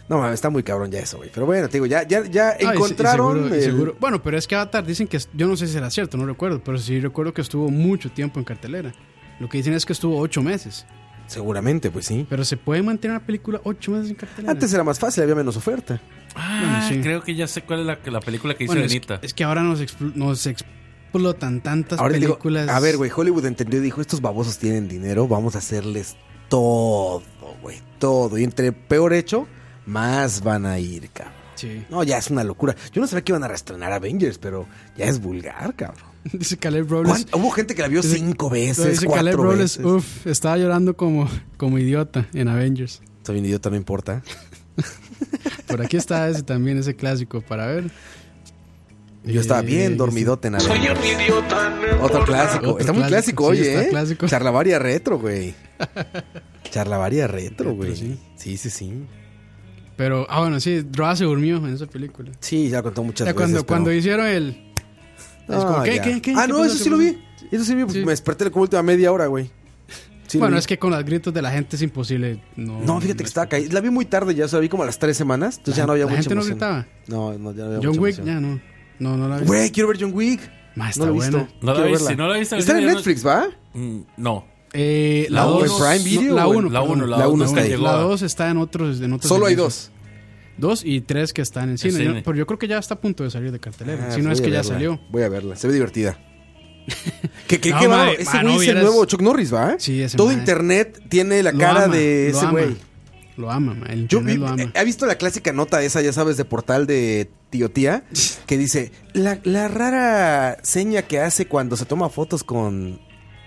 Speaker 5: No mames, está muy cabrón ya eso, güey. Pero bueno, te digo, ya, ya, ya
Speaker 4: Ah, y se- y
Speaker 5: encontraron.
Speaker 4: seguro- y
Speaker 5: el-
Speaker 4: seguro- Bueno, pero es que Avatar dicen que. Yo no sé si será cierto, no recuerdo. Pero sí recuerdo que estuvo mucho tiempo en cartelera. Lo que dicen es que estuvo ocho meses.
Speaker 5: Seguramente, pues sí.
Speaker 4: Pero se puede mantener una película ocho meses en cartelera.
Speaker 5: Antes era más fácil, había menos oferta.
Speaker 6: Ah,
Speaker 4: Bueno, sí.
Speaker 6: creo que ya sé cuál es la, la película que hizo
Speaker 4: Bueno, es,
Speaker 6: Benita.
Speaker 4: es que ahora nos, expl- nos explotan tantas
Speaker 5: Ahora digo,
Speaker 4: películas.
Speaker 5: a ver, güey, Hollywood entendió y dijo, estos babosos tienen dinero, vamos a hacerles todo, güey, todo. Y entre peor hecho, más van a ir, cabrón.
Speaker 4: Sí.
Speaker 5: No, ya es una locura. Yo no sabía que iban a reestrenar Avengers, pero ya es vulgar, cabrón.
Speaker 4: Dice Caleb Robles.
Speaker 5: ¿Cuán- Hubo gente que la vio
Speaker 4: Dice-
Speaker 5: cinco
Speaker 4: Dice
Speaker 5: veces, cuatro
Speaker 4: Caleb Robles,
Speaker 5: veces.
Speaker 4: uff, estaba llorando como, como idiota en Avengers.
Speaker 5: Está bien, idiota, no importa.
Speaker 4: Por aquí está ese también, ese clásico para ver.
Speaker 5: Yo estaba
Speaker 4: Eh,
Speaker 5: bien
Speaker 4: sí.
Speaker 5: dormidote en Avengers. Otro clásico.
Speaker 4: Otro
Speaker 5: está muy clásico,
Speaker 4: clásico,
Speaker 5: hoy,
Speaker 4: sí, está
Speaker 5: ¿eh?
Speaker 4: clásico.
Speaker 5: Charlavaria retro, güey. Charlavaria retro,
Speaker 4: Retro,
Speaker 5: güey.
Speaker 4: sí.
Speaker 5: Sí, sí, sí.
Speaker 4: Pero, ah, bueno, sí, Droa se durmió en esa película.
Speaker 5: Sí, ya contó muchas
Speaker 4: Ya
Speaker 5: veces.
Speaker 4: cuando,
Speaker 5: pero-
Speaker 4: cuando hicieron el. es como,
Speaker 5: Ah,
Speaker 4: ¿qué,
Speaker 5: ya.
Speaker 4: qué, qué?
Speaker 5: Ah,
Speaker 4: ¿Qué
Speaker 5: no,
Speaker 4: pasó?
Speaker 5: eso
Speaker 4: ¿Qué
Speaker 5: sí lo
Speaker 4: pasó?
Speaker 5: vi. Eso sí lo vi.
Speaker 4: Sí.
Speaker 5: Me desperté como última media hora, güey. Sí lo
Speaker 4: bueno,
Speaker 5: vi.
Speaker 4: es que con los gritos de la gente es imposible. Mm, No,
Speaker 5: No, fíjate que estaba caída. La vi muy tarde ya, o sea, la vi como a las tres semanas. Entonces ya no había
Speaker 4: la
Speaker 5: mucha
Speaker 4: gente no
Speaker 5: emoción.
Speaker 4: gritaba.
Speaker 5: No, no, ya no había
Speaker 4: John
Speaker 5: mucha
Speaker 4: Wick,
Speaker 5: emoción.
Speaker 4: ya no. No, no la vi.
Speaker 5: Güey, quiero ver John Wick.
Speaker 4: Ma,
Speaker 5: no
Speaker 4: está
Speaker 5: lo he
Speaker 4: buena.
Speaker 5: visto.
Speaker 6: No la
Speaker 5: Quiero
Speaker 6: viste,
Speaker 5: verla.
Speaker 6: no la viste,
Speaker 5: Está en
Speaker 6: ya no-
Speaker 5: Netflix, ¿va?
Speaker 6: Mm, No.
Speaker 4: Eh,
Speaker 6: La
Speaker 4: dos-
Speaker 6: uno en Prime Video,
Speaker 4: La
Speaker 6: güey.
Speaker 4: 1.
Speaker 6: La uno, la
Speaker 4: la
Speaker 6: dos
Speaker 4: 1 está
Speaker 6: nunca
Speaker 4: ahí.
Speaker 6: llegó
Speaker 4: La
Speaker 6: a-
Speaker 4: 2 está en otros. En otros
Speaker 5: Solo hay
Speaker 4: servicios. Dos y tres que están en cine.
Speaker 5: cine.
Speaker 4: Yo- pero yo creo que ya está a punto de salir de
Speaker 6: "Eh,
Speaker 4: cartelera.
Speaker 5: Ah,
Speaker 6: pues
Speaker 4: si no
Speaker 5: voy
Speaker 4: es
Speaker 5: a
Speaker 4: que ya
Speaker 5: verla.
Speaker 4: salió.
Speaker 5: Voy a verla, se ve divertida. ¿Qué, qué,
Speaker 4: No,
Speaker 5: qué va?
Speaker 4: mae,
Speaker 5: Ese
Speaker 4: mae,
Speaker 5: güey
Speaker 4: no
Speaker 5: es el
Speaker 4: vieras-
Speaker 5: nuevo Chuck Norris, ¿va? Sí,
Speaker 4: ese
Speaker 5: Todo
Speaker 4: mae.
Speaker 5: internet tiene la
Speaker 4: Lo
Speaker 5: cara
Speaker 4: ama,
Speaker 5: de
Speaker 4: lo
Speaker 5: ese
Speaker 4: ama.
Speaker 5: güey.
Speaker 4: Lo ama, ma, el
Speaker 5: Yo
Speaker 4: internet
Speaker 5: vi-
Speaker 4: lo ama.
Speaker 5: eh, ¿Ha visto la clásica nota esa, ya sabes, de portal de tío tía? Que dice, la, la rara seña que hace cuando se toma fotos con,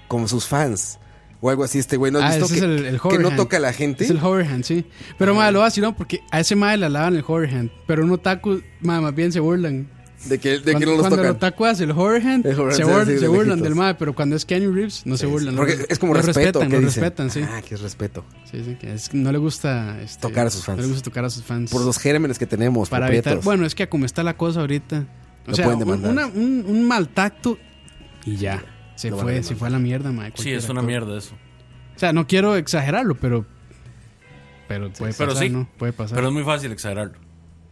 Speaker 5: con sus fans. O algo así, este güey. ¿No has
Speaker 4: Ah,
Speaker 5: visto
Speaker 4: ese
Speaker 5: que,
Speaker 4: es el, el
Speaker 5: que
Speaker 4: hover
Speaker 5: no
Speaker 4: hand.
Speaker 5: toca a la gente? Ah.
Speaker 4: Es el hoverhand, sí. Pero madre, lo vaciló porque a ese madre le alaban el hoverhand. Pero un otaku, madre, más bien se burlan.
Speaker 5: De que, de que
Speaker 4: cuando,
Speaker 5: no los
Speaker 4: cuando el
Speaker 5: tocan.
Speaker 4: otaku hace el hoverhand,
Speaker 5: El hoverhand
Speaker 4: se,
Speaker 5: se
Speaker 4: bur-
Speaker 5: hace de
Speaker 4: se burlan
Speaker 5: lejitos.
Speaker 4: del madre. Pero cuando es Keanu Reeves, no se burlan.
Speaker 5: Porque
Speaker 4: no-
Speaker 5: es como
Speaker 4: lo
Speaker 5: respeto.
Speaker 4: respetan,
Speaker 5: ¿qué
Speaker 4: lo
Speaker 5: dicen?
Speaker 4: respetan, sí.
Speaker 5: Ah, que es respeto.
Speaker 4: Sí, sí, que es- no le gusta este,
Speaker 5: Tocar a sus fans.
Speaker 4: No le gusta tocar a sus fans.
Speaker 5: Por los gérmenes que tenemos,
Speaker 4: para
Speaker 5: prietos.
Speaker 4: evitar. Bueno, es que como está la cosa ahorita. O
Speaker 5: Lo
Speaker 4: sea,
Speaker 5: pueden
Speaker 4: un-
Speaker 5: demandar.
Speaker 4: una- un, un mal tacto y ya. Se
Speaker 5: Lo van a
Speaker 4: fue, se
Speaker 5: demandar.
Speaker 4: fue a la mierda, madre.
Speaker 6: Sí, es una mierda eso.
Speaker 4: O sea, no quiero exagerarlo, pero. Pero puede
Speaker 6: Pero
Speaker 4: pasar,
Speaker 6: sí.
Speaker 4: ¿no? Puede pasar.
Speaker 6: Pero es muy fácil exagerarlo.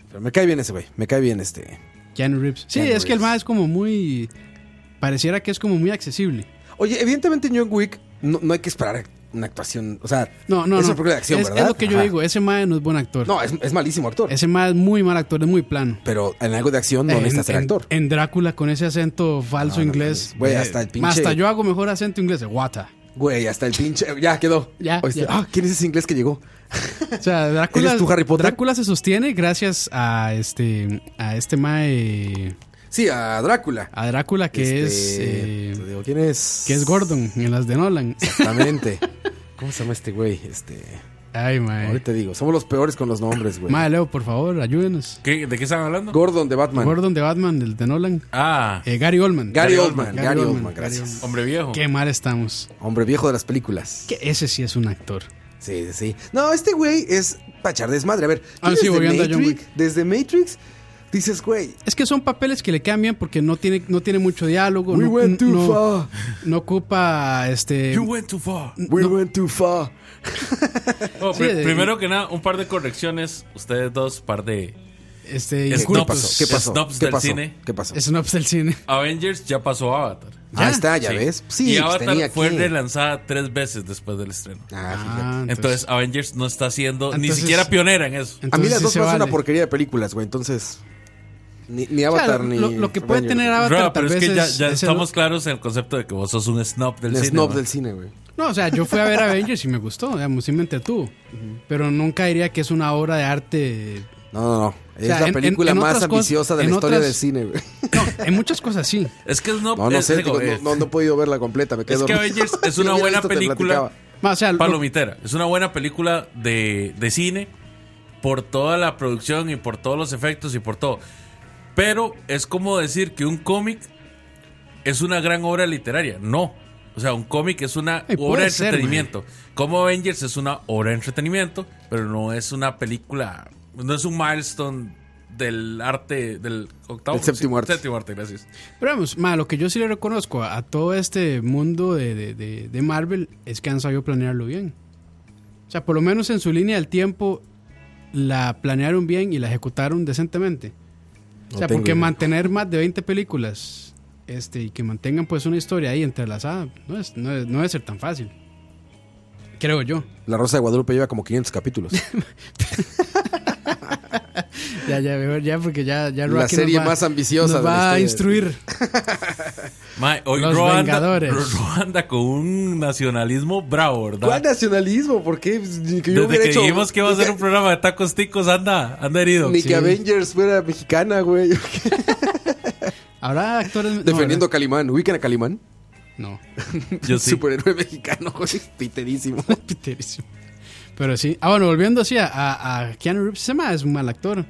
Speaker 5: Pero me cae bien ese güey. Me cae bien este.
Speaker 4: Keanu Reeves. Sí,
Speaker 5: Keanu
Speaker 4: es que el
Speaker 5: Reeves.
Speaker 4: más es como muy. Pareciera que es como muy accesible.
Speaker 5: Oye, evidentemente en John Wick no, no hay que esperar una actuación. O sea,
Speaker 4: No, no,
Speaker 5: es
Speaker 4: no.
Speaker 5: una película de acción,
Speaker 4: es,
Speaker 5: ¿verdad?
Speaker 4: es lo que yo
Speaker 5: Ajá.
Speaker 4: digo. Ese mae no es buen actor.
Speaker 5: No, es, es malísimo actor.
Speaker 4: Ese mae es muy mal actor, es muy plano.
Speaker 5: Pero en algo de acción no
Speaker 4: En-
Speaker 5: necesitas ser
Speaker 4: en-
Speaker 5: actor.
Speaker 4: En Drácula con ese acento falso
Speaker 5: No, no
Speaker 4: inglés.
Speaker 5: mames. Güey,
Speaker 4: Eh,
Speaker 5: hasta el pinche-
Speaker 4: Hasta yo hago mejor acento inglés eh, de Wata.
Speaker 5: Güey, hasta el pinche. Ya quedó.
Speaker 4: Ya,
Speaker 5: Oíste,
Speaker 4: ya.
Speaker 5: Ah, ¿quién es ese inglés que llegó?
Speaker 4: O sea, Drácula,
Speaker 5: ¿Eres tú, Harry Potter?
Speaker 4: Drácula se sostiene gracias a este a este mae
Speaker 5: Sí, a Drácula.
Speaker 4: a Drácula
Speaker 5: Este,
Speaker 4: que es eh,
Speaker 5: te digo, ¿quién es?
Speaker 4: que es Gordon en las de Nolan.
Speaker 5: Exactamente. ¿Cómo se llama este güey? Este.
Speaker 4: Ay, mae.
Speaker 5: Ahorita digo, somos los peores con los nombres, güey.
Speaker 4: Mae, Leo, por favor, ayúdenos.
Speaker 6: ¿Qué- ¿De qué están hablando?
Speaker 5: Gordon de Batman.
Speaker 4: Gordon de Batman, el de Nolan.
Speaker 6: Ah,
Speaker 4: Eh, Gary Oldman.
Speaker 5: Gary Oldman, Gary Oldman,
Speaker 4: Gary
Speaker 5: gracias.
Speaker 4: Oldman.
Speaker 6: hombre viejo.
Speaker 4: Qué mal estamos.
Speaker 5: Hombre viejo de las películas.
Speaker 4: Que ese sí es un actor.
Speaker 5: Sí, sí, sí. No, este güey es pachar desmadre. A ver,
Speaker 4: Ah,
Speaker 5: tú
Speaker 4: sí,
Speaker 5: desde,
Speaker 4: volviendo a John
Speaker 5: Matrix, desde Matrix dices, güey,
Speaker 4: Es que son papeles que le quedan bien porque no tiene, no tiene mucho diálogo.
Speaker 5: we
Speaker 4: no,
Speaker 5: went too
Speaker 4: no-
Speaker 5: far.
Speaker 4: no ocupa este.
Speaker 6: You went too far.
Speaker 5: We went too far.
Speaker 6: Oh, pri-
Speaker 4: Sí, de-
Speaker 6: primero que nada, un par de correcciones. Ustedes dos, par de
Speaker 4: Este.
Speaker 6: Es
Speaker 5: ¿Qué
Speaker 6: Snobs.
Speaker 5: pasó? ¿Qué pasó?
Speaker 6: Snobs
Speaker 5: ¿Qué
Speaker 6: del
Speaker 5: pasó?
Speaker 6: cine.
Speaker 5: ¿Qué pasó?
Speaker 4: Snobs del cine.
Speaker 6: Avengers, ya pasó Avatar.
Speaker 5: Ah, está, ya ves. Sí,
Speaker 6: y
Speaker 5: pues
Speaker 6: Avatar
Speaker 5: tenía
Speaker 6: fue
Speaker 5: que.
Speaker 6: relanzada tres veces después del estreno.
Speaker 5: Ah,
Speaker 4: Ah,
Speaker 6: entonces, Avengers no está siendo ni
Speaker 4: Entonces-
Speaker 6: siquiera pionera en eso.
Speaker 5: fíjate. A mí las
Speaker 4: sí
Speaker 5: dos
Speaker 4: se
Speaker 5: me hacen
Speaker 4: vale.
Speaker 5: una porquería de películas, güey. Entonces, ni, ni
Speaker 4: O sea,
Speaker 5: Avatar ni.
Speaker 4: lo, lo que puede
Speaker 5: Avengers.
Speaker 4: tener Avatar tal
Speaker 6: Roa, pero es
Speaker 4: vez
Speaker 6: que ya,
Speaker 4: es-
Speaker 6: ya
Speaker 4: es el-
Speaker 6: estamos claros en el concepto de que vos sos un snob del
Speaker 5: El
Speaker 6: cine.
Speaker 5: snob
Speaker 6: ¿no?
Speaker 5: del cine, güey.
Speaker 4: No, o sea, yo fui a ver Avengers y me gustó, digamos, sí me entretuvo. Pero nunca diría que es una obra de arte.
Speaker 5: No, no, no. Es
Speaker 4: O sea,
Speaker 5: la
Speaker 4: en- en-
Speaker 5: película
Speaker 4: en
Speaker 5: más
Speaker 4: otras cosas-
Speaker 5: ambiciosa de
Speaker 4: en
Speaker 5: la historia
Speaker 4: otras-
Speaker 5: del cine, güey.
Speaker 4: No, en muchas cosas sí.
Speaker 6: Es que snob
Speaker 5: No, no
Speaker 6: es,
Speaker 5: sé,
Speaker 6: digo,
Speaker 5: digo,
Speaker 6: eh,
Speaker 5: no, no- no he podido verla completa. Me
Speaker 6: es
Speaker 5: quedo
Speaker 6: que Avengers es
Speaker 5: Si
Speaker 6: una
Speaker 5: hubiera
Speaker 6: buena
Speaker 5: visto, te
Speaker 6: película
Speaker 5: platicaba.
Speaker 4: Ma, O sea, lo-
Speaker 6: palomitera. Es una buena película de, de cine por toda la producción y por todos los efectos y por todo. Pero es como decir que un cómic es una gran obra literaria. No. O sea, un cómic es una
Speaker 4: Ay,
Speaker 6: obra
Speaker 4: puede
Speaker 6: de
Speaker 4: ser,
Speaker 6: entretenimiento. Como Avengers es una obra de entretenimiento, pero no es una película, no es un milestone del arte del octavo
Speaker 5: Del séptimo arte.
Speaker 6: séptimo arte, gracias.
Speaker 4: pero vamos, ma, lo que yo sí le reconozco a, a todo este mundo de, de- de- de Marvel es que han sabido planearlo bien. O sea, por lo menos en su línea del tiempo la planearon bien y la ejecutaron decentemente.
Speaker 5: No
Speaker 4: o sea,
Speaker 5: tengo
Speaker 4: porque
Speaker 5: idea.
Speaker 4: mantener más de 20 películas este, y que mantengan pues una historia ahí entrelazada no, es, no, es- no debe ser tan fácil. Creo yo.
Speaker 5: La Rosa de Guadalupe lleva como 500 capítulos.
Speaker 4: Ya, ya, mejor ya, porque ya, ya
Speaker 5: La
Speaker 4: Rocky nos
Speaker 5: serie
Speaker 4: va-
Speaker 5: más ambiciosa
Speaker 4: nos
Speaker 5: de la
Speaker 4: va a
Speaker 5: historia.
Speaker 4: instruir.
Speaker 6: Mae, hoy
Speaker 4: Los
Speaker 6: Ro anda,
Speaker 4: Vengadores.
Speaker 6: Ro- Ro anda con un nacionalismo bravo, ¿verdad?
Speaker 5: ¿Cuál nacionalismo? ¿Por qué? Ni que yo
Speaker 6: Desde
Speaker 5: hubiera
Speaker 6: que
Speaker 5: hecho-
Speaker 6: dijimos que iba a
Speaker 5: ni
Speaker 6: ser
Speaker 5: que-
Speaker 6: un programa de tacos ticos, anda, anda herido.
Speaker 5: Ni
Speaker 6: Sí.
Speaker 5: que Avengers fuera mexicana, güey.
Speaker 4: Habrá actores. no,
Speaker 5: Defendiendo a Calimán. ¿Ubican a Calimán?
Speaker 4: ¿verdad? No,
Speaker 6: Yo sí.
Speaker 5: Superhéroe mexicano, güey. Piterísimo.
Speaker 4: piterísimo. Pero sí. Ah, bueno, volviendo así a, a, a Keanu Reeves, ese mae es un mal actor.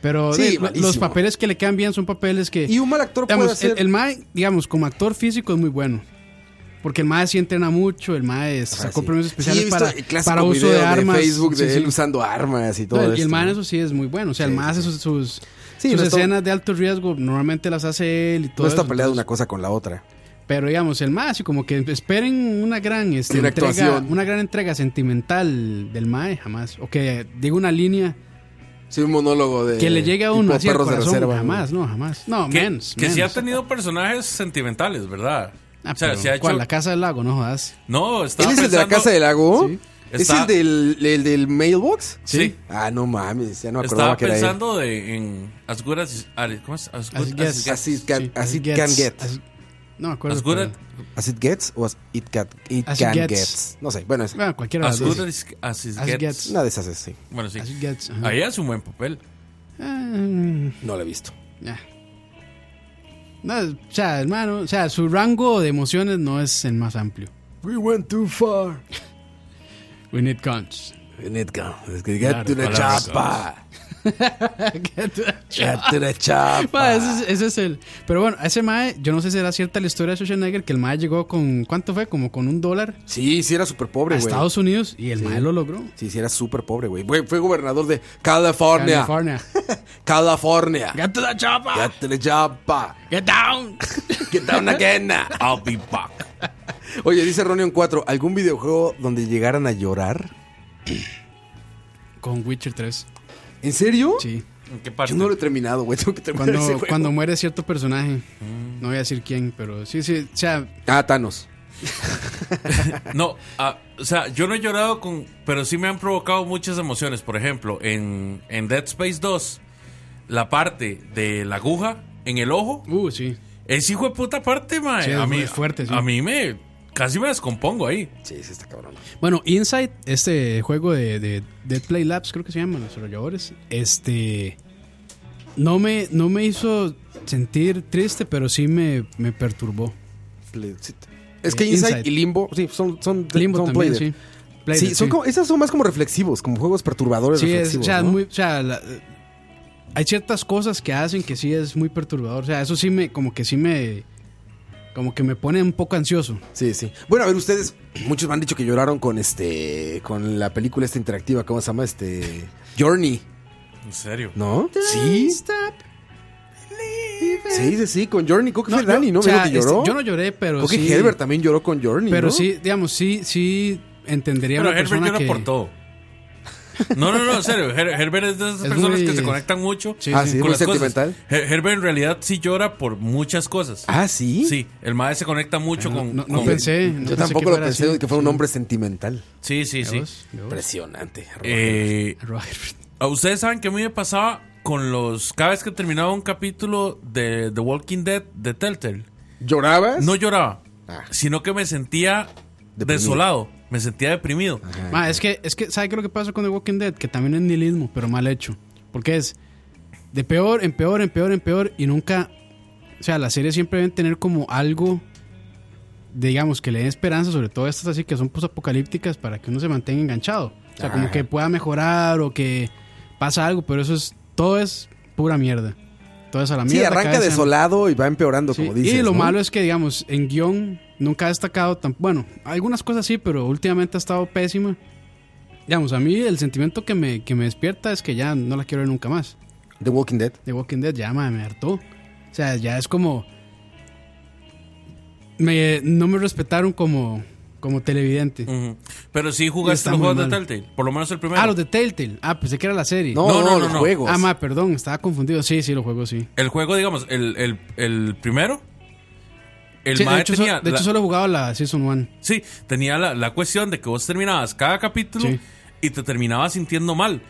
Speaker 4: Pero
Speaker 5: Sí,
Speaker 4: de- lo-
Speaker 5: malísimo.
Speaker 4: los papeles que le quedan bien son papeles que.
Speaker 5: Y un mal actor puede
Speaker 4: digamos,
Speaker 5: hacer...
Speaker 4: el, el mae, digamos, como actor físico es muy bueno. Porque el mae sí entrena mucho, el mae es-
Speaker 5: Ajá,
Speaker 4: sacó
Speaker 5: Ah, sí.
Speaker 4: premios
Speaker 5: Sí,
Speaker 4: especiales
Speaker 5: he visto
Speaker 4: para,
Speaker 5: el clásico
Speaker 4: para uso
Speaker 5: video
Speaker 4: de armas.
Speaker 5: Facebook de
Speaker 4: Sí,
Speaker 5: él
Speaker 4: sí.
Speaker 5: usando armas y todo
Speaker 4: No, y
Speaker 5: esto,
Speaker 4: el man
Speaker 5: ¿no?
Speaker 4: eso sí es muy bueno. O sea, el
Speaker 5: Sí,
Speaker 4: man
Speaker 5: sí,
Speaker 4: hace sus, sus,
Speaker 5: Sí,
Speaker 4: sus
Speaker 5: no está-
Speaker 4: escenas de alto riesgo. Normalmente las hace él y todo
Speaker 5: No está
Speaker 4: eso,
Speaker 5: peleado una
Speaker 4: entonces-
Speaker 5: cosa con la otra.
Speaker 4: Pero digamos, el más así como que esperen una gran este,
Speaker 5: Una
Speaker 4: entrega,
Speaker 5: actuación.
Speaker 4: una gran entrega sentimental del mae jamás. O que diga una línea
Speaker 5: Sí, un monólogo de...
Speaker 4: que le llegue a uno
Speaker 5: Eh, tipo
Speaker 4: así al
Speaker 5: perros de
Speaker 4: corazón.
Speaker 5: reserva,
Speaker 4: jamás, no, jamás. No,
Speaker 6: Que,
Speaker 4: menos,
Speaker 6: que sí ha
Speaker 4: menos.
Speaker 6: tenido personajes sentimentales, ¿verdad?
Speaker 4: Ah,
Speaker 6: o sea,
Speaker 4: pero,
Speaker 6: se ha hecho.
Speaker 4: ¿cuál? La casa del lago, no jodas.
Speaker 6: No,
Speaker 5: ¿Él
Speaker 6: estaba
Speaker 5: es el de la
Speaker 6: pensando-
Speaker 5: Casa del Lago?
Speaker 4: Sí.
Speaker 5: ¿Es
Speaker 6: Está-
Speaker 5: el del, el del mailbox?
Speaker 6: Sí.
Speaker 5: Ah, no mames, ya no me acordaba
Speaker 6: Estaba
Speaker 5: que era él.
Speaker 6: pensando de, en As Good As, As- ¿cómo es? As Good
Speaker 4: As
Speaker 6: As
Speaker 4: it
Speaker 6: It
Speaker 4: gets.
Speaker 6: Gets.
Speaker 5: Así can,
Speaker 4: Sí,
Speaker 5: as
Speaker 4: as
Speaker 5: it
Speaker 4: it
Speaker 5: can
Speaker 4: gets.
Speaker 5: get.
Speaker 4: As- No me acuerdo.
Speaker 6: As Good
Speaker 4: pero-
Speaker 6: As-
Speaker 5: As it gets o as it, can- it
Speaker 4: As it
Speaker 5: can
Speaker 4: gets. Ah.
Speaker 5: gets. No sé, bueno, es
Speaker 4: Bueno, cualquiera de las
Speaker 6: As
Speaker 4: dos.
Speaker 6: Good As, As It
Speaker 4: As It
Speaker 6: Gets.
Speaker 4: Gets.
Speaker 5: una de esas es, sí.
Speaker 6: Bueno, sí.
Speaker 4: As it gets, ajá.
Speaker 6: Ahí hace un buen papel.
Speaker 4: Eh,
Speaker 5: No la he visto.
Speaker 4: ya. No, o sea, hermano, o sea, su rango de emociones no es el más amplio.
Speaker 5: We went too far.
Speaker 4: We need guns.
Speaker 5: Netcom. Let's get to the
Speaker 6: palabras.
Speaker 5: chapa.
Speaker 4: Get to the
Speaker 5: Get to the chapa.
Speaker 4: Ma, ese, es, ese es el. Pero bueno, ese mae, yo no sé si era cierta la historia de Schwarzenegger, que el mae llegó con. ¿Cuánto fue? Como con un dólar
Speaker 5: Sí, sí era súper
Speaker 4: a
Speaker 5: pobre, güey.
Speaker 4: Estados Unidos y el mae lo logró.
Speaker 5: Sí, sí era súper pobre, güey. Güey, Fue gobernador de California.
Speaker 4: California.
Speaker 5: California.
Speaker 4: Get to the chopper.
Speaker 5: Get to the chapa.
Speaker 4: Get down.
Speaker 5: Get down again. I'll be back. Oye, dice Ronion 4, ¿algún videojuego donde llegaran a llorar?
Speaker 4: Con Witcher 3.
Speaker 5: ¿En serio?
Speaker 4: Sí.
Speaker 6: ¿En qué parte?
Speaker 5: Yo no lo he terminado, güey. Tengo que terminar
Speaker 4: Cuando,
Speaker 5: ese juego.
Speaker 4: cuando muere cierto personaje. No voy a decir quién, pero sí, sí. O sea,
Speaker 5: Ah, Thanos.
Speaker 6: No, ah, o sea, yo no he llorado con. Pero sí me han provocado muchas emociones. Por ejemplo, en, en Dead Space 2, la parte de la aguja en el ojo.
Speaker 4: uh, sí.
Speaker 6: Es hijo de puta parte, mae.
Speaker 4: Sí, es
Speaker 6: a mí,
Speaker 4: muy fuerte, sí.
Speaker 6: A mí me. Casi me descompongo ahí.
Speaker 5: Sí, sí está cabrón.
Speaker 4: Bueno, Inside, este juego de, de Dead Play Labs, creo que se llaman los desarrolladores, este. No me, no me hizo sentir triste, pero sí me, me perturbó.
Speaker 5: Es que
Speaker 4: Eh,
Speaker 5: Inside,
Speaker 4: Inside.
Speaker 5: y Limbo, sí, son, son,
Speaker 4: Limbo
Speaker 5: son
Speaker 4: también,
Speaker 5: Playdead.
Speaker 4: sí. Playdead,
Speaker 5: sí, son como, esas son más como reflexivos, como juegos perturbadores
Speaker 4: Sí, es, o
Speaker 5: reflexivos.
Speaker 4: sea, es
Speaker 5: ¿no?
Speaker 4: muy, o sea, la- eh, hay ciertas cosas que hacen que sí es muy perturbador. O sea, eso sí me, como que sí me, como que me pone un poco ansioso.
Speaker 5: Sí, sí. Bueno, a ver, ustedes, muchos me han dicho que lloraron con este, con la película esta interactiva, ¿cómo se llama? Este, Journey,
Speaker 6: En serio.
Speaker 5: ¿no? Sí,
Speaker 4: Stop.
Speaker 5: sí, sí, sí, con Journey. Creo que fue
Speaker 4: yo-
Speaker 5: Dani, ¿no?
Speaker 4: o sea,
Speaker 5: Me dijo que lloró.
Speaker 4: este, yo no lloré, pero
Speaker 5: Creo que
Speaker 4: sí.
Speaker 5: Herbert también lloró con Journey,
Speaker 4: pero
Speaker 5: ¿no?
Speaker 4: sí, digamos, sí, sí entendería a
Speaker 6: Pero
Speaker 4: una
Speaker 6: Herbert
Speaker 4: persona
Speaker 6: llora
Speaker 4: que
Speaker 6: por todo. No, no, no, en serio. Her- Herbert es de esas
Speaker 4: Es
Speaker 6: personas
Speaker 4: muy-
Speaker 6: que se conectan mucho.
Speaker 4: Sí,
Speaker 5: Ah, sí, muy
Speaker 6: las cosas.
Speaker 5: sentimental.
Speaker 6: Her- Herbert en realidad sí llora por muchas cosas.
Speaker 5: Ah, sí.
Speaker 6: Sí, el maestro se conecta mucho con,
Speaker 4: no- no
Speaker 6: con-
Speaker 4: pensé. no
Speaker 5: Yo
Speaker 4: pensé
Speaker 5: tampoco
Speaker 4: que
Speaker 5: lo
Speaker 4: fuera
Speaker 5: pensé
Speaker 4: así.
Speaker 5: que fuera un hombre sentimental.
Speaker 6: Sí, sí, sí.
Speaker 4: Dios, Dios.
Speaker 5: Impresionante.
Speaker 6: Eh,
Speaker 4: Robert.
Speaker 6: a ustedes saben que a mí me pasaba con los. Cada vez que terminaba un capítulo de The Walking Dead de Telltale,
Speaker 5: ¿Llorabas?
Speaker 6: no lloraba,
Speaker 5: Ah.
Speaker 6: sino que me sentía
Speaker 5: Deprimido.
Speaker 6: desolado, me sentía deprimido.
Speaker 4: Ma, es que, es que, ¿sabe qué es lo que pasa con The Walking Dead? Que también es nihilismo, pero mal hecho. Porque es de peor en peor, en peor, en peor, y nunca. O sea, las series siempre deben tener como algo, digamos, que le dé esperanza, sobre todo estas así que son postapocalípticas, para que uno se mantenga enganchado. O sea, como
Speaker 5: Ajá.
Speaker 4: que pueda mejorar o que pasa algo, pero eso es. Todo es pura mierda. Todo es a la
Speaker 5: Sí,
Speaker 4: mierda.
Speaker 5: arranca
Speaker 4: cada vez sean-
Speaker 5: desolado y va empeorando,
Speaker 4: Sí,
Speaker 5: como dices.
Speaker 4: y
Speaker 5: ¿no?
Speaker 4: lo malo es que, digamos, en guión nunca ha destacado tan. Bueno, algunas cosas sí, pero últimamente ha estado pésima. Digamos, a mí el sentimiento que me, que me despierta es que ya no la quiero ver nunca más.
Speaker 5: The Walking Dead.
Speaker 4: The Walking Dead ya ma, me hartó. O sea, ya es como. Me, no me respetaron como, como televidente.
Speaker 6: Ujú. Pero sí
Speaker 4: Está
Speaker 6: jugaste los
Speaker 4: muy
Speaker 6: juegos de
Speaker 4: mal.
Speaker 6: Telltale, por lo menos el primero.
Speaker 4: Ah, los de Telltale. Ah, pensé que era la serie.
Speaker 5: No, pues.
Speaker 6: No,
Speaker 5: no,
Speaker 6: no,
Speaker 5: los
Speaker 6: no.
Speaker 5: juegos.
Speaker 4: Ah, ma, perdón, estaba confundido. Sí, sí, los juegos sí.
Speaker 6: El juego, digamos, el, el, el primero. El
Speaker 4: Sí, de
Speaker 6: mae
Speaker 4: hecho, so-
Speaker 6: tenía.
Speaker 4: de
Speaker 6: la-
Speaker 4: hecho, solo he jugado la Season 1.
Speaker 6: Sí, tenía la, la cuestión de que vos terminabas cada capítulo
Speaker 4: Sí.
Speaker 6: y te terminabas sintiendo mal.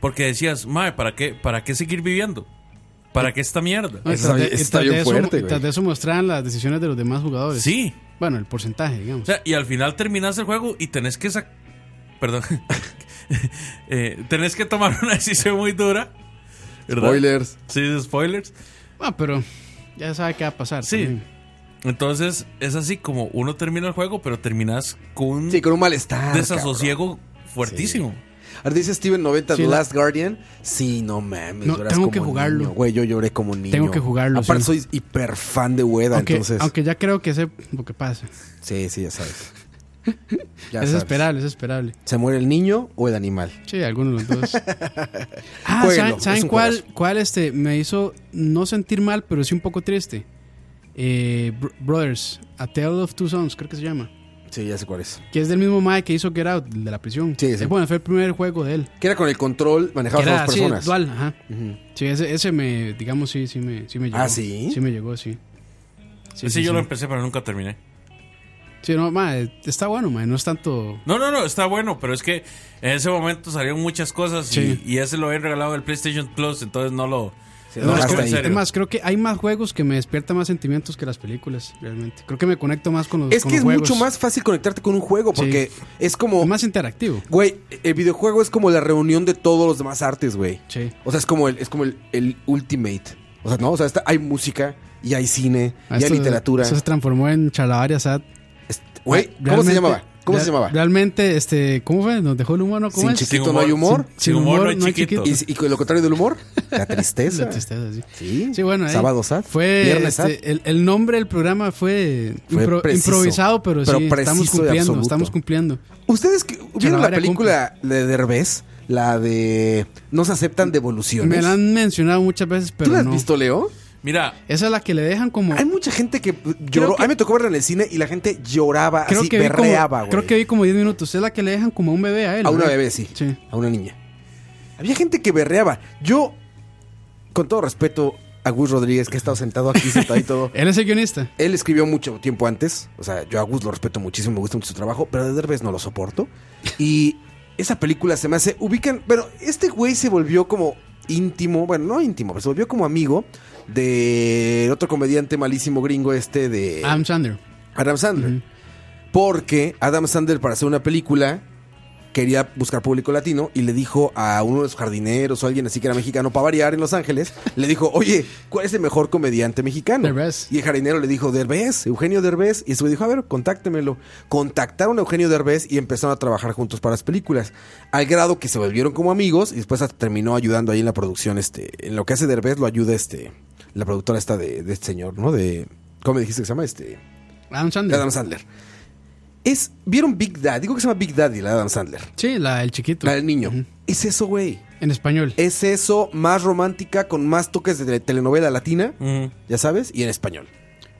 Speaker 6: Porque decías, mae, ¿para qué, ¿para qué seguir viviendo? ¿Para qué esta mierda?
Speaker 4: No, y
Speaker 5: Está
Speaker 4: tras de-
Speaker 5: bien-
Speaker 4: y
Speaker 5: está
Speaker 4: tras
Speaker 5: bien
Speaker 4: de eso-
Speaker 5: fuerte,
Speaker 4: y tras
Speaker 5: güey.
Speaker 4: de eso mostraban las decisiones de los demás jugadores.
Speaker 6: Sí.
Speaker 4: Bueno, el porcentaje, digamos.
Speaker 6: O sea, y al final terminas el juego y tenés que sac- Perdón. Eh, tenés que tomar una decisión muy dura. ¿verdad?
Speaker 5: Spoilers.
Speaker 6: Sí, spoilers.
Speaker 4: Ah, pero ya sabe qué va a pasar.
Speaker 6: Sí.
Speaker 4: también.
Speaker 6: Entonces, es así como uno termina el juego, pero terminas con un
Speaker 5: Sí, con un malestar.
Speaker 6: desasosiego fuertísimo.
Speaker 5: cabrón. Ahora dice Steven 90,
Speaker 4: Sí,
Speaker 5: The
Speaker 4: la-
Speaker 5: Last Guardian. Sí, no mames.
Speaker 4: No,
Speaker 5: lloras
Speaker 4: tengo
Speaker 5: como
Speaker 4: que jugarlo.
Speaker 5: niño. Güey, yo lloré como niño.
Speaker 4: Tengo que jugarlo,
Speaker 5: Aparte,
Speaker 4: sí.
Speaker 5: soy hiper fan de Ueda,
Speaker 4: Aunque,
Speaker 5: Ah, entonces.
Speaker 4: aunque ya creo que sé lo que pasa.
Speaker 5: Sí, sí, ya sabes. Ya
Speaker 4: es
Speaker 5: sabes.
Speaker 4: esperable, es esperable.
Speaker 5: ¿Se muere el niño o el animal?
Speaker 4: Sí, alguno de los dos. ah,
Speaker 5: Jueguenlo,
Speaker 4: ¿saben,
Speaker 5: es
Speaker 4: saben
Speaker 5: un
Speaker 4: cuál,
Speaker 5: juegazo.
Speaker 4: cuál este me hizo no sentir mal, pero sí un poco triste? Eh, Br- Brothers, A Tale of Two Sons, creo que se llama.
Speaker 5: Sí, ya sé cuál es.
Speaker 4: Que es del mismo Mike que hizo Get Out, el de la prisión.
Speaker 5: Sí, sí.
Speaker 4: Eh, Bueno, fue el primer juego de él.
Speaker 5: Que era con el control, manejabas
Speaker 4: Que
Speaker 5: a
Speaker 4: era
Speaker 5: dos
Speaker 4: así,
Speaker 5: personas.
Speaker 4: dual, ajá.
Speaker 5: Ujú.
Speaker 4: Sí, ese, ese me, digamos, sí, sí me, sí me llegó.
Speaker 5: ¿Ah, sí?
Speaker 4: Sí me llegó, sí. Sí,
Speaker 6: Ese
Speaker 4: sí,
Speaker 6: yo lo
Speaker 4: sí.
Speaker 6: empecé, pero nunca terminé.
Speaker 4: Sí, no, mae, está bueno, mae, no es tanto.
Speaker 6: No, no, no, está bueno, pero es que en ese momento salieron muchas cosas y-
Speaker 4: Sí.
Speaker 6: y, ese lo habían regalado el PlayStation Plus, entonces no lo.
Speaker 4: No, es, que- es más, creo que hay más juegos que me despiertan más sentimientos que las películas, realmente. Creo que me conecto más con los
Speaker 5: Es
Speaker 4: Pues con
Speaker 5: que es
Speaker 4: los juegos.
Speaker 5: mucho más fácil conectarte con un juego porque es como.
Speaker 4: más interactivo.
Speaker 5: Güey, el videojuego es como la reunión de todos los demás artes, güey.
Speaker 4: Sí.
Speaker 5: O sea, es como el, es como el, el ultimate. O sea, no, o sea, está- hay música y hay cine
Speaker 4: Ah,
Speaker 5: y hay
Speaker 4: esto-
Speaker 5: literatura.
Speaker 4: Eso se transformó en Chalabaria Sad.
Speaker 5: Güey, ¿cómo se
Speaker 4: Realmente-
Speaker 5: llamaba? ¿Cómo se
Speaker 4: real-
Speaker 5: llamaba?
Speaker 4: Realmente, este, ¿cómo fue? Nos dejó el humor, ¿no? ¿Cómo
Speaker 5: Sin
Speaker 4: es?
Speaker 5: chiquito no hay humor.
Speaker 4: Sin, sin humor, no hay chiquito.
Speaker 5: Y, y con lo contrario del humor, la tristeza.
Speaker 4: La tristeza, sí.
Speaker 5: Sí.
Speaker 4: Sí, bueno, ahí
Speaker 5: Sábado sad.
Speaker 4: Fue
Speaker 5: Viernes sad.
Speaker 4: este, el, el nombre del programa fue,
Speaker 5: Fue
Speaker 4: impro-
Speaker 5: preciso,
Speaker 4: improvisado, pero,
Speaker 5: pero
Speaker 4: sí,
Speaker 5: preciso y
Speaker 4: estamos cumpliendo,
Speaker 5: absoluto.
Speaker 4: estamos cumpliendo.
Speaker 5: ¿Ustedes que- vieron la
Speaker 4: Chalabaria
Speaker 5: película de Derbez? La de No se aceptan devoluciones.
Speaker 4: Me la han mencionado muchas veces, pero
Speaker 5: ¿Tú la has
Speaker 4: no.
Speaker 5: visto, Leo?
Speaker 6: Mira,
Speaker 4: Esa es la que le dejan como
Speaker 5: Hay mucha gente que lloró.
Speaker 4: que-
Speaker 5: A mí me tocó verla en el cine y la gente lloraba,
Speaker 4: creo
Speaker 5: así
Speaker 4: que vi como-
Speaker 5: berreaba, güey.
Speaker 4: creo que vi como 10 minutos, es la que le dejan como a un bebé a él.
Speaker 5: A una
Speaker 4: ¿verdad?
Speaker 5: bebé, sí.
Speaker 4: eh, Sí.
Speaker 5: A una niña. Había gente que berreaba. Yo, con todo respeto a Gus Rodríguez, que ha estado sentado aquí, sentado y todo.
Speaker 4: Él es el guionista.
Speaker 5: Él escribió mucho tiempo antes. O sea, yo a Gus lo respeto muchísimo, me gusta mucho su trabajo, pero de Derbez no lo soporto. Y esa película se me hace. Ubican. Bueno, este güey se volvió como íntimo. Bueno, no íntimo, pero se volvió como amigo de otro comediante malísimo gringo este de
Speaker 4: Adam Sandler.
Speaker 5: Adam Sandler. Porque Adam Sandler, para hacer una película, quería buscar público latino y le dijo a uno de sus jardineros o alguien así que era mexicano, para variar en Los Ángeles, le dijo, oye, ¿cuál es el mejor comediante mexicano?
Speaker 4: Derbez.
Speaker 5: Y el jardinero le dijo, Derbez, Eugenio Derbez. Y se dijo, a ver, contáctemelo. Contactaron a Eugenio Derbez y empezaron a trabajar juntos para las películas. Al grado que se volvieron como amigos y después hasta terminó ayudando ahí en la producción. este En lo que hace Derbez lo ayuda este la productora esta de, de este señor, ¿no? De, ¿Cómo me dijiste que se llama? Este...
Speaker 4: Adam
Speaker 5: De
Speaker 4: Sandler.
Speaker 5: Adam Sandler. Es, ¿Vieron Big Daddy? Digo que se llama Big Daddy, la de Adam Sandler.
Speaker 4: Sí, la del chiquito.
Speaker 5: La del niño. Eh. Es eso, güey.
Speaker 4: En español.
Speaker 5: Es eso más romántica, con más toques de tele- telenovela latina,
Speaker 4: Mm.
Speaker 6: ujú.
Speaker 5: ya sabes, y en español.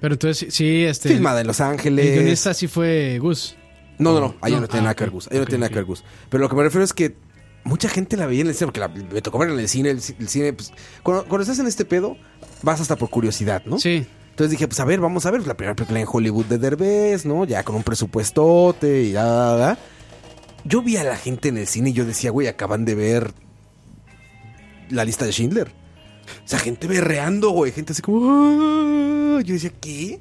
Speaker 4: Pero entonces, sí, este.
Speaker 5: Filmada en Los
Speaker 4: El
Speaker 5: Ángeles.
Speaker 4: guionista sí fue Gus.
Speaker 5: No, no, no. Ahí no,
Speaker 4: No,
Speaker 5: tiene
Speaker 4: ah,
Speaker 5: nada que ver
Speaker 4: ok,
Speaker 5: Gus. Ahí no
Speaker 4: ok,
Speaker 5: tiene nada que ver
Speaker 4: ok.
Speaker 5: Gus. Pero lo que me refiero es que mucha gente la veía en el cine, porque la- me tocó ver en el cine. El, ci- el cine, pues, cuando, cuando estás en este pedo, vas hasta por curiosidad, ¿no?
Speaker 4: Sí.
Speaker 5: Entonces dije, pues a ver, vamos a ver la primera película en Hollywood de Derbez, ¿no? Ya con un presupuestote y ya, ya, ya. Yo vi a la gente en el cine y yo decía, güey, acaban de ver la lista de Schindler. O sea, gente berreando, güey, gente así como... "Ah". Yo decía, ¿qué?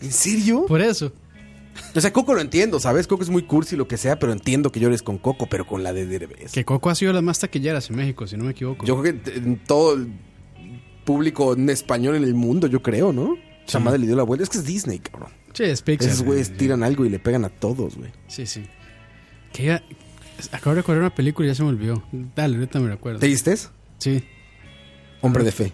Speaker 5: ¿En serio?
Speaker 4: Por eso.
Speaker 5: O sea, Coco lo entiendo, ¿sabes? Coco es muy cursi lo que sea, pero entiendo que llores con Coco, pero con la de Derbez.
Speaker 4: Que Coco ha sido las más taquilleras en México, si no me equivoco.
Speaker 5: Yo creo que en todo el público en español en el mundo, yo creo, ¿no? Esa
Speaker 4: Sí.
Speaker 5: madre le dio la vuelta. Es que es Disney, cabrón.
Speaker 4: sí, es Pixar.
Speaker 5: Esos güeyes tiran algo y le pegan a todos, güey.
Speaker 4: Sí, sí. Que ya- Acabo de recordar una película y ya se me olvidó. Dale, ahorita me recuerdo.
Speaker 5: ¿Tristes?
Speaker 4: Sí.
Speaker 5: Hombre de fe.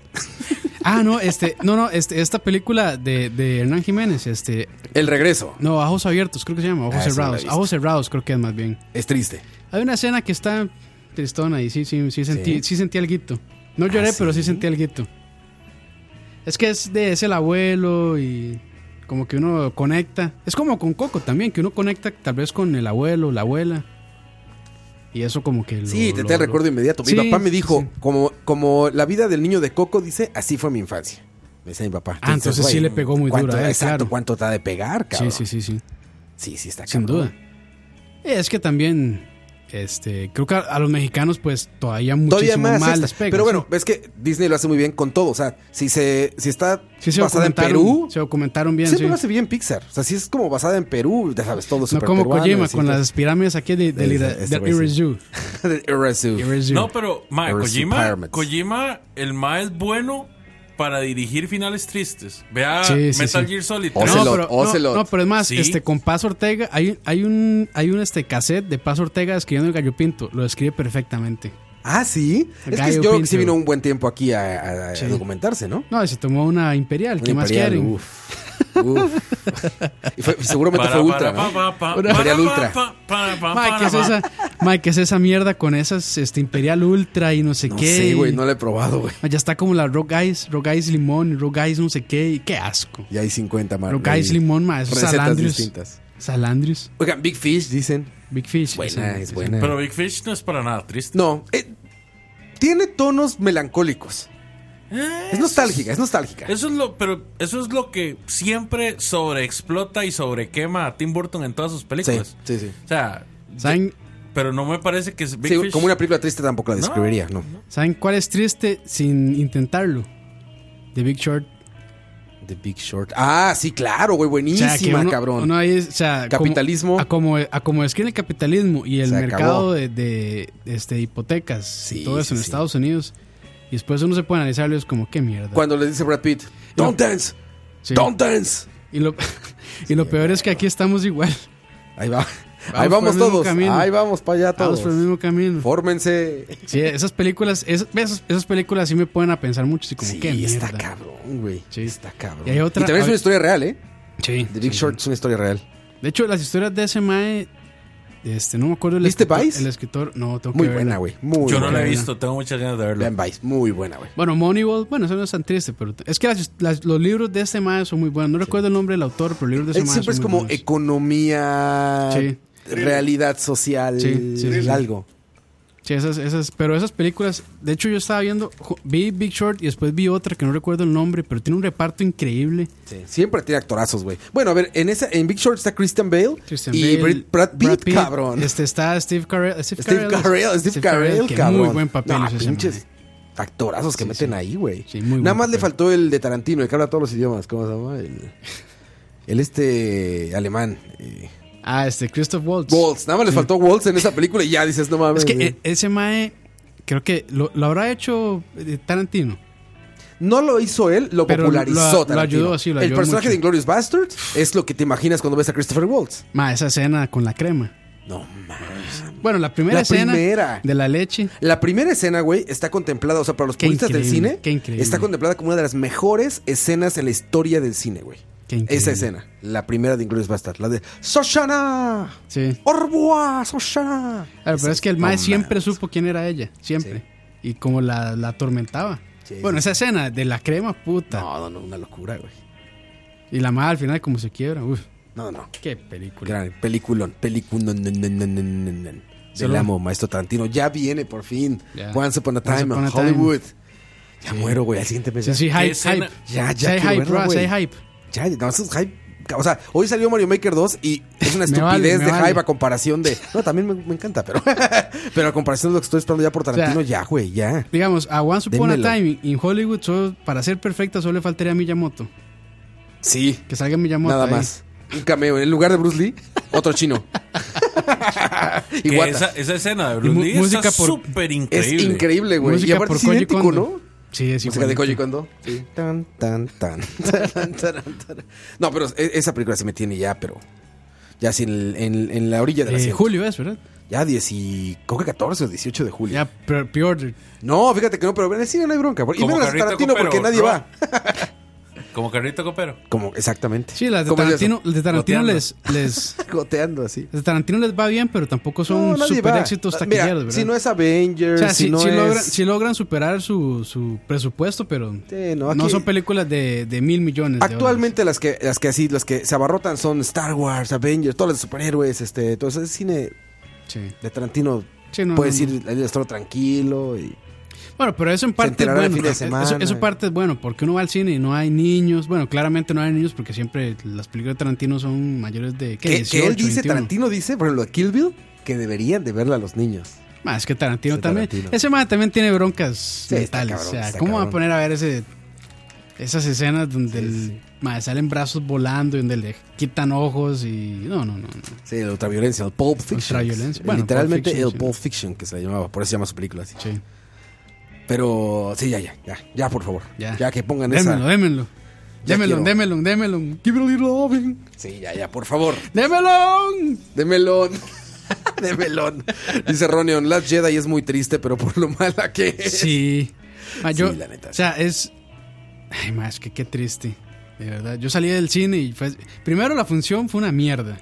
Speaker 4: Ah, no, este, no, no, este, esta película de, de Hernán Jiménez, este,
Speaker 5: El regreso
Speaker 4: no, Ojos Abiertos, creo que se llama, Ojos
Speaker 5: Ah, esa no la he
Speaker 4: Cerrados,
Speaker 5: visto.
Speaker 4: Ojos Cerrados creo que es más bien.
Speaker 5: es triste.
Speaker 4: Hay una escena que está tristona y sí, sí, sí sentí,
Speaker 5: Sí. Ah,
Speaker 4: sí, sentí alguito. No lloré,
Speaker 5: ¿sí?
Speaker 4: pero sí sentí alguito. Es que es de es el abuelo y como que uno conecta. Es como con Coco también, que uno conecta tal vez con el abuelo, la abuela. Y eso como que lo-
Speaker 5: Sí, te
Speaker 4: lo-
Speaker 5: trae el
Speaker 4: lo-
Speaker 5: recuerdo inmediato.
Speaker 4: Sí,
Speaker 5: mi papá me
Speaker 4: sí,
Speaker 5: dijo,
Speaker 4: sí.
Speaker 5: como, como la vida del niño de Coco dice, así fue mi infancia. Me decía mi papá.
Speaker 4: Ah, entonces
Speaker 5: güey,
Speaker 4: sí le pegó muy
Speaker 5: ¿cuánto-
Speaker 4: duro a él,
Speaker 5: Exacto,
Speaker 4: claro.
Speaker 5: ¿cuánto te ha de pegar,
Speaker 4: Sí,
Speaker 5: cabrón?
Speaker 4: sí, sí, sí.
Speaker 5: Sí, sí, está
Speaker 4: Sin
Speaker 5: Ah, cabrón.
Speaker 4: duda. Eh, Es que también, este, creo que a, a los mexicanos, pues, todavía muchísimo
Speaker 5: Todavía más.
Speaker 4: mal
Speaker 5: esta.
Speaker 4: les pega,
Speaker 5: Pero
Speaker 4: sí.
Speaker 5: bueno, ves que Disney lo hace muy bien con todo. O sea, si, se, si está
Speaker 4: Sí, se
Speaker 5: basada en
Speaker 4: documentaron-
Speaker 5: Perú, pues,
Speaker 4: Se documentaron bien,
Speaker 5: siempre
Speaker 4: sí.
Speaker 5: lo hace bien Pixar. O sea, si es como basada en Perú, ya sabes, todo
Speaker 4: No
Speaker 5: super
Speaker 4: como
Speaker 5: peruano,
Speaker 4: Kojima
Speaker 5: así,
Speaker 4: con
Speaker 5: todo.
Speaker 4: las pirámides aquí de, del
Speaker 5: Ese-
Speaker 4: Ira-
Speaker 5: ese
Speaker 4: del
Speaker 5: güey sí.
Speaker 4: Irazu.
Speaker 5: Irasu.
Speaker 4: Irazu.
Speaker 6: No, pero, ma,
Speaker 5: There is
Speaker 6: Kojima,
Speaker 5: requirements.
Speaker 6: Kojima, el ma es bueno para dirigir finales tristes. Vea
Speaker 4: Sí, sí,
Speaker 6: Metal
Speaker 4: sí.
Speaker 6: Gear Solid
Speaker 5: O
Speaker 6: 3.
Speaker 5: Ocelot,
Speaker 4: no, pero, no,
Speaker 5: Ocelot.
Speaker 4: no, pero es más,
Speaker 6: Sí.
Speaker 4: este, con Paz Ortega hay, hay un hay un este cassette de Paz Ortega escribiendo el gallo pinto, lo describe perfectamente.
Speaker 5: Ah, sí. Es que
Speaker 4: Gallo
Speaker 5: yo creo que
Speaker 4: Pinto.
Speaker 5: sí vino un buen tiempo aquí a, a- a
Speaker 4: Sí.
Speaker 5: documentarse, ¿no?
Speaker 4: No, y se tomó una imperial, ¿qué
Speaker 5: Un
Speaker 4: más
Speaker 5: Imperial,
Speaker 4: quieren?
Speaker 5: uf, uf. Y fue- seguramente fue ultra, ¿no? Imperial ultra.
Speaker 4: Mike, ¿qué es esa, Mike, ¿qué es esa mierda con esas este imperial ultra y no sé
Speaker 5: No
Speaker 4: qué?
Speaker 5: sé, güey,
Speaker 4: Y-
Speaker 5: no lo he probado, güey.
Speaker 4: Ya está como la Rock Ice, Rock Ice Limón, Rock Ice no sé qué, y qué asco.
Speaker 5: Y hay 50 más.
Speaker 4: Rock Ice Limón, más
Speaker 5: Recetas
Speaker 4: Salandrius.
Speaker 5: distintas.
Speaker 4: Salandrius,
Speaker 5: Oigan, Big Fish, dicen.
Speaker 4: Big Fish.
Speaker 5: Buena,
Speaker 4: ese-
Speaker 5: es
Speaker 4: ese-
Speaker 5: buena.
Speaker 6: Pero Big Fish no es para nada triste.
Speaker 5: No, eh, tiene tonos melancólicos. Es nostálgica, es nostálgica.
Speaker 6: Eso es lo, pero eso es lo que siempre sobreexplota y sobrequema a Tim Burton en todas sus películas.
Speaker 5: Sí, sí, sí.
Speaker 6: O sea,
Speaker 4: ¿Saben?
Speaker 6: pero no me parece que es Big
Speaker 5: Sí,
Speaker 6: Fish-
Speaker 5: como una película triste tampoco la
Speaker 6: No,
Speaker 5: describiría, no.
Speaker 4: ¿Saben cuál es triste sin intentarlo? The Big Short.
Speaker 5: The Big Short. Ah, sí, claro, güey,
Speaker 4: O
Speaker 5: buenísima,
Speaker 4: sea, que uno-
Speaker 5: cabrón.
Speaker 4: uno ahí es- o sea, como-
Speaker 5: Capitalismo.
Speaker 4: a como, a como describen el capitalismo y el
Speaker 5: Se acabó.
Speaker 4: mercado de, de, este, hipotecas y
Speaker 5: Sí,
Speaker 4: todo eso
Speaker 5: sí,
Speaker 4: en
Speaker 5: sí.
Speaker 4: Estados Unidos. Y después uno se puede analizarlo y es como, qué mierda.
Speaker 5: Cuando le dice Brad Pitt, Don't dance,
Speaker 4: Sí.
Speaker 5: don't dance.
Speaker 4: Y lo, y lo peor es que aquí estamos igual.
Speaker 5: Ahí va. ahí vamos
Speaker 4: por el mismo
Speaker 5: todos.
Speaker 4: camino.
Speaker 5: Ahí vamos para allá
Speaker 4: Todos
Speaker 5: todos.
Speaker 4: por el mismo camino.
Speaker 5: Fórmense.
Speaker 4: Sí, esas películas, esas, esas, esas películas sí me pueden a pensar mucho. Así como,
Speaker 5: Sí,
Speaker 4: qué mierda.
Speaker 5: está cabrón, güey.
Speaker 4: Sí.
Speaker 5: Está cabrón.
Speaker 4: Y hay otra-
Speaker 5: también es una historia real, ¿eh?
Speaker 4: Sí,
Speaker 5: The Big
Speaker 4: sí,
Speaker 5: Short es una historia real.
Speaker 4: sí. De hecho, las historias de ese mae, este, no me acuerdo el
Speaker 5: ¿Viste
Speaker 4: escritor.
Speaker 5: Vice?
Speaker 4: El escritor, no, tengo que
Speaker 5: Muy
Speaker 4: verla.
Speaker 5: buena, güey. Muy
Speaker 6: Yo no la
Speaker 5: buena.
Speaker 6: he visto, tengo muchas ganas de verla.
Speaker 5: Vean Vice, muy buena, güey.
Speaker 4: Bueno, Moneyball, bueno, eso no es tan triste, pero es que las- las- los libros de este mae son muy buenos. No recuerdo el nombre del autor, pero los libros de ese
Speaker 5: Él
Speaker 4: mae
Speaker 5: Eh, siempre es
Speaker 4: son
Speaker 5: como
Speaker 4: muy buenos.
Speaker 5: economía,
Speaker 4: Sí.
Speaker 5: realidad social,
Speaker 4: Sí, sí, sí.
Speaker 5: algo.
Speaker 4: Sí, esas, esas, pero esas películas, de hecho yo estaba viendo, ju- vi Big Short y después vi otra que no recuerdo el nombre, pero tiene un reparto increíble.
Speaker 5: Sí, Siempre tiene actorazos, güey. Bueno, a ver, en esa en Big Short está Christian Bale
Speaker 4: Christian
Speaker 5: y
Speaker 4: Bale,
Speaker 5: Brad- Brad Pitt, cabrón.
Speaker 4: Este está Steve Carell, Steve,
Speaker 5: Steve Carell, Steve Carell,
Speaker 4: que
Speaker 5: cabrón.
Speaker 4: muy buen papel.
Speaker 5: No,
Speaker 4: hizo ese
Speaker 5: pinches
Speaker 4: mae.
Speaker 5: actorazos que
Speaker 4: Sí,
Speaker 5: meten
Speaker 4: sí.
Speaker 5: ahí, güey.
Speaker 4: Sí, muy
Speaker 5: Nada
Speaker 4: buen
Speaker 5: más le
Speaker 4: papel.
Speaker 5: faltó el de Tarantino, el que habla todos los idiomas. ¿Cómo se llama? El, el este alemán. eh,
Speaker 4: Ah, este Christoph Waltz.
Speaker 5: Waltz. Nada más le faltó Waltz en esa película y ya dices, no mames.
Speaker 4: Es que
Speaker 5: güey.
Speaker 4: eh, ese mae, creo que lo, lo habrá hecho eh, Tarantino.
Speaker 5: No lo hizo él, lo
Speaker 4: Pero
Speaker 5: popularizó.
Speaker 4: lo- lo
Speaker 5: Tarantino.
Speaker 4: ayudó, sí, lo
Speaker 5: El
Speaker 4: ayudó
Speaker 5: personaje
Speaker 4: mucho.
Speaker 5: de Inglorious Bastard es lo que te imaginas cuando ves a Christopher Waltz.
Speaker 4: Ma, esa escena con la crema.
Speaker 5: No mames.
Speaker 4: Bueno, la primera
Speaker 5: La
Speaker 4: escena
Speaker 5: primera.
Speaker 4: de la leche.
Speaker 5: La primera escena, güey, está contemplada, o sea, para los
Speaker 4: Qué
Speaker 5: puristas del
Speaker 4: increíble,
Speaker 5: cine,
Speaker 4: qué increíble.
Speaker 5: está contemplada como una de las mejores escenas en la historia del cine, güey.
Speaker 4: Qué increíble.
Speaker 5: Esa escena, la primera de Inglorious Bastard, la de Soshana,
Speaker 4: Sí.
Speaker 5: Orboa, Soshana.
Speaker 4: Claro, pero es que el mae
Speaker 5: No
Speaker 4: siempre
Speaker 5: mames.
Speaker 4: supo quién era ella, siempre. Y como la, la atormentaba.
Speaker 5: Sí,
Speaker 4: bueno,
Speaker 5: sí,
Speaker 4: esa escena de la crema, puta.
Speaker 5: No, no, no, una locura, güey.
Speaker 4: Y la mae al final como se quiebra. Uf,
Speaker 5: No, no.
Speaker 4: qué película.
Speaker 5: Gran peliculón, peliculón. nan, nan, nan, nan, nan, nan. Del
Speaker 4: Solo-
Speaker 5: amo, maestro Tarantino. Ya viene, por fin.
Speaker 4: Ya.
Speaker 5: Once Upon a
Speaker 4: Once
Speaker 5: Time in
Speaker 4: upon a time.
Speaker 5: Hollywood. Ya muero, güey, al siguiente mes.
Speaker 4: Sí, sí,
Speaker 5: ya.
Speaker 4: hype,
Speaker 6: escena?
Speaker 4: hype.
Speaker 5: Ya, ya
Speaker 4: Say
Speaker 5: quiero
Speaker 4: hype,
Speaker 5: verla,
Speaker 4: bro,
Speaker 5: güey.
Speaker 4: say hype.
Speaker 5: Ya, no, eso es hype. O sea, hoy salió Mario Maker 2 y es una
Speaker 4: Me
Speaker 5: estupidez
Speaker 4: vale, me
Speaker 5: de
Speaker 4: vale.
Speaker 5: hype a comparación de. No, también me, me encanta, pero. pero a comparación de lo que estoy esperando ya por Tarantino,
Speaker 4: O sea,
Speaker 5: ya, güey, ya.
Speaker 4: Digamos, a Once Upon
Speaker 5: Démelo.
Speaker 4: a Time in Hollywood, solo- para ser perfecta, solo le faltaría a Miyamoto.
Speaker 5: Sí,
Speaker 4: Que salga Miyamoto.
Speaker 5: nada
Speaker 4: ahí.
Speaker 5: más. Un cameo. En lugar de Bruce Lee, otro chino.
Speaker 6: Que
Speaker 5: Iguata.
Speaker 6: esa, esa escena de
Speaker 4: Y
Speaker 6: Bruce
Speaker 4: mu-
Speaker 6: Lee está
Speaker 4: música por-
Speaker 6: súper
Speaker 5: Es
Speaker 6: increíble.
Speaker 5: increíble, güey. Y
Speaker 4: Música
Speaker 5: aparte
Speaker 4: por
Speaker 5: es
Speaker 4: Koji
Speaker 5: idéntico,
Speaker 4: Kondo.
Speaker 5: ¿no?
Speaker 4: Sí, es
Speaker 5: Música de Koji
Speaker 4: igualito.
Speaker 5: Kondo. Sí. Tan, tan, tan. Taran, taran, taran. No, pero e- esa película se me tiene ya, pero. Ya sin el- en, en la orilla de la
Speaker 4: Eh,
Speaker 5: silla.
Speaker 4: julio es, ¿verdad?
Speaker 5: Ya 10 y. Creo que 14 o 18 de julio.
Speaker 4: Ya, pre- pre-order.
Speaker 5: No, fíjate que no, pero en el cine no hay bronca. Y
Speaker 6: Como
Speaker 5: menos a
Speaker 6: carrito
Speaker 5: Tarantino
Speaker 6: copero,
Speaker 5: porque nadie
Speaker 6: ¿no?
Speaker 5: va.
Speaker 6: Como Carrito Copero.
Speaker 5: Como, exactamente.
Speaker 4: Sí, las de
Speaker 5: Como es
Speaker 4: Tarantino, las de Tarantino
Speaker 6: Goteando.
Speaker 4: les, les,
Speaker 5: eso, Goteando así.
Speaker 4: las de Tarantino les va bien, pero tampoco son
Speaker 5: No, nadie
Speaker 4: super
Speaker 5: va. Ah,
Speaker 4: éxitos
Speaker 5: Mira,
Speaker 4: taquilleros, ¿verdad?
Speaker 5: Si no es Avengers,
Speaker 4: O sea,
Speaker 5: si,
Speaker 4: sí,
Speaker 5: no
Speaker 4: sí
Speaker 5: es.
Speaker 4: logran, sí logran superar su, su presupuesto, pero
Speaker 5: Sí, no,
Speaker 4: no,
Speaker 5: aquí-
Speaker 4: son películas de, de mil millones. de
Speaker 5: Actualmente las que las que así las que se abarrotan son Star Wars, Avengers, todos los superhéroes, este, todo ese cine
Speaker 4: dólares. Sí.
Speaker 5: de Tarantino
Speaker 4: Sí, no,
Speaker 5: puedes
Speaker 4: no,
Speaker 5: ir al estar tranquilo y
Speaker 4: Bueno, pero eso en parte es
Speaker 5: enterará el
Speaker 4: bueno.
Speaker 5: fin de
Speaker 4: Eh, Eso,
Speaker 5: semana.
Speaker 4: eso parte es bueno, porque uno va al cine y no hay niños. Bueno, claramente no hay niños porque siempre las películas de Tarantino son mayores de ¿qué?
Speaker 5: que, que él
Speaker 4: 18,
Speaker 5: dice
Speaker 4: 21.
Speaker 5: Tarantino dice, por ejemplo, de Kill Bill que deberían de verla los niños.
Speaker 4: Ah, es que Tarantino
Speaker 5: Sí,
Speaker 4: también.
Speaker 5: Tarantino.
Speaker 4: Ese man también tiene broncas
Speaker 5: está
Speaker 4: mentales.
Speaker 5: cabrón,
Speaker 4: o sea,
Speaker 5: está
Speaker 4: ¿cómo va a
Speaker 5: cabrón.
Speaker 4: poner a ver ese esas escenas donde el, mae, salen brazos volando y donde le quitan ojos y no, no, no. no.
Speaker 5: Sí, la ultraviolencia, el Pulp Fiction.
Speaker 4: Ultraviolencia.
Speaker 5: El-
Speaker 4: Bueno,
Speaker 5: literalmente
Speaker 4: Pulp Fiction,
Speaker 5: el
Speaker 4: sí.
Speaker 5: Pulp Fiction que se la llamaba, por eso se llama su película así.
Speaker 4: Sí.
Speaker 5: Pero sí, ya, ya, ya, ya, por favor. Ya,
Speaker 4: Ya.
Speaker 5: que pongan
Speaker 4: Démelo,
Speaker 5: esa.
Speaker 4: démelo.
Speaker 5: Ya
Speaker 4: Démelo,
Speaker 5: quiero.
Speaker 4: démelo, démelo. Give it a little loving.
Speaker 5: Sí, ya, ya, por favor.
Speaker 4: ¡Démelo!
Speaker 5: De melón. De melón. Dice Ronion, Last Jedi es muy triste, pero por lo mala que es.
Speaker 4: Sí. Ma, Ah, yo-
Speaker 5: la neta,
Speaker 4: O sea, es. Ay, más que qué triste. De verdad. Yo salí del cine y fue. Primero, la función fue una mierda.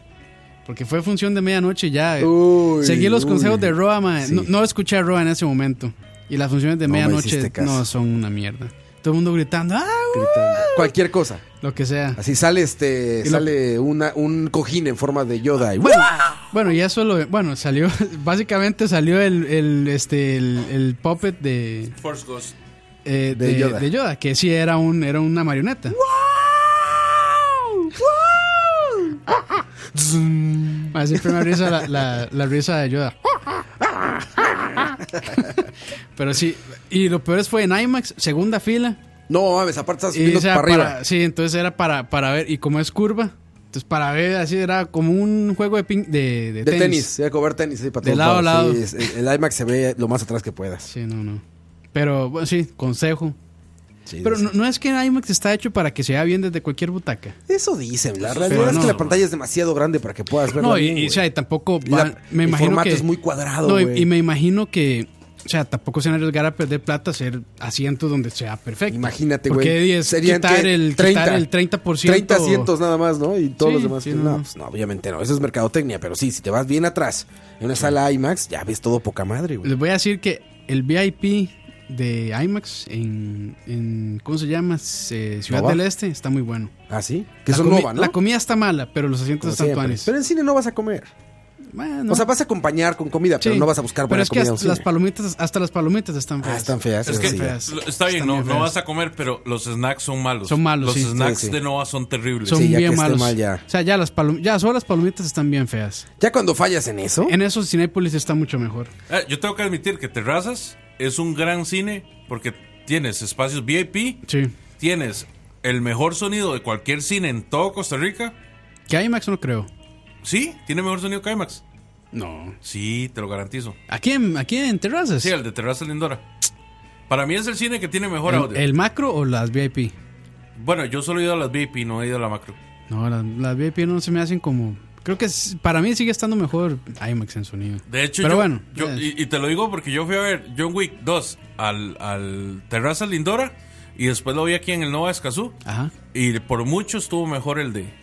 Speaker 4: Porque fue función de medianoche y ya. eh,
Speaker 5: Uy,
Speaker 4: seguí los
Speaker 5: uy.
Speaker 4: consejos de Roa, ma.
Speaker 5: Sí.
Speaker 4: No, no escuché a Roa en ese momento. Y las funciones de
Speaker 5: No me
Speaker 4: medianoche
Speaker 5: hiciste caso.
Speaker 4: no son una mierda. Todo el mundo gritando, ¡ah!
Speaker 5: Gritando. Cualquier cosa.
Speaker 4: Lo que sea.
Speaker 5: Así sale este.
Speaker 4: Y lo-
Speaker 5: Sale una, un cojín en forma de Yoda. Y,
Speaker 4: Bueno, ya solo. Bueno, salió. Básicamente salió el, el, este, el, el puppet de.
Speaker 6: Force Ghost.
Speaker 4: eh,
Speaker 5: De
Speaker 4: de,
Speaker 5: Yoda.
Speaker 4: de Yoda, que sí era, un, era una marioneta. Ma, siempre me risa la, la- la risa de Yoda. Pero sí, y lo peor es fue en IMAX, segunda fila.
Speaker 5: No, mames, aparte estás
Speaker 4: Y
Speaker 5: viendo
Speaker 4: o sea,
Speaker 5: para arriba.
Speaker 4: para- sí, entonces era para, para ver, y como es curva, entonces para ver, así era como un juego de, ping- de,
Speaker 5: De
Speaker 4: de tenis.
Speaker 5: tenis, de cover tenis, sí, para
Speaker 4: De
Speaker 5: todos
Speaker 4: lado a
Speaker 5: lados,
Speaker 4: lado.
Speaker 5: sí, es- el, el IMAX se ve lo más atrás que puedas.
Speaker 4: Sí, no, no. Pero bueno, sí, consejo.
Speaker 5: Sí,
Speaker 4: Pero
Speaker 5: sí.
Speaker 4: no, no es que IMAX está hecho para que se vea bien desde cualquier butaca.
Speaker 5: Eso dicen, la realidad
Speaker 4: Pero
Speaker 5: es que
Speaker 4: no,
Speaker 5: la pantalla es demasiado grande para que puedas verlo.
Speaker 4: No, y,
Speaker 5: bien,
Speaker 4: y,
Speaker 5: güey.
Speaker 4: o sea, y tampoco
Speaker 5: Y la-
Speaker 4: van- me
Speaker 5: el
Speaker 4: imagino
Speaker 5: formato
Speaker 4: que-
Speaker 5: es muy cuadrado,
Speaker 4: No, y,
Speaker 5: güey.
Speaker 4: y me imagino que, o sea, tampoco se van a arriesgar a perder plata a hacer asientos donde sea perfecto.
Speaker 5: Imagínate, güey.
Speaker 4: Porque di, es
Speaker 5: Serían,
Speaker 4: quitar,
Speaker 5: ¿qué?
Speaker 4: el,
Speaker 5: 30.
Speaker 4: quitar el 30%.
Speaker 5: 30 asientos nada más, ¿no? Y todos
Speaker 4: Sí,
Speaker 5: los demás.
Speaker 4: sí,
Speaker 5: que-
Speaker 4: no,
Speaker 5: no,
Speaker 4: no.
Speaker 5: pues no, obviamente no. Eso es mercadotecnia, pero sí, si te vas bien atrás en una sala IMAX, ya ves todo poca madre, güey.
Speaker 4: Les voy a decir que el VIP de IMAX en, en ¿cómo se llama? Se- Ciudad
Speaker 5: ¿Nova?
Speaker 4: del Este está muy bueno.
Speaker 5: ¿Ah, sí? Que
Speaker 4: la,
Speaker 5: son
Speaker 4: comi-
Speaker 5: Nova, ¿no?
Speaker 4: la comida está mala, pero los asientos
Speaker 5: Como
Speaker 4: están
Speaker 5: siempre.
Speaker 4: tuanes.
Speaker 5: Pero en cine no vas a comer.
Speaker 4: Bueno,
Speaker 5: O sea, vas a acompañar con comida, pero
Speaker 4: sí.
Speaker 5: no vas a buscar
Speaker 4: Pero
Speaker 5: buena
Speaker 4: es que
Speaker 5: comida. en
Speaker 4: hasta
Speaker 5: cine.
Speaker 4: las palomitas, hasta las palomitas están feas.
Speaker 5: Ah, están feas.
Speaker 6: Es
Speaker 5: eso
Speaker 6: que
Speaker 5: sí.
Speaker 4: feas.
Speaker 6: lo- está bien,
Speaker 4: Están
Speaker 6: no,
Speaker 4: bien
Speaker 6: no
Speaker 4: feas.
Speaker 6: vas a comer, pero los snacks son malos.
Speaker 4: Son malos,
Speaker 6: Los
Speaker 4: sí.
Speaker 6: snacks
Speaker 5: Sí, sí.
Speaker 6: de Nova son terribles.
Speaker 4: Son
Speaker 5: Sí, ya que
Speaker 4: bien
Speaker 5: esté
Speaker 4: malos.
Speaker 5: mal, ya.
Speaker 4: O sea, ya las palom- ya solo las palomitas están bien feas.
Speaker 5: Ya cuando fallas en eso,
Speaker 4: En eso Cinépolis está mucho mejor.
Speaker 6: Ah, yo tengo que admitir que Terrazas es un gran cine porque tienes espacios VIP,
Speaker 4: Sí.
Speaker 6: tienes el mejor sonido de cualquier cine en todo Costa Rica.
Speaker 4: Que IMAX no creo.
Speaker 6: Sí, tiene mejor sonido que IMAX.
Speaker 4: No.
Speaker 6: Sí, te lo garantizo.
Speaker 4: Aquí en, aquí en Terrazas.
Speaker 6: Sí, el de Terrazas Lindora. Para mí es el cine que tiene mejor
Speaker 4: el,
Speaker 6: audio.
Speaker 4: el macro o las VIP?
Speaker 6: Bueno, yo solo he ido a las VIP, no he ido a la macro.
Speaker 4: No, las, las VIP no se me hacen como. Creo que es- para mí sigue estando mejor IMAX en sonido.
Speaker 6: De hecho,
Speaker 4: Pero
Speaker 6: yo,
Speaker 4: bueno,
Speaker 6: yo-
Speaker 4: eh.
Speaker 6: y, y te lo digo porque yo fui a ver John Wick 2 al, al Terraza Lindora y después lo vi aquí en el Nova Escazú.
Speaker 4: Ajá.
Speaker 6: Y por mucho estuvo mejor el de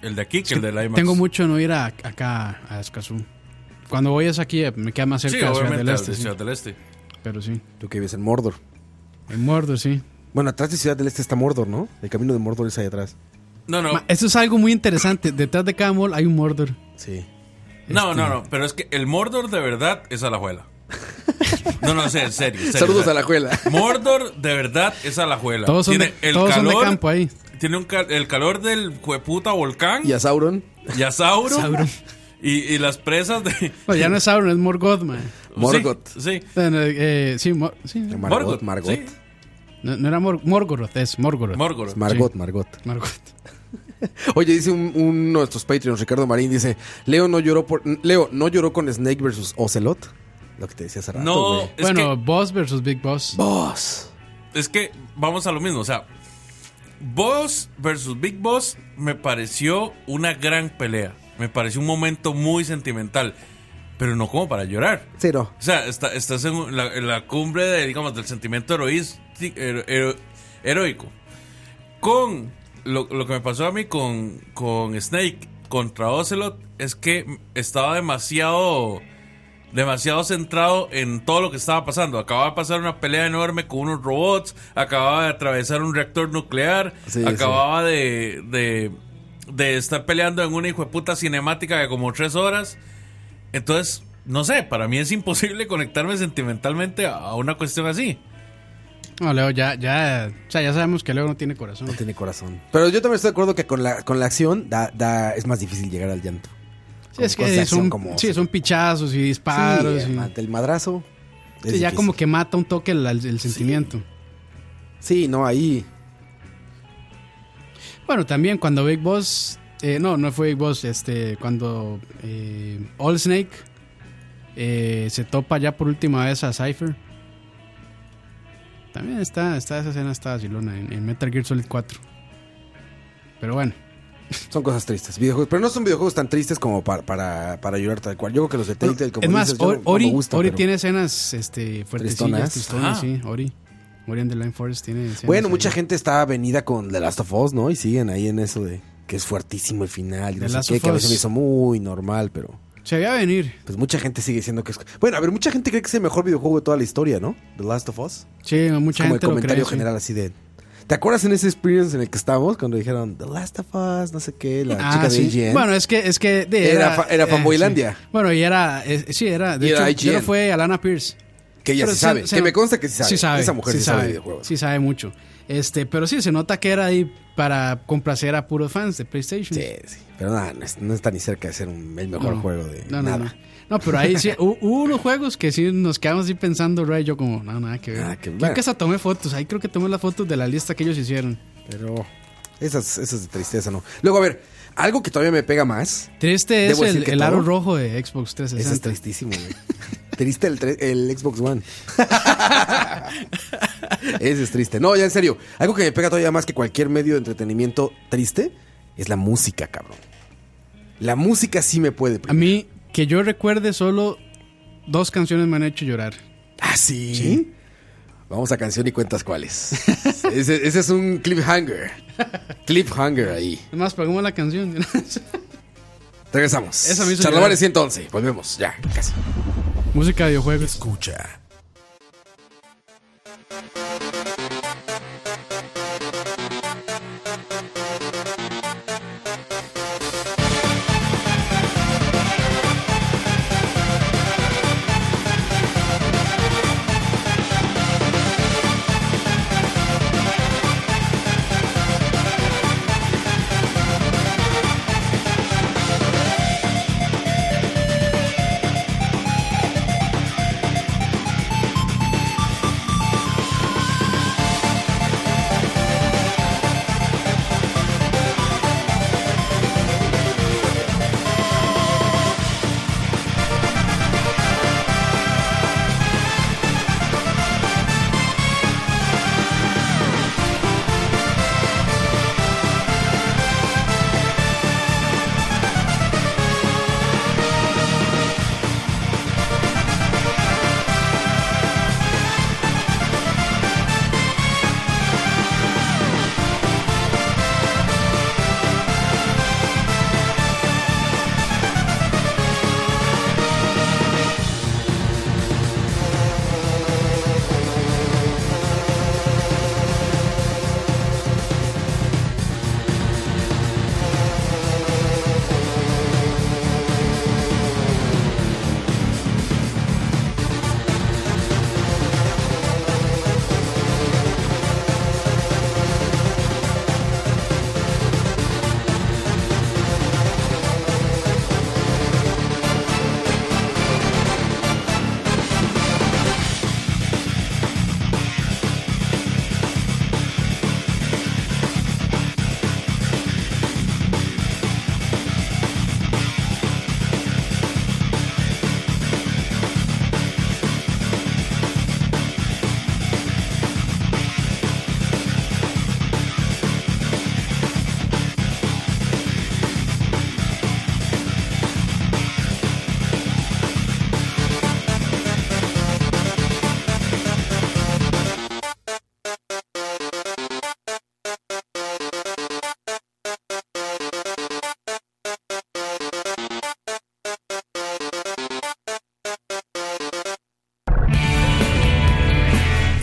Speaker 6: el de aquí que el de la IMAX.
Speaker 4: Tengo mucho no ir a- acá a Escazú. Cuando voy es aquí, eh, me queda más cerca
Speaker 6: Sí,
Speaker 4: de Ciudad
Speaker 6: obviamente,
Speaker 4: del
Speaker 6: al
Speaker 4: Este.
Speaker 6: de
Speaker 4: sí.
Speaker 6: Ciudad del Este.
Speaker 4: Pero sí.
Speaker 5: tú que vives en Mordor.
Speaker 4: En Mordor, sí.
Speaker 5: Bueno, atrás de Ciudad del Este está Mordor, ¿no? El camino de Mordor es ahí atrás.
Speaker 6: No, no,
Speaker 4: Ma, esto es algo muy interesante. Detrás de cada mall hay un Mordor.
Speaker 5: Sí.
Speaker 4: este,
Speaker 6: no, no, no, pero es que el Mordor de verdad es Alajuela. No, no, sé, en serio. en serio,
Speaker 5: Saludos
Speaker 6: o sea,
Speaker 5: a la juela.
Speaker 6: Mordor de verdad es Alajuela.
Speaker 4: Todos son,
Speaker 6: tiene
Speaker 4: de, todos son de campo ahí.
Speaker 6: Tiene un cal- el calor del jueputa volcán
Speaker 5: Y a Sauron.
Speaker 6: y a Sauron.
Speaker 4: Sauron.
Speaker 6: Y, y las presas de.
Speaker 4: Bueno, Pues ya no es Sauron, es Morgoth, man.
Speaker 5: Morgoth.
Speaker 6: Sí. sí.
Speaker 4: Bueno, eh, sí, Mor- sí, no,
Speaker 5: Margot.
Speaker 6: Morgoth,
Speaker 5: Margot.
Speaker 6: sí.
Speaker 4: no, era Mor- Morgoroth, es Morgoroth.
Speaker 6: Morgoth.
Speaker 5: pues, Margot, Margot.
Speaker 4: Morgoth.
Speaker 5: Oye, dice un- uno de nuestros Patreons, Ricardo Marín, dice, Leo no lloró por Leo no lloró con Snake versus Ocelot. Lo que te decía hace rato,
Speaker 6: no,
Speaker 5: güey.
Speaker 6: es
Speaker 4: bueno, Boss versus Big Boss.
Speaker 5: Boss.
Speaker 6: que es que vamos a lo mismo, o sea, Boss versus Big Boss me pareció una gran pelea, me pareció un momento muy sentimental, pero no como para llorar.
Speaker 5: Sí, no.
Speaker 6: O sea, está- estás en la, en la cumbre de, digamos, del sentimiento heroís- hero- hero- heroico. Con lo, lo que me pasó a mí con, con Snake contra Ocelot es que estaba demasiado demasiado centrado en todo lo que estaba pasando. Acababa de pasar una pelea enorme con unos robots, acababa de atravesar un reactor nuclear,
Speaker 5: Sí,
Speaker 6: acababa De, de, de estar peleando en una hijo puta cinemática de como tres horas. Entonces, no sé, para mí es imposible conectarme sentimentalmente a- a una cuestión así.
Speaker 4: No, Leo, ya, ya, o sea, ya sabemos que Leo no tiene corazón.
Speaker 5: No tiene corazón. Pero yo también estoy de acuerdo que con la, con la acción da, da, es más difícil llegar al llanto.
Speaker 4: Sí, es
Speaker 5: Con cosas de
Speaker 4: que
Speaker 5: acción
Speaker 4: son,
Speaker 5: como-
Speaker 4: sí, son pichazos y disparos.
Speaker 5: Sí,
Speaker 4: y-
Speaker 5: ma- del madrazo.
Speaker 4: sí,
Speaker 5: es
Speaker 4: ya
Speaker 5: difícil.
Speaker 4: como que mata un toque el, el- el sentimiento.
Speaker 5: Sí, no, ahí.
Speaker 4: Bueno, también cuando Big Boss. eh, no, no fue Big Boss. Este, cuando eh, All Snake eh, se topa ya por última vez a Cypher. También está, está esa escena, está vacilona en, en Metal Gear Solid 4. Pero bueno,
Speaker 5: Son cosas tristes. Videojuegos, pero no son videojuegos tan tristes como para, para, para llorar tal cual. Yo creo que los de Telltale, como
Speaker 4: es más,
Speaker 5: dices, yo no-
Speaker 4: Ori,
Speaker 5: no
Speaker 4: Ori,
Speaker 5: me gusta,
Speaker 4: Ori
Speaker 5: pero-
Speaker 4: tiene escenas este,
Speaker 5: Tristonas.
Speaker 4: fuertecillas, tristonas,
Speaker 6: Ah.
Speaker 4: sí, Ori. Ori and the Line Forest tiene escenas
Speaker 5: Bueno,
Speaker 4: ahí.
Speaker 5: mucha gente está venida con The Last of Us, ¿no? Y siguen ahí en eso de que es fuertísimo el final. y
Speaker 4: The
Speaker 5: No sé
Speaker 4: Last
Speaker 5: qué,
Speaker 4: of
Speaker 5: que a veces
Speaker 4: Us.
Speaker 5: me hizo muy normal, pero.
Speaker 4: Se veía venir.
Speaker 5: Pues mucha gente sigue diciendo que es. Bueno, a ver, mucha gente cree que es el mejor videojuego de toda la historia, ¿no? The Last of Us.
Speaker 4: Sí,
Speaker 5: es
Speaker 4: mucha
Speaker 5: como el
Speaker 4: gente lo
Speaker 5: comentario
Speaker 4: cree. sí.
Speaker 5: general así de. ¿Te acuerdas en ese experience en el que estábamos cuando dijeron The Last of Us, no sé qué, la
Speaker 4: Ah,
Speaker 5: chica de
Speaker 4: sí.
Speaker 5: IGN?
Speaker 4: Bueno, es que. Es que de-
Speaker 5: Era fa- era fanboylandia.
Speaker 4: sí. Bueno, y era. eh, sí, era. De
Speaker 5: Y era
Speaker 4: hecho, creo
Speaker 5: IGN.
Speaker 4: que fue Alana Pierce.
Speaker 5: Que ella
Speaker 4: Pero
Speaker 5: sí sabe.
Speaker 4: se-
Speaker 5: que
Speaker 4: se-
Speaker 5: me consta que sí sabe.
Speaker 4: Sí sabe.
Speaker 5: Esa mujer sí, sabe de videojuegos.
Speaker 4: Sí sabe mucho. Este, pero sí, se nota que era ahí para complacer a puros fans de PlayStation.
Speaker 5: Sí, sí. Pero nada, no, es- no está ni cerca de ser un- el mejor
Speaker 4: No.
Speaker 5: juego de
Speaker 4: No, no,
Speaker 5: nada.
Speaker 4: no. No, pero ahí sí, hu- hubo unos juegos que sí nos quedamos así pensando, Ray, yo como, no, nada que ver.
Speaker 5: Nada que
Speaker 4: creo
Speaker 5: ver.
Speaker 4: que hasta tomé fotos, ahí creo que tomé las fotos de la lista que ellos hicieron.
Speaker 5: Pero esas, esas de tristeza, ¿no? Luego, a ver, algo que todavía me pega más.
Speaker 4: Triste es
Speaker 5: Debo decir
Speaker 4: el,
Speaker 5: que
Speaker 4: el aro
Speaker 5: todo.
Speaker 4: rojo de Xbox
Speaker 5: Ese es
Speaker 4: 360.
Speaker 5: tristísimo, güey. Triste el, tre- el Xbox One. Ese es triste. No, ya en serio. Algo que me pega todavía más que cualquier medio de entretenimiento triste es la música, cabrón. La música sí me puede.
Speaker 4: a mí, que yo recuerde, solo dos canciones me han hecho llorar.
Speaker 5: ¿Ah, sí? Vamos a canción y cuentas cuáles. ese, ese es un cliffhanger. Cliffhanger ahí.
Speaker 4: Es más, pagamos la canción.
Speaker 5: Regresamos.
Speaker 4: Esa me hizo
Speaker 5: Charlavanes
Speaker 4: llorar.
Speaker 5: 111. Volvemos. Ya, casi.
Speaker 4: Música de videojuegos.
Speaker 1: Escucha.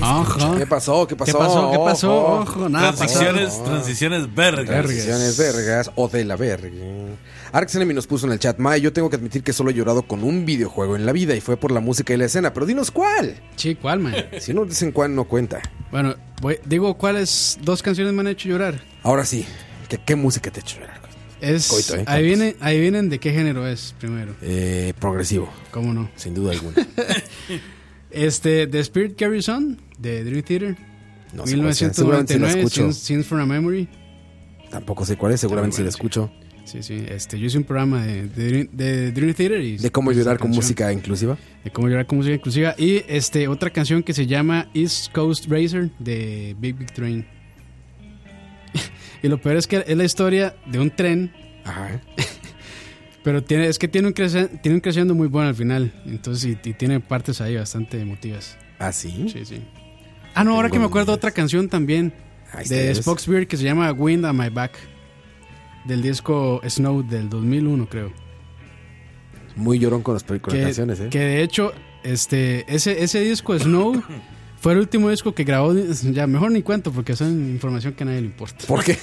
Speaker 4: Ajá.
Speaker 5: ¿Qué pasó? ¿Qué pasó?
Speaker 4: ¿Qué pasó? ¿Qué pasó?
Speaker 5: Ojo.
Speaker 4: Ojo, nada
Speaker 5: pues
Speaker 6: transiciones,
Speaker 5: pasó.
Speaker 6: transiciones vergas.
Speaker 5: Transiciones vergas o de la verga. Arx Enemy nos puso en el chat, Mae, yo tengo que admitir que solo he llorado con un videojuego en la vida y fue por la música y la escena, pero dinos cuál.
Speaker 4: Sí, ¿cuál, man?
Speaker 5: Si no dicen cuál, no cuenta.
Speaker 4: Bueno, voy- digo, ¿cuáles dos canciones me han hecho llorar?
Speaker 5: Ahora sí, ¿qué, qué música te ha hecho llorar?
Speaker 4: Es,
Speaker 5: Coito, ¿eh?
Speaker 4: ahí, vienen, ahí vienen de qué género es, primero.
Speaker 5: Eh, progresivo,
Speaker 4: ¿Cómo no?
Speaker 5: sin duda alguna.
Speaker 4: Este, The Spirit Carries On, de Dream Theater.
Speaker 5: No sé cuál sea, seguramente sí la
Speaker 4: 1999,
Speaker 5: escucho.
Speaker 4: Scenes, Scenes from a Memory.
Speaker 5: Tampoco sé cuál es, seguramente si la escucho.
Speaker 4: Sí, sí. Este, yo hice un programa de, de Dream- de Dream Theater. Y,
Speaker 5: De cómo
Speaker 4: pues,
Speaker 5: llorar
Speaker 4: esa
Speaker 5: con
Speaker 4: canción.
Speaker 5: música inclusiva.
Speaker 4: De cómo llorar con música inclusiva. Y este, otra canción que se llama East Coast Racer de Big Big Train. y lo peor es que es la historia de un tren
Speaker 5: Ajá.
Speaker 4: Pero tiene, es que tiene un, crece- tiene un creciendo muy bueno al final. Entonces, y, y tiene partes ahí bastante emotivas.
Speaker 5: ¿Ah, sí?
Speaker 4: Sí, sí. Ah, no, ahora que me acuerdo otra canción también
Speaker 5: Ahí está,
Speaker 4: de
Speaker 5: ¿ves?
Speaker 4: Spocksbeard que se llama Wind on My Back. Del disco Snow del 2001, creo.
Speaker 5: Muy llorón con, los, con las
Speaker 4: que,
Speaker 5: canciones, ¿eh?
Speaker 4: que de hecho, este, ese, ese disco Snow fue el último disco que grabó. Ya, mejor ni cuento porque esa es información que a nadie le importa.
Speaker 5: ¿Por qué?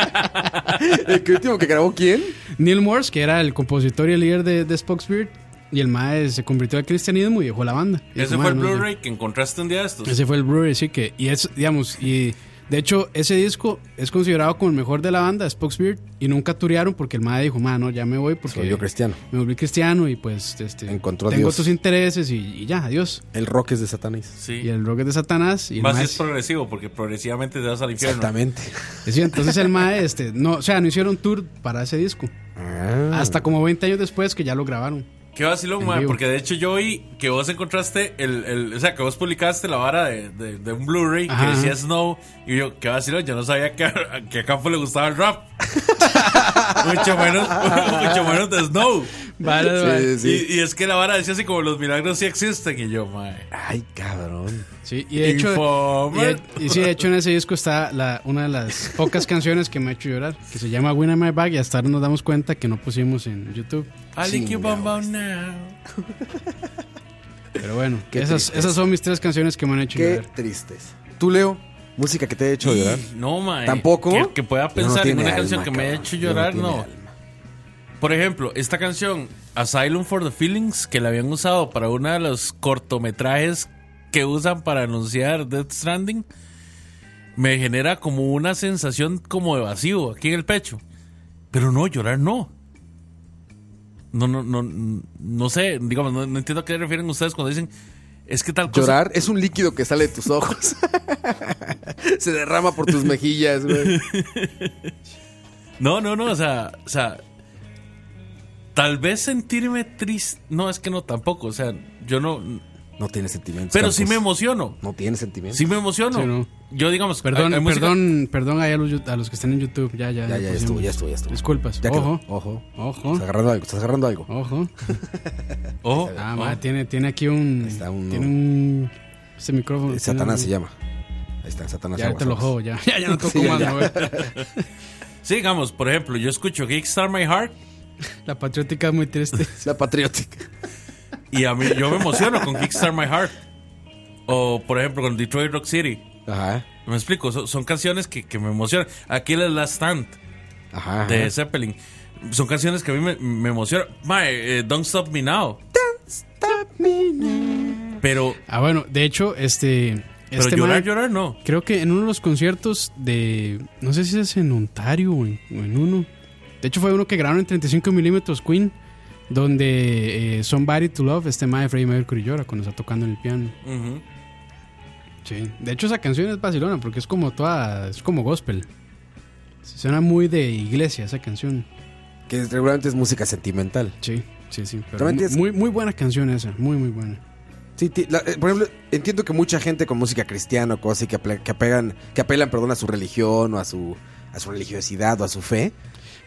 Speaker 5: ¿El que último que grabó quién?
Speaker 4: Neil Morse, que era el compositor y el líder de, de Spocksbeard, Y el mae se convirtió al cristianismo y dejó la banda. Y
Speaker 6: Ese
Speaker 4: dijo,
Speaker 6: fue el
Speaker 4: "Mae, no,
Speaker 6: Blu-ray que encontraste un día de estos.
Speaker 4: ya". Ese fue el Blu-ray, sí que. Y es, digamos, y de hecho, ese disco es considerado como el mejor de la banda, Spokesbeard, y nunca turearon porque el mae dijo, mae, no, ya me voy porque.
Speaker 5: Soy yo cristiano.
Speaker 4: Me volví cristiano y pues este,
Speaker 5: Encontró a
Speaker 4: tengo
Speaker 5: Dios.
Speaker 4: otros intereses y, y ya, adiós.
Speaker 5: El rock es de Satanás.
Speaker 6: Sí.
Speaker 4: Y el rock es de Satanás. Y el
Speaker 6: Más
Speaker 4: mae
Speaker 6: si es progresivo, porque progresivamente te vas al infierno.
Speaker 5: Exactamente.
Speaker 4: Sí, entonces el MAE, este, no, o sea, no hicieron tour para ese disco.
Speaker 6: Ah.
Speaker 5: Ah.
Speaker 4: Hasta como 20 años después que ya lo grabaron.
Speaker 6: Qué vacilón,
Speaker 4: En
Speaker 6: mae,
Speaker 4: vivo.
Speaker 6: porque de hecho yo vi que vos encontraste el, el o sea, que vos publicaste la vara de, de- de un Blu-ray que
Speaker 4: Ajá.
Speaker 6: decía Snow, y yo, qué vacilón, yo no sabía que, que a Campo le gustaba el rap. mucho menos, mucho menos de Snow.
Speaker 4: Vale, vale.
Speaker 6: Y, y es que la vara decía así como los milagros sí existen, y yo, mae.
Speaker 5: Ay, cabrón.
Speaker 4: Sí, y de hecho,
Speaker 6: Informer.
Speaker 4: y, y sí, de hecho en ese disco está la, una de las pocas canciones que me ha hecho llorar, que se llama Win in My Bag y hasta ahora nos damos cuenta que no pusimos en YouTube.
Speaker 6: I like you, bum, bum, now.
Speaker 4: Pero bueno,
Speaker 5: Qué
Speaker 4: esas,
Speaker 5: tristeza.
Speaker 4: esas son mis tres canciones que me han hecho
Speaker 5: Qué
Speaker 4: llorar.
Speaker 5: tristes. ¿Tú, Leo? Música que te ha hecho llorar.
Speaker 6: No, mae.
Speaker 5: ¿Tampoco?
Speaker 6: Que, que pueda
Speaker 5: No, no
Speaker 6: pensar en
Speaker 5: tiene
Speaker 6: una
Speaker 5: alma,
Speaker 6: canción que me haya
Speaker 5: cabrón.
Speaker 6: hecho
Speaker 5: No
Speaker 6: llorar,
Speaker 5: tiene
Speaker 6: no.
Speaker 5: alma.
Speaker 6: Por ejemplo, esta canción, Asylum for the Feelings, que la habían usado para uno de los cortometrajes que usan para anunciar Death Stranding, me genera como una sensación como de vacío aquí en el pecho. Pero no, llorar no. No, no, no, no sé, digamos, no, no entiendo a qué refieren ustedes cuando dicen, es que tal cosa.
Speaker 5: Llorar es un líquido que sale de tus ojos. Se derrama por tus mejillas, güey.
Speaker 6: No, no, no, o sea, o sea, tal vez sentirme triste, no, es que no, tampoco, o sea, yo no,
Speaker 5: No tiene sentimientos.
Speaker 6: pero
Speaker 5: Campos.
Speaker 6: sí me emociono,
Speaker 5: No tiene sentimientos.
Speaker 6: sí me emociono.
Speaker 4: Sí, no.
Speaker 6: Yo digamos,
Speaker 4: Perdón,
Speaker 6: hay- hay música-
Speaker 4: perdón, perdón ahí a los, yu- a los que están en YouTube. Ya, ya,
Speaker 5: Ya, ya, ya
Speaker 6: pues
Speaker 4: pusimos.
Speaker 5: estuvo, ya estuvo, ya estuvo.
Speaker 4: Disculpas.
Speaker 5: Ya quedó.
Speaker 4: ojo,
Speaker 5: Ojo.
Speaker 4: ojo,
Speaker 5: Estás agarrando algo, estás agarrando algo.
Speaker 4: ojo.
Speaker 6: Ojo,
Speaker 4: Ah,
Speaker 6: ojo.
Speaker 4: ma, tiene, tiene aquí un.
Speaker 5: Oh. Está un-
Speaker 4: tiene un. Ese micrófono. tiene
Speaker 5: Satanás
Speaker 4: un-
Speaker 5: se llama. Ahí está, Satanás.
Speaker 4: Mm, Ya
Speaker 5: aguas,
Speaker 4: te lo
Speaker 5: aguas.
Speaker 4: jodo, ya. Ya, ya no toco
Speaker 5: Sí, ya,
Speaker 4: más,
Speaker 5: ya.
Speaker 4: ma, güey.
Speaker 6: sí, digamos, por ejemplo, yo escucho Kickstart My Heart
Speaker 4: La patriótica es muy triste.
Speaker 5: La patriótica.
Speaker 6: y a mí yo me emociono con Kickstart My Heart. O por ejemplo con Detroit Rock City.
Speaker 5: Ajá.
Speaker 6: Me explico, son, son canciones que, que me emocionan. Aquí la Last Stand
Speaker 5: Ajá. ajá.
Speaker 6: de Zeppelin. Son canciones que a mí me, me emocionan. Mae, eh, Don't Stop Me Now. Pero,
Speaker 4: Ah, bueno, de hecho, este.
Speaker 6: pero
Speaker 4: este
Speaker 6: llorar,
Speaker 4: ma-
Speaker 6: llorar no.
Speaker 4: Creo que en uno de los conciertos de. No sé si es en Ontario o en, o en uno. De hecho, fue uno que grabaron en 35 milímetros Queen. Donde eh, Somebody to Love, este mae de Freddie Mercury llora cuando está tocando en el piano.
Speaker 6: Ujú.
Speaker 4: Sí. De hecho, esa canción es vacilona porque es como toda. Es como gospel. Suena muy de iglesia esa canción.
Speaker 5: Que regularmente es música sentimental.
Speaker 4: Sí, sí, sí. pero
Speaker 5: También tienes-
Speaker 4: muy, muy buena canción esa, muy, muy buena.
Speaker 5: Sí, ti- la- eh, por ejemplo, entiendo que mucha gente con música cristiana o cosas así que, apela- que, apegan, que apelan perdón, a su religión o a su, a su religiosidad o a su fe,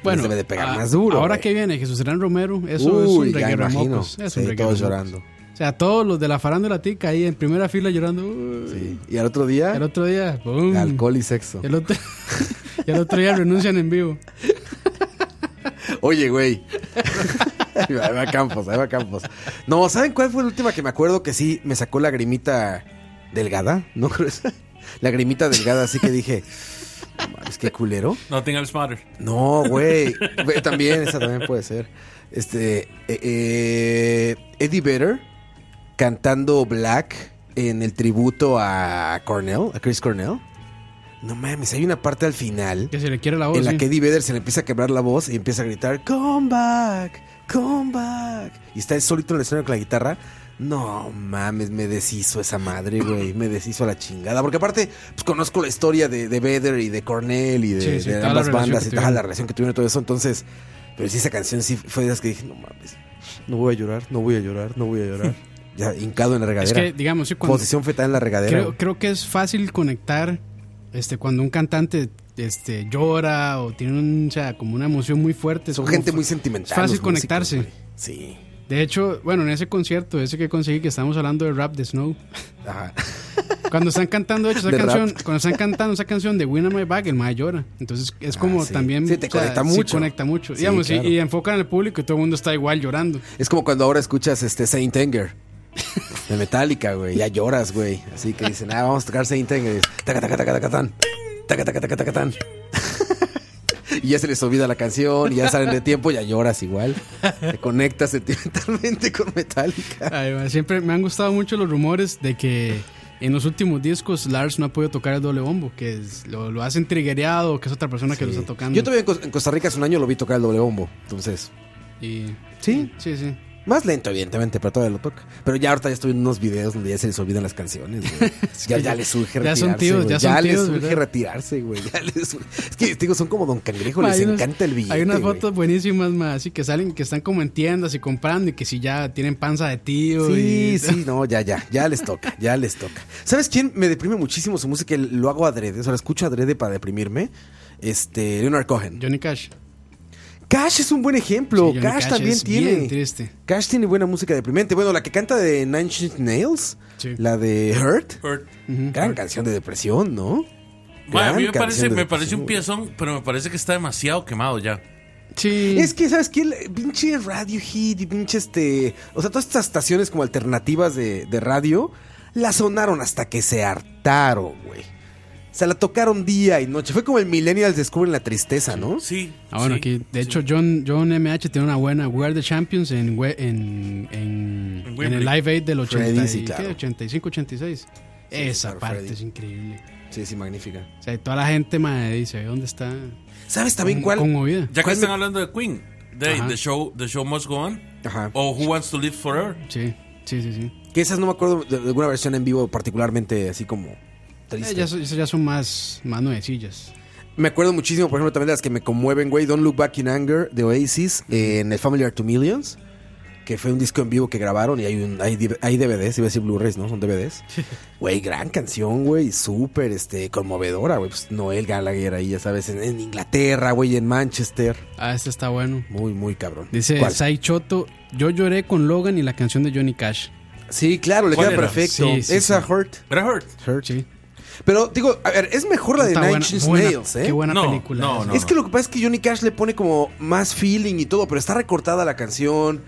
Speaker 5: bueno, debe de pegar
Speaker 4: a-
Speaker 5: más duro.
Speaker 4: Ahora
Speaker 5: güey.
Speaker 4: que viene Jesús Serán Romero, eso
Speaker 5: Uy,
Speaker 4: es un
Speaker 5: ya
Speaker 4: reggae
Speaker 5: imagino.
Speaker 4: remocos, Es un
Speaker 5: Sí,
Speaker 4: reggae
Speaker 5: todos
Speaker 4: remocos.
Speaker 5: llorando.
Speaker 4: O sea, todos los de la farándula tica ahí en primera fila llorando. uy.
Speaker 5: Sí. Y al otro día,
Speaker 4: El otro día, boom.
Speaker 5: alcohol y sexo.
Speaker 4: El otro, y el otro día renuncian en vivo.
Speaker 5: Oye, güey. ahí va Campos, ahí va Campos. No, ¿saben cuál fue la última que me acuerdo que sí me sacó lagrimita delgada? ¿No crees? Lagrimita delgada, así que dije, es que culero.
Speaker 6: Nothing Else Matters.
Speaker 5: No, güey. Güey, también, esa también puede ser. Este, eh, eh, Eddie Vedder cantando Black en el tributo a Cornell, a Chris Cornell. No mames, hay una parte al final
Speaker 4: Que se le quiere la voz.
Speaker 5: en la
Speaker 4: Oh, sí.
Speaker 5: que Eddie Vedder se le empieza a quebrar la voz y empieza a gritar Come back, come back. Y está él solito en el escenario con la guitarra. No mames, me deshizo esa madre, güey. Me deshizo a la chingada. Porque aparte, pues conozco la historia de, de Vedder y de Cornell y de,
Speaker 4: Sí, sí,
Speaker 5: de
Speaker 4: toda la
Speaker 5: ambas
Speaker 4: relación
Speaker 5: bandas
Speaker 4: que
Speaker 5: y toda la
Speaker 4: tuvieron.
Speaker 5: relación que tuvieron y todo eso. Entonces, pero sí, esa canción sí fue de las que dije, no mames, no voy a llorar, no voy a llorar, no voy a llorar. ya hincado en la
Speaker 4: es
Speaker 5: regadera.
Speaker 4: que, digamos, sí, cuando,
Speaker 5: Posición fetal en la regadera.
Speaker 4: creo, creo que es fácil conectar este cuando un cantante este llora o tiene un, o sea, como una emoción muy fuerte. es
Speaker 5: Son
Speaker 4: como
Speaker 5: gente
Speaker 4: fa-
Speaker 5: muy sentimental.
Speaker 4: fácil
Speaker 5: los músicos,
Speaker 4: conectarse.
Speaker 5: güey. Sí.
Speaker 4: De hecho, bueno, en ese concierto, ese que conseguí que estamos hablando de rap de Snow,
Speaker 5: Ajá.
Speaker 4: cuando están cantando de hecho, esa
Speaker 5: De rap.
Speaker 4: canción, cuando están cantando esa canción de Win on My Back, el mae llora. Entonces, es como
Speaker 5: Ah, sí.
Speaker 4: también
Speaker 5: Sí, te conecta
Speaker 4: sí
Speaker 5: mucho.
Speaker 4: conecta mucho.
Speaker 5: Sí,
Speaker 4: Digamos, y-
Speaker 5: claro.
Speaker 4: y, enfocan al público y todo el mundo está igual llorando.
Speaker 5: Es como cuando ahora escuchas este Saint Anger de Metallica, güey. Ya lloras, güey. Así que dicen, ah, vamos a tocar Saint Anger. Y es, taca, taca, taca, taca, tan. Taca, taca, taca, taca, tan. y ya se les olvida la canción, y ya salen de tiempo, ya lloras igual. Te conectas sentimentalmente con Metallica.
Speaker 4: Ay, ma, siempre me han gustado mucho los rumores de que en los últimos discos Lars no ha podido tocar el doble bombo, que es- lo, lo hacen triggereado, que es otra persona que lo está tocando.
Speaker 5: Yo todavía en Cos- en Costa Rica hace un año lo vi tocar el doble bombo, entonces.
Speaker 4: Y-
Speaker 5: Sí.
Speaker 4: Sí, sí.
Speaker 5: Más lento, evidentemente, pero todavía lo toca. Pero ya ahorita ya estoy en unos videos donde ya se les olvidan las canciones, güey. ya, ya les surge
Speaker 4: Ya
Speaker 5: retirarse.
Speaker 4: son tíos,
Speaker 5: güey.
Speaker 4: ya
Speaker 5: les
Speaker 4: son tíos,
Speaker 5: surge
Speaker 4: ¿verdad?
Speaker 5: retirarse, güey. Ya les surge- Es que, digo, son como Don Cangrejo,
Speaker 4: Ma,
Speaker 5: les
Speaker 4: hay unas-
Speaker 5: encanta el billete.
Speaker 4: Hay unas
Speaker 5: güey.
Speaker 4: fotos buenísimas, más así que salen, que están como en tiendas y comprando y que si ya tienen panza de tío.
Speaker 5: Sí,
Speaker 4: y-
Speaker 5: sí, no, ya, ya, ya les toca, ya les toca. ¿Sabes quién me deprime muchísimo su música? Lo hago adrede, o sea, lo escucho adrede para deprimirme. Este, Leonard Cohen.
Speaker 4: Johnny Cash.
Speaker 5: Cash es un buen ejemplo.
Speaker 4: Sí, Johnny
Speaker 5: Cash,
Speaker 4: Cash
Speaker 5: también
Speaker 4: es
Speaker 5: tiene.
Speaker 4: bien triste.
Speaker 5: Cash tiene buena música deprimente. Bueno, la que canta de Nine Inch Nails,
Speaker 4: Sí.
Speaker 5: la de Hurt.
Speaker 6: Hurt.
Speaker 5: Gran canción de depresión, ¿no?
Speaker 6: Mae, a mí me
Speaker 5: Gran canción
Speaker 6: parece,
Speaker 5: de
Speaker 6: me parece un
Speaker 5: depresión,
Speaker 6: piezón, pero me parece que está demasiado quemado ya.
Speaker 4: Sí.
Speaker 5: Es que, ¿sabes qué? El Pinche Radio Hit y pinche este. O sea, todas estas estaciones como alternativas de, de radio la sonaron hasta que se hartaron, güey. O sea, la tocaron día y noche. Fue como el Millennials descubren la tristeza, ¿no?
Speaker 6: Sí.
Speaker 4: Ah, bueno,
Speaker 6: sí.
Speaker 4: aquí, de hecho, John, John MH tiene una buena. We are the champions en, we- en, en,
Speaker 6: En
Speaker 4: en
Speaker 6: Wembley.
Speaker 4: el Live Aid del 80
Speaker 5: Freddy,
Speaker 4: y-
Speaker 5: sí, claro.
Speaker 4: ¿qué? 85, 86. Esa
Speaker 5: claro,
Speaker 4: parte
Speaker 5: Freddy.
Speaker 4: es increíble.
Speaker 5: Sí, sí, magnífica.
Speaker 4: O sea, toda la gente me dice, ¿dónde está?
Speaker 5: ¿Sabes también
Speaker 4: Con-
Speaker 5: cuál?
Speaker 4: Conmovida.
Speaker 6: Ya que
Speaker 5: ¿Cuál
Speaker 6: están
Speaker 5: me-
Speaker 6: hablando de Queen, de
Speaker 4: Ajá.
Speaker 6: the show, the show must go on.
Speaker 5: Ajá.
Speaker 6: O Who Wants to Live Forever.
Speaker 4: Sí, sí, sí. sí.
Speaker 5: Que esas no me acuerdo de de alguna versión en vivo particularmente así como triste.
Speaker 4: Eh, ya, son- esas ya son más, más nuevecillas.
Speaker 5: Me acuerdo muchísimo, por ejemplo, también de las que me conmueven, güey. Don't Look Back in Anger de Oasis eh, en el Familiar to Millions, que fue un disco en vivo que grabaron y hay, un, hay, di- hay DVDs, iba a decir Blu-rays, ¿no? Son DVDs. Güey, gran canción, güey. Súper este, conmovedora, güey. Pues Noel Gallagher ahí, ya sabes, en, en Inglaterra, güey, en Manchester.
Speaker 4: Ah, este está bueno.
Speaker 5: Muy, muy cabrón.
Speaker 4: Dice
Speaker 5: ¿Cuál?
Speaker 4: Sai Choto, yo lloré con Logan y la canción de Johnny Cash.
Speaker 5: Sí, claro, le
Speaker 6: ¿Cuál
Speaker 5: queda
Speaker 6: era?
Speaker 5: perfecto.
Speaker 4: Sí, sí,
Speaker 5: Esa
Speaker 4: sí.
Speaker 5: Hurt.
Speaker 6: Era Hurt.
Speaker 4: Sí.
Speaker 5: Pero digo, a ver, es mejor la de
Speaker 4: Está
Speaker 5: Nine
Speaker 4: buena-
Speaker 5: Inch
Speaker 4: buena-
Speaker 5: Nails, ¿eh?
Speaker 4: Qué buena
Speaker 6: No,
Speaker 4: película.
Speaker 6: no,
Speaker 4: esa.
Speaker 6: no.
Speaker 5: Es que lo que pasa es que Johnny Cash le pone como más feeling y todo, pero está recortada la canción.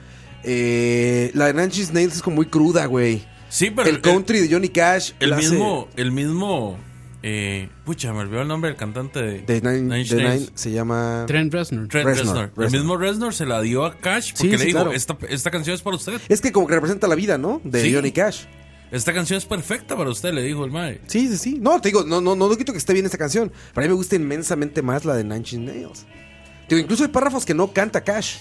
Speaker 5: Eh, la de Nancy Nails es como muy cruda, güey.
Speaker 6: Sí, pero
Speaker 5: El country de Johnny Cash.
Speaker 6: el
Speaker 5: la hace-
Speaker 6: mismo, el mismo, eh, pucha, me olvidó el nombre del cantante de,
Speaker 5: de Nine,
Speaker 6: Inch
Speaker 5: de
Speaker 6: Nails.
Speaker 5: Nine se llama.
Speaker 4: Trent Reznor.
Speaker 6: Trent
Speaker 5: Reznor,
Speaker 6: Reznor. El
Speaker 5: Reznor.
Speaker 6: mismo Reznor se la dio a Cash porque
Speaker 5: Sí,
Speaker 6: le
Speaker 5: sí,
Speaker 6: dijo,
Speaker 5: claro.
Speaker 6: esta, esta canción es para usted.
Speaker 5: Es que como que representa la vida, ¿no? De
Speaker 6: Sí.
Speaker 5: Johnny Cash.
Speaker 6: Esta canción es perfecta para usted, le dijo el mae.
Speaker 5: Sí, sí, sí. No, te digo, no, no, no, no quito que esté bien esta canción. Para mí me gusta inmensamente más la de Nine Inch Nails. Te Digo, incluso hay párrafos que no canta Cash.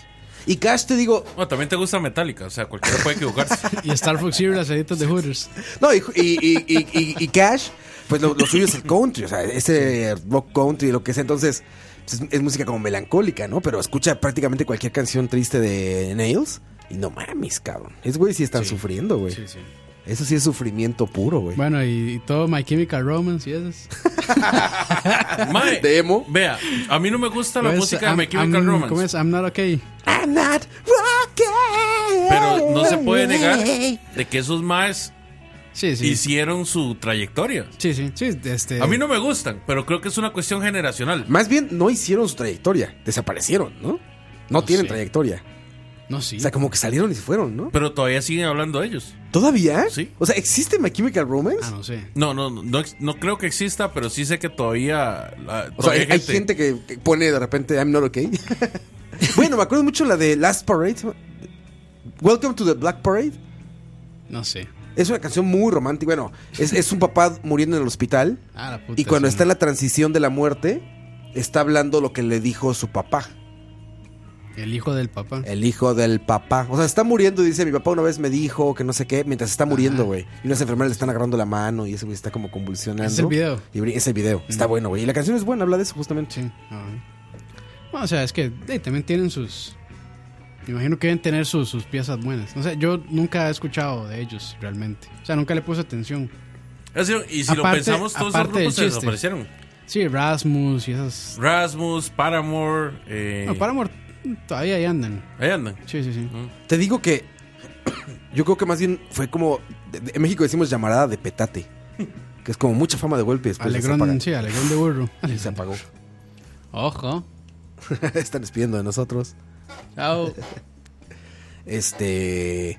Speaker 5: Y Cash, te digo,
Speaker 6: Bueno, también te gusta Metallica, o sea, cualquiera puede equivocarse.
Speaker 4: Y Star Fox Zero, las editas de Hooters.
Speaker 5: No, y, y- y- y- y- y Cash, pues lo, lo suyo es el country, o sea, ese rock country, lo que sea. Entonces, pues, es, es música como melancólica, ¿no? Pero escucha prácticamente cualquier canción triste de Nails y no mames, cabrón. Es güey, sí están sufriendo, güey.
Speaker 4: Sí, sí.
Speaker 5: Eso sí es sufrimiento puro, güey.
Speaker 4: Bueno, y, y todo My Chemical Romance y esas.
Speaker 6: Mae,
Speaker 5: De emo.
Speaker 6: Vea, a mí no me gusta la
Speaker 4: ¿Cómo es?
Speaker 6: música de
Speaker 4: Pues, I'm-
Speaker 6: My Chemical
Speaker 4: I'm-
Speaker 6: Romance.
Speaker 4: ¿Cómo es? I'm not okay.
Speaker 5: I'm not rocking.
Speaker 6: Pero no se puede negar de que esos maes
Speaker 4: Sí, sí.
Speaker 6: hicieron su trayectoria.
Speaker 4: Sí, sí. sí este,
Speaker 6: A mí no me gustan, pero creo que es una cuestión generacional.
Speaker 5: Más bien, no hicieron su trayectoria, desaparecieron, ¿no? No,
Speaker 6: Ah,
Speaker 5: tienen
Speaker 4: sé.
Speaker 5: trayectoria.
Speaker 4: No, sí.
Speaker 5: O sea, como que salieron y se fueron, ¿no?
Speaker 6: Pero todavía siguen hablando de ellos.
Speaker 5: ¿Todavía?
Speaker 6: Sí.
Speaker 5: O sea, ¿existe My Chemical Romance?
Speaker 4: Ah, no sé.
Speaker 6: No, no, no, no, ex- no creo que exista, pero sí sé que todavía. la-
Speaker 5: O sea,
Speaker 6: todavía
Speaker 5: hay, hay gente que, que pone de repente I'm not okay. bueno, me acuerdo mucho la de Last Parade. Welcome to the Black Parade.
Speaker 4: No sé.
Speaker 5: Es una canción muy romántica. Bueno, es, es un papá muriendo en el hospital.
Speaker 4: Ah, la puta.
Speaker 5: Y cuando
Speaker 4: sí.
Speaker 5: está en la transición de la muerte, está hablando lo que le dijo su papá,
Speaker 4: El hijo del papá.
Speaker 5: el hijo del papá. O sea, está muriendo y dice: Mi papá una vez me dijo que no sé qué, mientras está muriendo, güey. Y unas enfermeras le están agarrando la mano y ese güey está como convulsionando.
Speaker 4: Es el video.
Speaker 5: Y br- es el video. Está bueno, güey. Y la canción es buena, habla de eso justamente.
Speaker 4: Sí. ajá. Bueno, o sea, es que eh, también tienen sus. Me imagino que deben tener sus, sus piezas buenas. No sé, yo nunca he escuchado de ellos realmente. O sea, nunca le puse atención.
Speaker 6: Así- Y si lo
Speaker 4: Aparte-
Speaker 6: pensamos, todos esos
Speaker 4: aparte del
Speaker 6: grupos se
Speaker 4: chiste.
Speaker 6: desaparecieron.
Speaker 4: Sí, Rasmus y esas.
Speaker 6: Rasmus, Paramore. Eh,
Speaker 4: No, Paramore mm, todavía ahí andan.
Speaker 6: Ahí andan.
Speaker 4: Sí, sí, sí.
Speaker 5: Te digo que yo creo que más bien fue como de- de- en México decimos llamarada de petate, que es como mucha fama de golpe y después se apaga.
Speaker 4: Alegrón, sí, Alegrón de burro.
Speaker 5: Y se apagó.
Speaker 4: Ojo.
Speaker 5: Están despidiendo de nosotros.
Speaker 4: Chao.
Speaker 5: Este,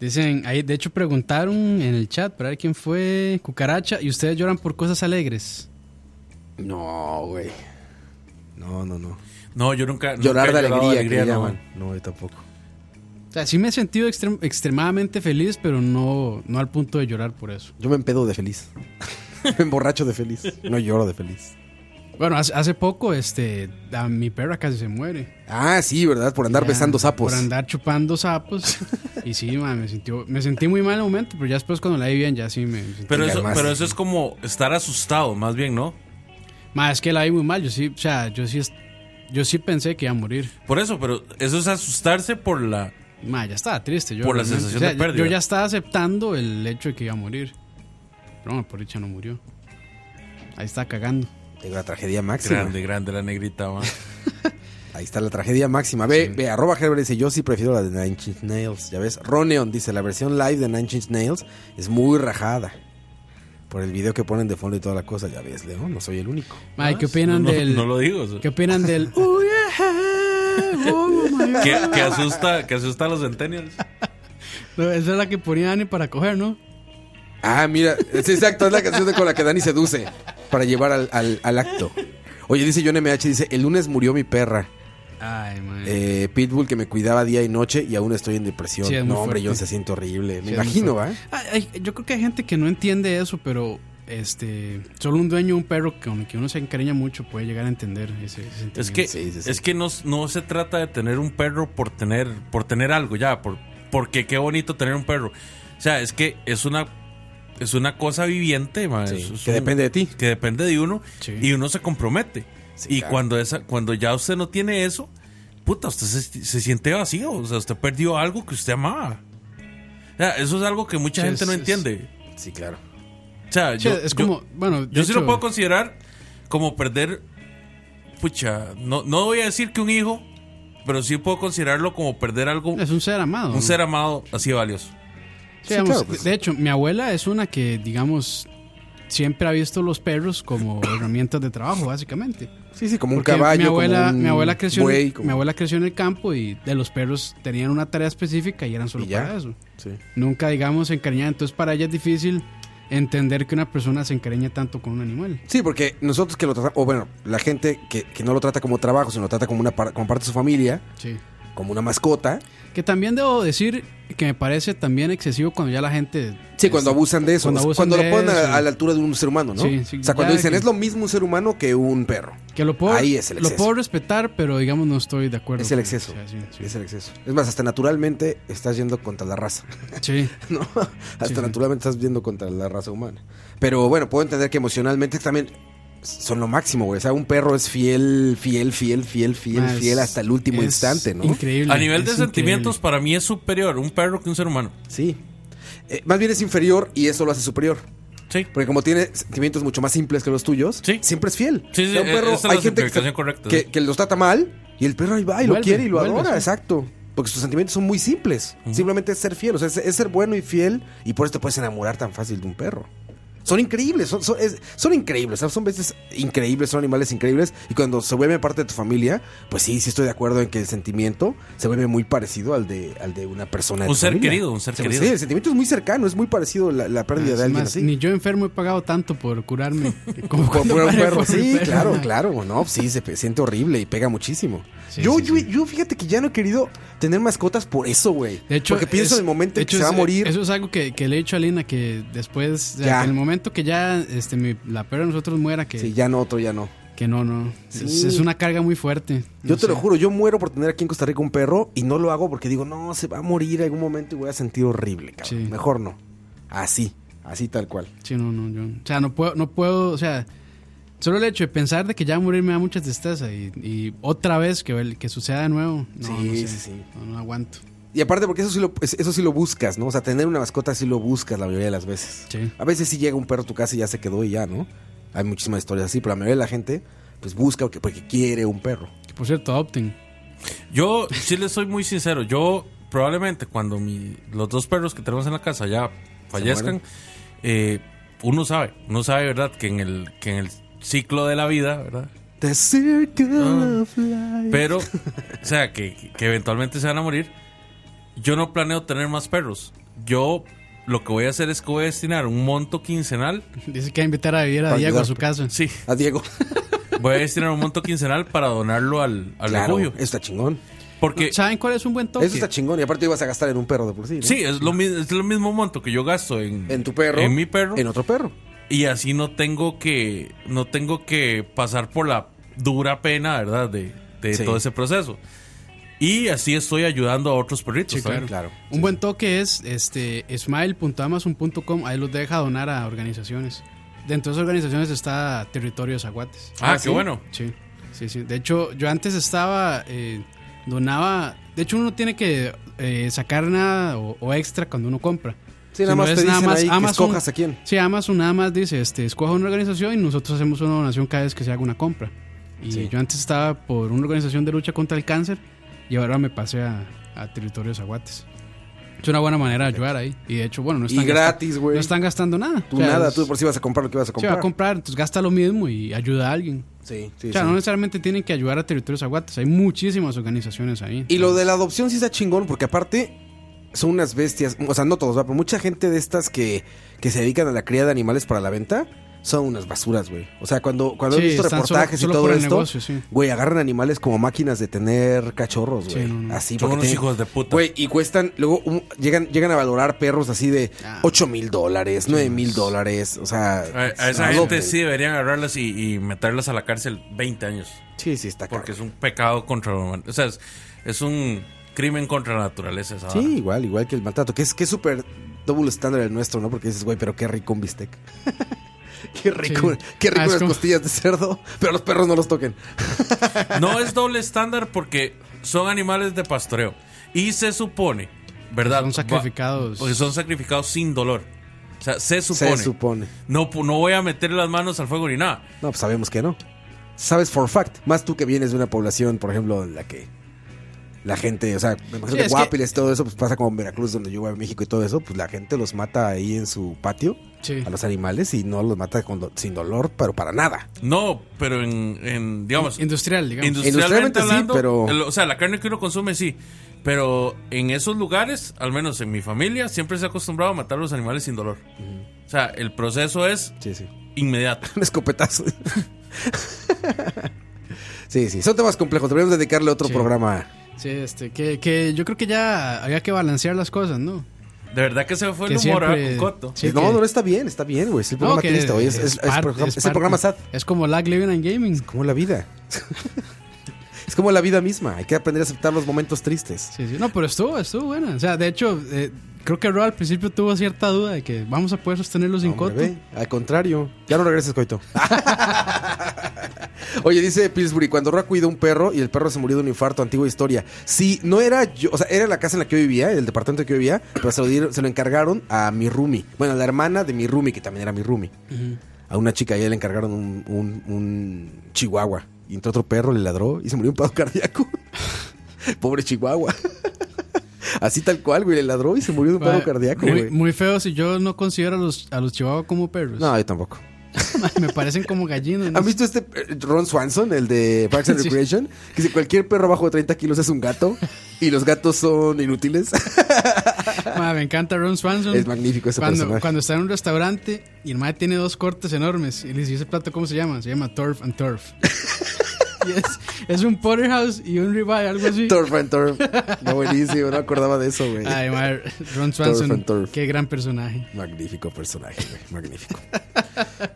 Speaker 4: Dicen, ahí de hecho preguntaron en el chat para ver quién fue Cucaracha y ustedes lloran por cosas alegres.
Speaker 5: no, güey. No, no, no.
Speaker 6: No, yo nunca.
Speaker 5: Llorar
Speaker 6: nunca
Speaker 5: de
Speaker 6: he llorado
Speaker 5: alegría, que le
Speaker 6: no.
Speaker 5: llaman. No, yo tampoco.
Speaker 4: O sea, sí me he sentido extrem- extremadamente feliz, pero no, no al punto de llorar por eso.
Speaker 5: Yo me empedo de feliz. me emborracho de feliz. No lloro de feliz.
Speaker 4: Bueno, hace, hace poco, este, a mi perra casi se muere.
Speaker 5: Ah, sí, ¿verdad? Por andar
Speaker 4: Ya,
Speaker 5: besando sapos.
Speaker 4: Por andar chupando sapos. y sí, man, me, sintió, me sentí muy mal en el momento, pero ya después cuando la vi bien, ya sí me, me sentí
Speaker 6: Pero
Speaker 4: mal.
Speaker 6: eso,
Speaker 4: Más.
Speaker 6: pero eso es como estar asustado, más bien, ¿no?
Speaker 4: Ma, es que la vi muy mal, yo sí, o sea, yo sí, es- yo sí pensé que iba a morir.
Speaker 6: Por eso, pero eso es asustarse por la.
Speaker 4: Ma, ya estaba triste. Yo,
Speaker 6: Por la
Speaker 4: realmente.
Speaker 6: sensación
Speaker 4: O sea,
Speaker 6: de
Speaker 4: yo-
Speaker 6: pérdida.
Speaker 4: Yo ya estaba aceptando el hecho de que iba a morir. Pero bueno, por dicha no murió. Ahí está cagando.
Speaker 5: Tengo la tragedia máxima.
Speaker 6: Grande, grande la negrita, man.
Speaker 5: Ahí está la tragedia máxima. Ve, ve, arroba Herbert dice, yo sí prefiero la de Nine Inch Nails. Ya ves, Roneon dice, la versión live de Nine Inch Nails es muy rajada. Por el video que ponen de fondo y toda la cosa, ya ves, León, no soy el único.
Speaker 4: Ma, ¿y ¿qué opinan
Speaker 6: Ah, No, no,
Speaker 4: del.
Speaker 6: no lo digo, eso.
Speaker 4: ¿Qué opinan del. "Oh, yeah, oh, my God"?
Speaker 6: Que, que asusta, que asusta a los centennials.
Speaker 4: No, esa es la que ponía Dani para coger, ¿no?
Speaker 5: Ah, mira, es exacto, es la canción de- con la que Dani seduce para llevar al, al- al acto. Oye, dice John MH, dice, el lunes murió mi perra.
Speaker 4: Ay, man.
Speaker 5: eh, Pitbull que me cuidaba día y noche y aún estoy en depresión.
Speaker 4: Sí, es muy
Speaker 5: no, hombre,
Speaker 4: fuerte.
Speaker 5: yo se siento horrible. Me
Speaker 4: Sí, es muy
Speaker 5: imagino, ¿va?
Speaker 4: fuerte. Ay, ay, yo creo que hay gente que no entiende eso, pero este solo un dueño de un perro con el que uno se encariña mucho puede llegar a entender ese, ese
Speaker 6: Es
Speaker 4: sentimiento.
Speaker 6: que, Es que no, no se trata de tener un perro por tener, por tener algo, ya, por, porque qué bonito tener un perro. O sea, es que es una, es una cosa viviente, ma, es- es
Speaker 5: que
Speaker 6: un-
Speaker 5: depende de ti.
Speaker 6: Que depende de uno
Speaker 4: Sí.
Speaker 6: y uno se compromete. y
Speaker 5: claro.
Speaker 6: cuando, esa, cuando ya usted no tiene eso, puta, usted se, se siente vacío. O sea, usted perdió algo que usted amaba. O sea, eso es algo que mucha
Speaker 4: Sí,
Speaker 6: gente
Speaker 4: es-
Speaker 6: no
Speaker 4: es-
Speaker 6: entiende.
Speaker 5: Sí, claro.
Speaker 6: O sea,
Speaker 4: Che,
Speaker 6: yo,
Speaker 4: es
Speaker 6: yo-
Speaker 4: como, bueno, de
Speaker 6: yo sí lo
Speaker 4: hecho,
Speaker 6: puedo considerar como perder. Pucha, no, no voy a decir que un hijo, pero sí puedo considerarlo como perder algo,
Speaker 4: es un ser amado. ¿no?
Speaker 6: un ser amado así de valioso.
Speaker 4: Sí, digamos,
Speaker 5: claro, pues.
Speaker 4: De hecho, mi abuela es una que, digamos, siempre ha visto los perros como herramientas de trabajo, básicamente.
Speaker 5: Sí, sí, como un
Speaker 4: Porque
Speaker 5: caballo.
Speaker 4: mi abuela,
Speaker 5: como un
Speaker 4: mi, abuela creció
Speaker 5: buey,
Speaker 4: en,
Speaker 5: como-
Speaker 4: mi abuela creció en el campo y de los perros tenían una tarea específica y eran solo
Speaker 5: Y ya.
Speaker 4: para eso.
Speaker 5: Sí.
Speaker 4: Nunca, digamos, se encariñaban. Entonces, para ella es difícil entender que una persona se encariña tanto con un animal.
Speaker 5: Sí, porque nosotros que lo tratamos, o bueno, la gente que, que no lo trata como trabajo, sino lo trata como, una par- como parte de su familia,
Speaker 4: Sí.
Speaker 5: como una mascota.
Speaker 4: Que también debo decir que me parece también excesivo cuando ya la gente.
Speaker 5: Sí, cuando abusan de eso,
Speaker 4: cuando
Speaker 5: este, cuando,
Speaker 4: abusan
Speaker 5: lo
Speaker 4: de
Speaker 5: ponen
Speaker 4: eso.
Speaker 5: a, a la altura de un ser humano, ¿no?
Speaker 4: Sí, sí,
Speaker 5: o sea, cuando
Speaker 4: ya
Speaker 5: dicen,
Speaker 4: que-
Speaker 5: es lo mismo un ser humano que un perro.
Speaker 4: Que lo puedo,
Speaker 5: Ahí es el
Speaker 4: lo
Speaker 5: exceso.
Speaker 4: puedo respetar, pero digamos no estoy de acuerdo.
Speaker 5: Es el
Speaker 4: con-
Speaker 5: exceso.
Speaker 4: o sea, sí, sí.
Speaker 5: Es el exceso. Es más, hasta naturalmente estás yendo contra la raza,
Speaker 4: Sí.
Speaker 5: ¿no? Hasta
Speaker 4: Sí, sí.
Speaker 5: naturalmente estás yendo contra la raza humana. Pero bueno, puedo entender que emocionalmente también son lo máximo, güey. O sea, un perro es fiel, fiel, fiel, fiel, fiel,
Speaker 4: Ah, es-
Speaker 5: fiel hasta el último
Speaker 4: es
Speaker 5: instante, ¿no?
Speaker 4: Increíble.
Speaker 6: A nivel de
Speaker 4: es
Speaker 6: sentimientos, para mí es superior un perro que un ser humano.
Speaker 5: Sí. Eh, más bien es inferior y eso lo hace superior.
Speaker 6: Sí.
Speaker 5: Porque como tiene sentimientos mucho más simples que los tuyos,
Speaker 6: Sí.
Speaker 5: siempre es fiel.
Speaker 6: Sí, sí,
Speaker 5: O sea, un
Speaker 6: eh,
Speaker 5: perro,
Speaker 6: esa es la
Speaker 5: hay gente que,
Speaker 6: simplificación correcta,
Speaker 5: que-
Speaker 6: sí.
Speaker 5: que los trata mal y el perro ahí va y lo
Speaker 4: Vuelve,
Speaker 5: quiere y lo
Speaker 4: vuelve,
Speaker 5: adora,
Speaker 4: sí.
Speaker 5: exacto. Porque sus sentimientos son muy simples. Simplemente es ser fiel, o sea, es, es ser bueno y fiel y por eso te puedes enamorar tan fácil de un perro. Son increíbles, son, son, es- son increíbles, ¿sabes? son veces increíbles, son animales increíbles y cuando se vuelve parte de tu familia, pues sí, sí estoy de acuerdo en que el sentimiento se vuelve muy parecido al de, al de una persona. de
Speaker 6: Un
Speaker 5: tu
Speaker 6: ser
Speaker 5: familia.
Speaker 6: querido, un ser
Speaker 5: Sí,
Speaker 6: querido.
Speaker 5: Sí, el sentimiento es muy cercano, es muy parecido la, la
Speaker 4: Ah,
Speaker 5: pérdida
Speaker 4: es
Speaker 5: de alguien
Speaker 4: más,
Speaker 5: así.
Speaker 4: Ni yo enfermo he pagado tanto por curarme. Como
Speaker 5: Por
Speaker 4: cuando
Speaker 5: fuera un
Speaker 4: paré
Speaker 5: perro,
Speaker 4: por
Speaker 5: sí,
Speaker 4: un perro,
Speaker 5: claro,
Speaker 4: ma.
Speaker 5: claro, no, sí, se pe- siente horrible y pega muchísimo.
Speaker 4: Sí,
Speaker 5: yo,
Speaker 4: sí,
Speaker 5: yo,
Speaker 4: sí.
Speaker 5: yo fíjate que ya no he querido tener mascotas por eso, güey.
Speaker 4: De hecho,
Speaker 5: Porque pienso en
Speaker 4: es-
Speaker 5: el momento
Speaker 4: de
Speaker 5: en que
Speaker 4: hecho,
Speaker 5: se va a
Speaker 4: es-
Speaker 5: morir.
Speaker 4: Eso es algo que, que le he dicho a Lina que después, o sea,
Speaker 5: Ya.
Speaker 4: que en el momento que ya este, mi- la perra de nosotros muera, que,
Speaker 5: Sí, ya no, otro ya no.
Speaker 4: que no, no.
Speaker 5: Sí.
Speaker 4: Es, es una carga muy fuerte.
Speaker 5: Yo
Speaker 4: No
Speaker 5: te lo
Speaker 4: sé.
Speaker 5: juro, yo muero por tener aquí en Costa Rica un perro y no lo hago porque digo, no, se va a morir algún momento y voy a sentir horrible, cabrón.
Speaker 4: Sí.
Speaker 5: Mejor no. Así, así tal cual.
Speaker 4: Sí, no, no, yo. O sea, no puedo, no puedo, o sea, solo el hecho de pensar de que ya va a morir me da mucha tristeza y, y otra vez que, el- que suceda de nuevo. No,
Speaker 5: Sí,
Speaker 4: no sé,
Speaker 5: sí, sí.
Speaker 4: No, no aguanto.
Speaker 5: Y aparte porque eso sí lo, es- eso sí lo buscas, ¿no? O sea, tener una mascota sí lo buscas la mayoría de las veces.
Speaker 4: Sí.
Speaker 5: A veces sí llega un perro a tu casa y ya se quedó y ya, ¿no? Hay muchísimas historias así, pero la mayoría de la gente pues busca porque, porque quiere un perro.
Speaker 4: Que por cierto, adopten.
Speaker 6: Yo sí les soy muy sincero. Yo probablemente cuando mi, los dos perros que tenemos en la casa ya fallezcan, eh, uno sabe, uno sabe, ¿verdad? Que en el, que en el ciclo de la vida, ¿verdad?
Speaker 5: The circle
Speaker 6: Ah.
Speaker 5: of life.
Speaker 6: Pero, o sea, que, que eventualmente se van a morir. Yo no planeo tener más perros. Yo lo que voy a hacer es que voy a destinar un monto quincenal.
Speaker 4: Dice que va a invitar a vivir a
Speaker 5: Para
Speaker 4: Diego a
Speaker 5: ayudar,
Speaker 4: su
Speaker 5: pero-
Speaker 4: casa.
Speaker 6: Sí,
Speaker 5: A Ah, Diego.
Speaker 6: Voy a destinar un monto quincenal para donarlo al, al
Speaker 5: Claro,
Speaker 6: refugio.
Speaker 5: Está chingón.
Speaker 6: Porque
Speaker 4: ¿Saben cuál es un buen toque?
Speaker 5: Eso está chingón. Y aparte ibas a gastar en un perro de por sí. ¿no?
Speaker 6: sí, es lo, mi- es lo mismo monto que yo gasto en,
Speaker 5: En tu perro.
Speaker 6: en mi perro.
Speaker 5: En otro perro.
Speaker 6: Y así no tengo que no tengo que pasar por la dura pena, ¿verdad? De, de
Speaker 5: Sí.
Speaker 6: todo ese proceso. Y así estoy ayudando a otros perritos.
Speaker 4: Sí,
Speaker 6: también.
Speaker 5: Claro.
Speaker 4: Un buen toque es este smile.amazon.com, ahí los deja donar a organizaciones. Dentro de esas organizaciones está Territorio de Zaguates.
Speaker 6: Ah, qué bueno.
Speaker 4: Sí, sí, sí. De hecho, yo antes estaba, eh, donaba, de hecho uno no tiene que eh, sacar nada o, o extra cuando uno compra.
Speaker 5: Sí, nada más
Speaker 4: es
Speaker 5: te dicen ahí que escojas a quién.
Speaker 4: Sí, Amazon nada más dice, este, escoja una organización y nosotros hacemos una donación cada vez que se haga una compra. Y
Speaker 5: Sí.
Speaker 4: yo antes estaba por una organización de lucha contra el cáncer y ahora me pasé a, a Territorios Aguates. Es una buena manera de ayudar ahí. Y de hecho, bueno, no
Speaker 5: Y
Speaker 4: están, gasta-
Speaker 5: gratis, güey.
Speaker 4: no están gastando nada.
Speaker 5: Tú
Speaker 4: O sea,
Speaker 5: nada,
Speaker 4: es-
Speaker 5: tú por si vas a comprar lo que vas a
Speaker 4: se va
Speaker 5: comprar.
Speaker 4: a comprar, entonces gasta lo mismo y ayuda a alguien.
Speaker 5: sí, sí,
Speaker 4: o sea,
Speaker 5: sí.
Speaker 4: no necesariamente tienen que ayudar a Territorios Aguates. Hay muchísimas organizaciones ahí.
Speaker 5: Y lo de la adopción sí está chingón, porque aparte son unas bestias, o sea, no todos, ¿va? pero mucha gente de estas que, que se dedican a la cría de animales para la venta son unas basuras, güey. O sea, cuando, cuando
Speaker 4: Sí,
Speaker 5: he visto
Speaker 4: están
Speaker 5: reportajes
Speaker 4: solo-
Speaker 5: y
Speaker 4: solo
Speaker 5: todo
Speaker 4: por el
Speaker 5: esto,
Speaker 4: negocio, sí.
Speaker 5: güey, agarran animales como máquinas de tener cachorros, güey.
Speaker 4: Sí, no, no.
Speaker 5: Así,
Speaker 6: Son
Speaker 5: porque
Speaker 6: unos
Speaker 5: tienen-
Speaker 6: hijos de puta.
Speaker 5: Güey, y cuestan, luego un- llegan, llegan a valorar perros así de
Speaker 4: Ah.
Speaker 5: 8 mil dólares, 9 mil dólares, o sea...
Speaker 6: A, a esa
Speaker 5: adopten.
Speaker 6: gente sí deberían agarrarlas y, y meterlas a la cárcel 20 años.
Speaker 5: Sí, sí, está
Speaker 6: Porque
Speaker 5: caro.
Speaker 6: es un pecado contra la humanidad. O sea, es, es un crimen contra la naturaleza.
Speaker 4: Ah.
Speaker 6: Esa
Speaker 5: Sí,
Speaker 6: vara.
Speaker 5: igual, igual que el maltrato, que es que es súper double estándar el nuestro, ¿no? Porque dices, güey, pero qué rico un bistec. qué rico,
Speaker 4: Sí.
Speaker 5: qué rico
Speaker 4: Ah, es
Speaker 5: las
Speaker 4: como-
Speaker 5: costillas de cerdo, pero los perros no los toquen.
Speaker 6: No es doble estándar porque son animales de pastoreo. Y se supone, ¿verdad?
Speaker 4: Son sacrificados.
Speaker 6: Va- Porque son sacrificados sin dolor. O sea, se supone.
Speaker 5: Se supone.
Speaker 6: no, pu- no voy a meter las manos al fuego ni nada.
Speaker 5: No, pues sabemos que no. Sabes for fact, más tú que vienes de una población, por ejemplo, en la que la gente, o sea, me imagino
Speaker 4: Sí,
Speaker 5: que
Speaker 4: es que-
Speaker 5: Guapiles, todo eso, pues pasa como en Veracruz, donde yo voy a México y todo eso, pues la gente los mata ahí en su patio
Speaker 4: Sí.
Speaker 5: a los animales y no los mata con do- sin dolor, pero para nada.
Speaker 6: No, pero en, en, digamos,
Speaker 4: Industrial, digamos.
Speaker 5: Industrialmente
Speaker 6: industrialmente
Speaker 5: sí,
Speaker 6: hablando,
Speaker 5: pero-
Speaker 6: el- o sea, la carne que uno consume sí, pero en esos lugares, al menos en mi familia, siempre se ha acostumbrado a matar a los animales sin dolor. O sea, el proceso es
Speaker 5: Sí, sí.
Speaker 6: inmediato.
Speaker 5: Un escopetazo. sí, sí. Son temas complejos. Deberíamos dedicarle otro
Speaker 4: Sí.
Speaker 5: programa.
Speaker 4: Sí, este, que, que yo creo que ya había que balancear las cosas, ¿no?
Speaker 6: De verdad que se fue
Speaker 4: que
Speaker 6: el humor ahora con Coto.
Speaker 4: sí,
Speaker 5: no,
Speaker 4: que-
Speaker 5: no, está bien, está bien, güey. Es el programa
Speaker 4: que
Speaker 5: triste, güey. Es, es- es
Speaker 4: parte-
Speaker 5: programa, es el
Speaker 4: parte.
Speaker 5: programa sad.
Speaker 4: Es como Lag Living and Gaming.
Speaker 5: Como la vida. es como la vida misma. Hay que aprender a aceptar los momentos tristes.
Speaker 4: Sí, sí. No, pero estuvo, estuvo buena. O sea, de hecho, eh, creo que Ro al principio tuvo cierta duda de que vamos a poder sostenerlo sin
Speaker 5: Ah, Hombre,
Speaker 4: coto.
Speaker 5: ve, al contrario. Ya no regreses, Coito. Oye, dice Pillsbury, cuando Roa cuidó un perro y el perro se murió de un infarto, antigua historia. Sí, no era yo, o sea, era la casa en la que yo vivía, el departamento en el que yo vivía, pero se lo, dieron- se lo encargaron a mi roomie. Bueno, a la hermana de mi roomie, que también era mi roomie. A una chica y le encargaron un, un- un chihuahua. Y entró otro perro, le ladró y se murió un paro cardíaco. Pobre chihuahua. Así tal cual, güey, le ladró y se murió de un paro
Speaker 4: Bueno,
Speaker 5: cardíaco,
Speaker 4: muy,
Speaker 5: güey.
Speaker 4: muy feo si yo no considero a los, a los chihuahuas como perros.
Speaker 5: No, yo tampoco.
Speaker 4: Me parecen como gallinas. ¿no?
Speaker 5: ¿Han visto este eh, Ron Swanson, el de Parks and
Speaker 4: Sí.
Speaker 5: Recreation? Que dice, cualquier perro bajo de 30 kilos es un gato y los gatos son inútiles.
Speaker 4: Ma, me encanta Ron Swanson.
Speaker 5: Es magnífico ese
Speaker 4: cuando,
Speaker 5: personaje.
Speaker 4: cuando está en un restaurante y el mae tiene dos cortes enormes y le dice, ¿ese plato cómo se llama? Se llama Turf and Turf. Y es, es un porterhouse y un ribeye, algo así.
Speaker 5: Turf and Turf. No, buenísimo, no acordaba de eso, güey.
Speaker 4: Ay, mae, Ron
Speaker 5: Turf
Speaker 4: Swanson,
Speaker 5: and Turf.
Speaker 4: qué gran personaje.
Speaker 5: Magnífico personaje, güey. Magnífico.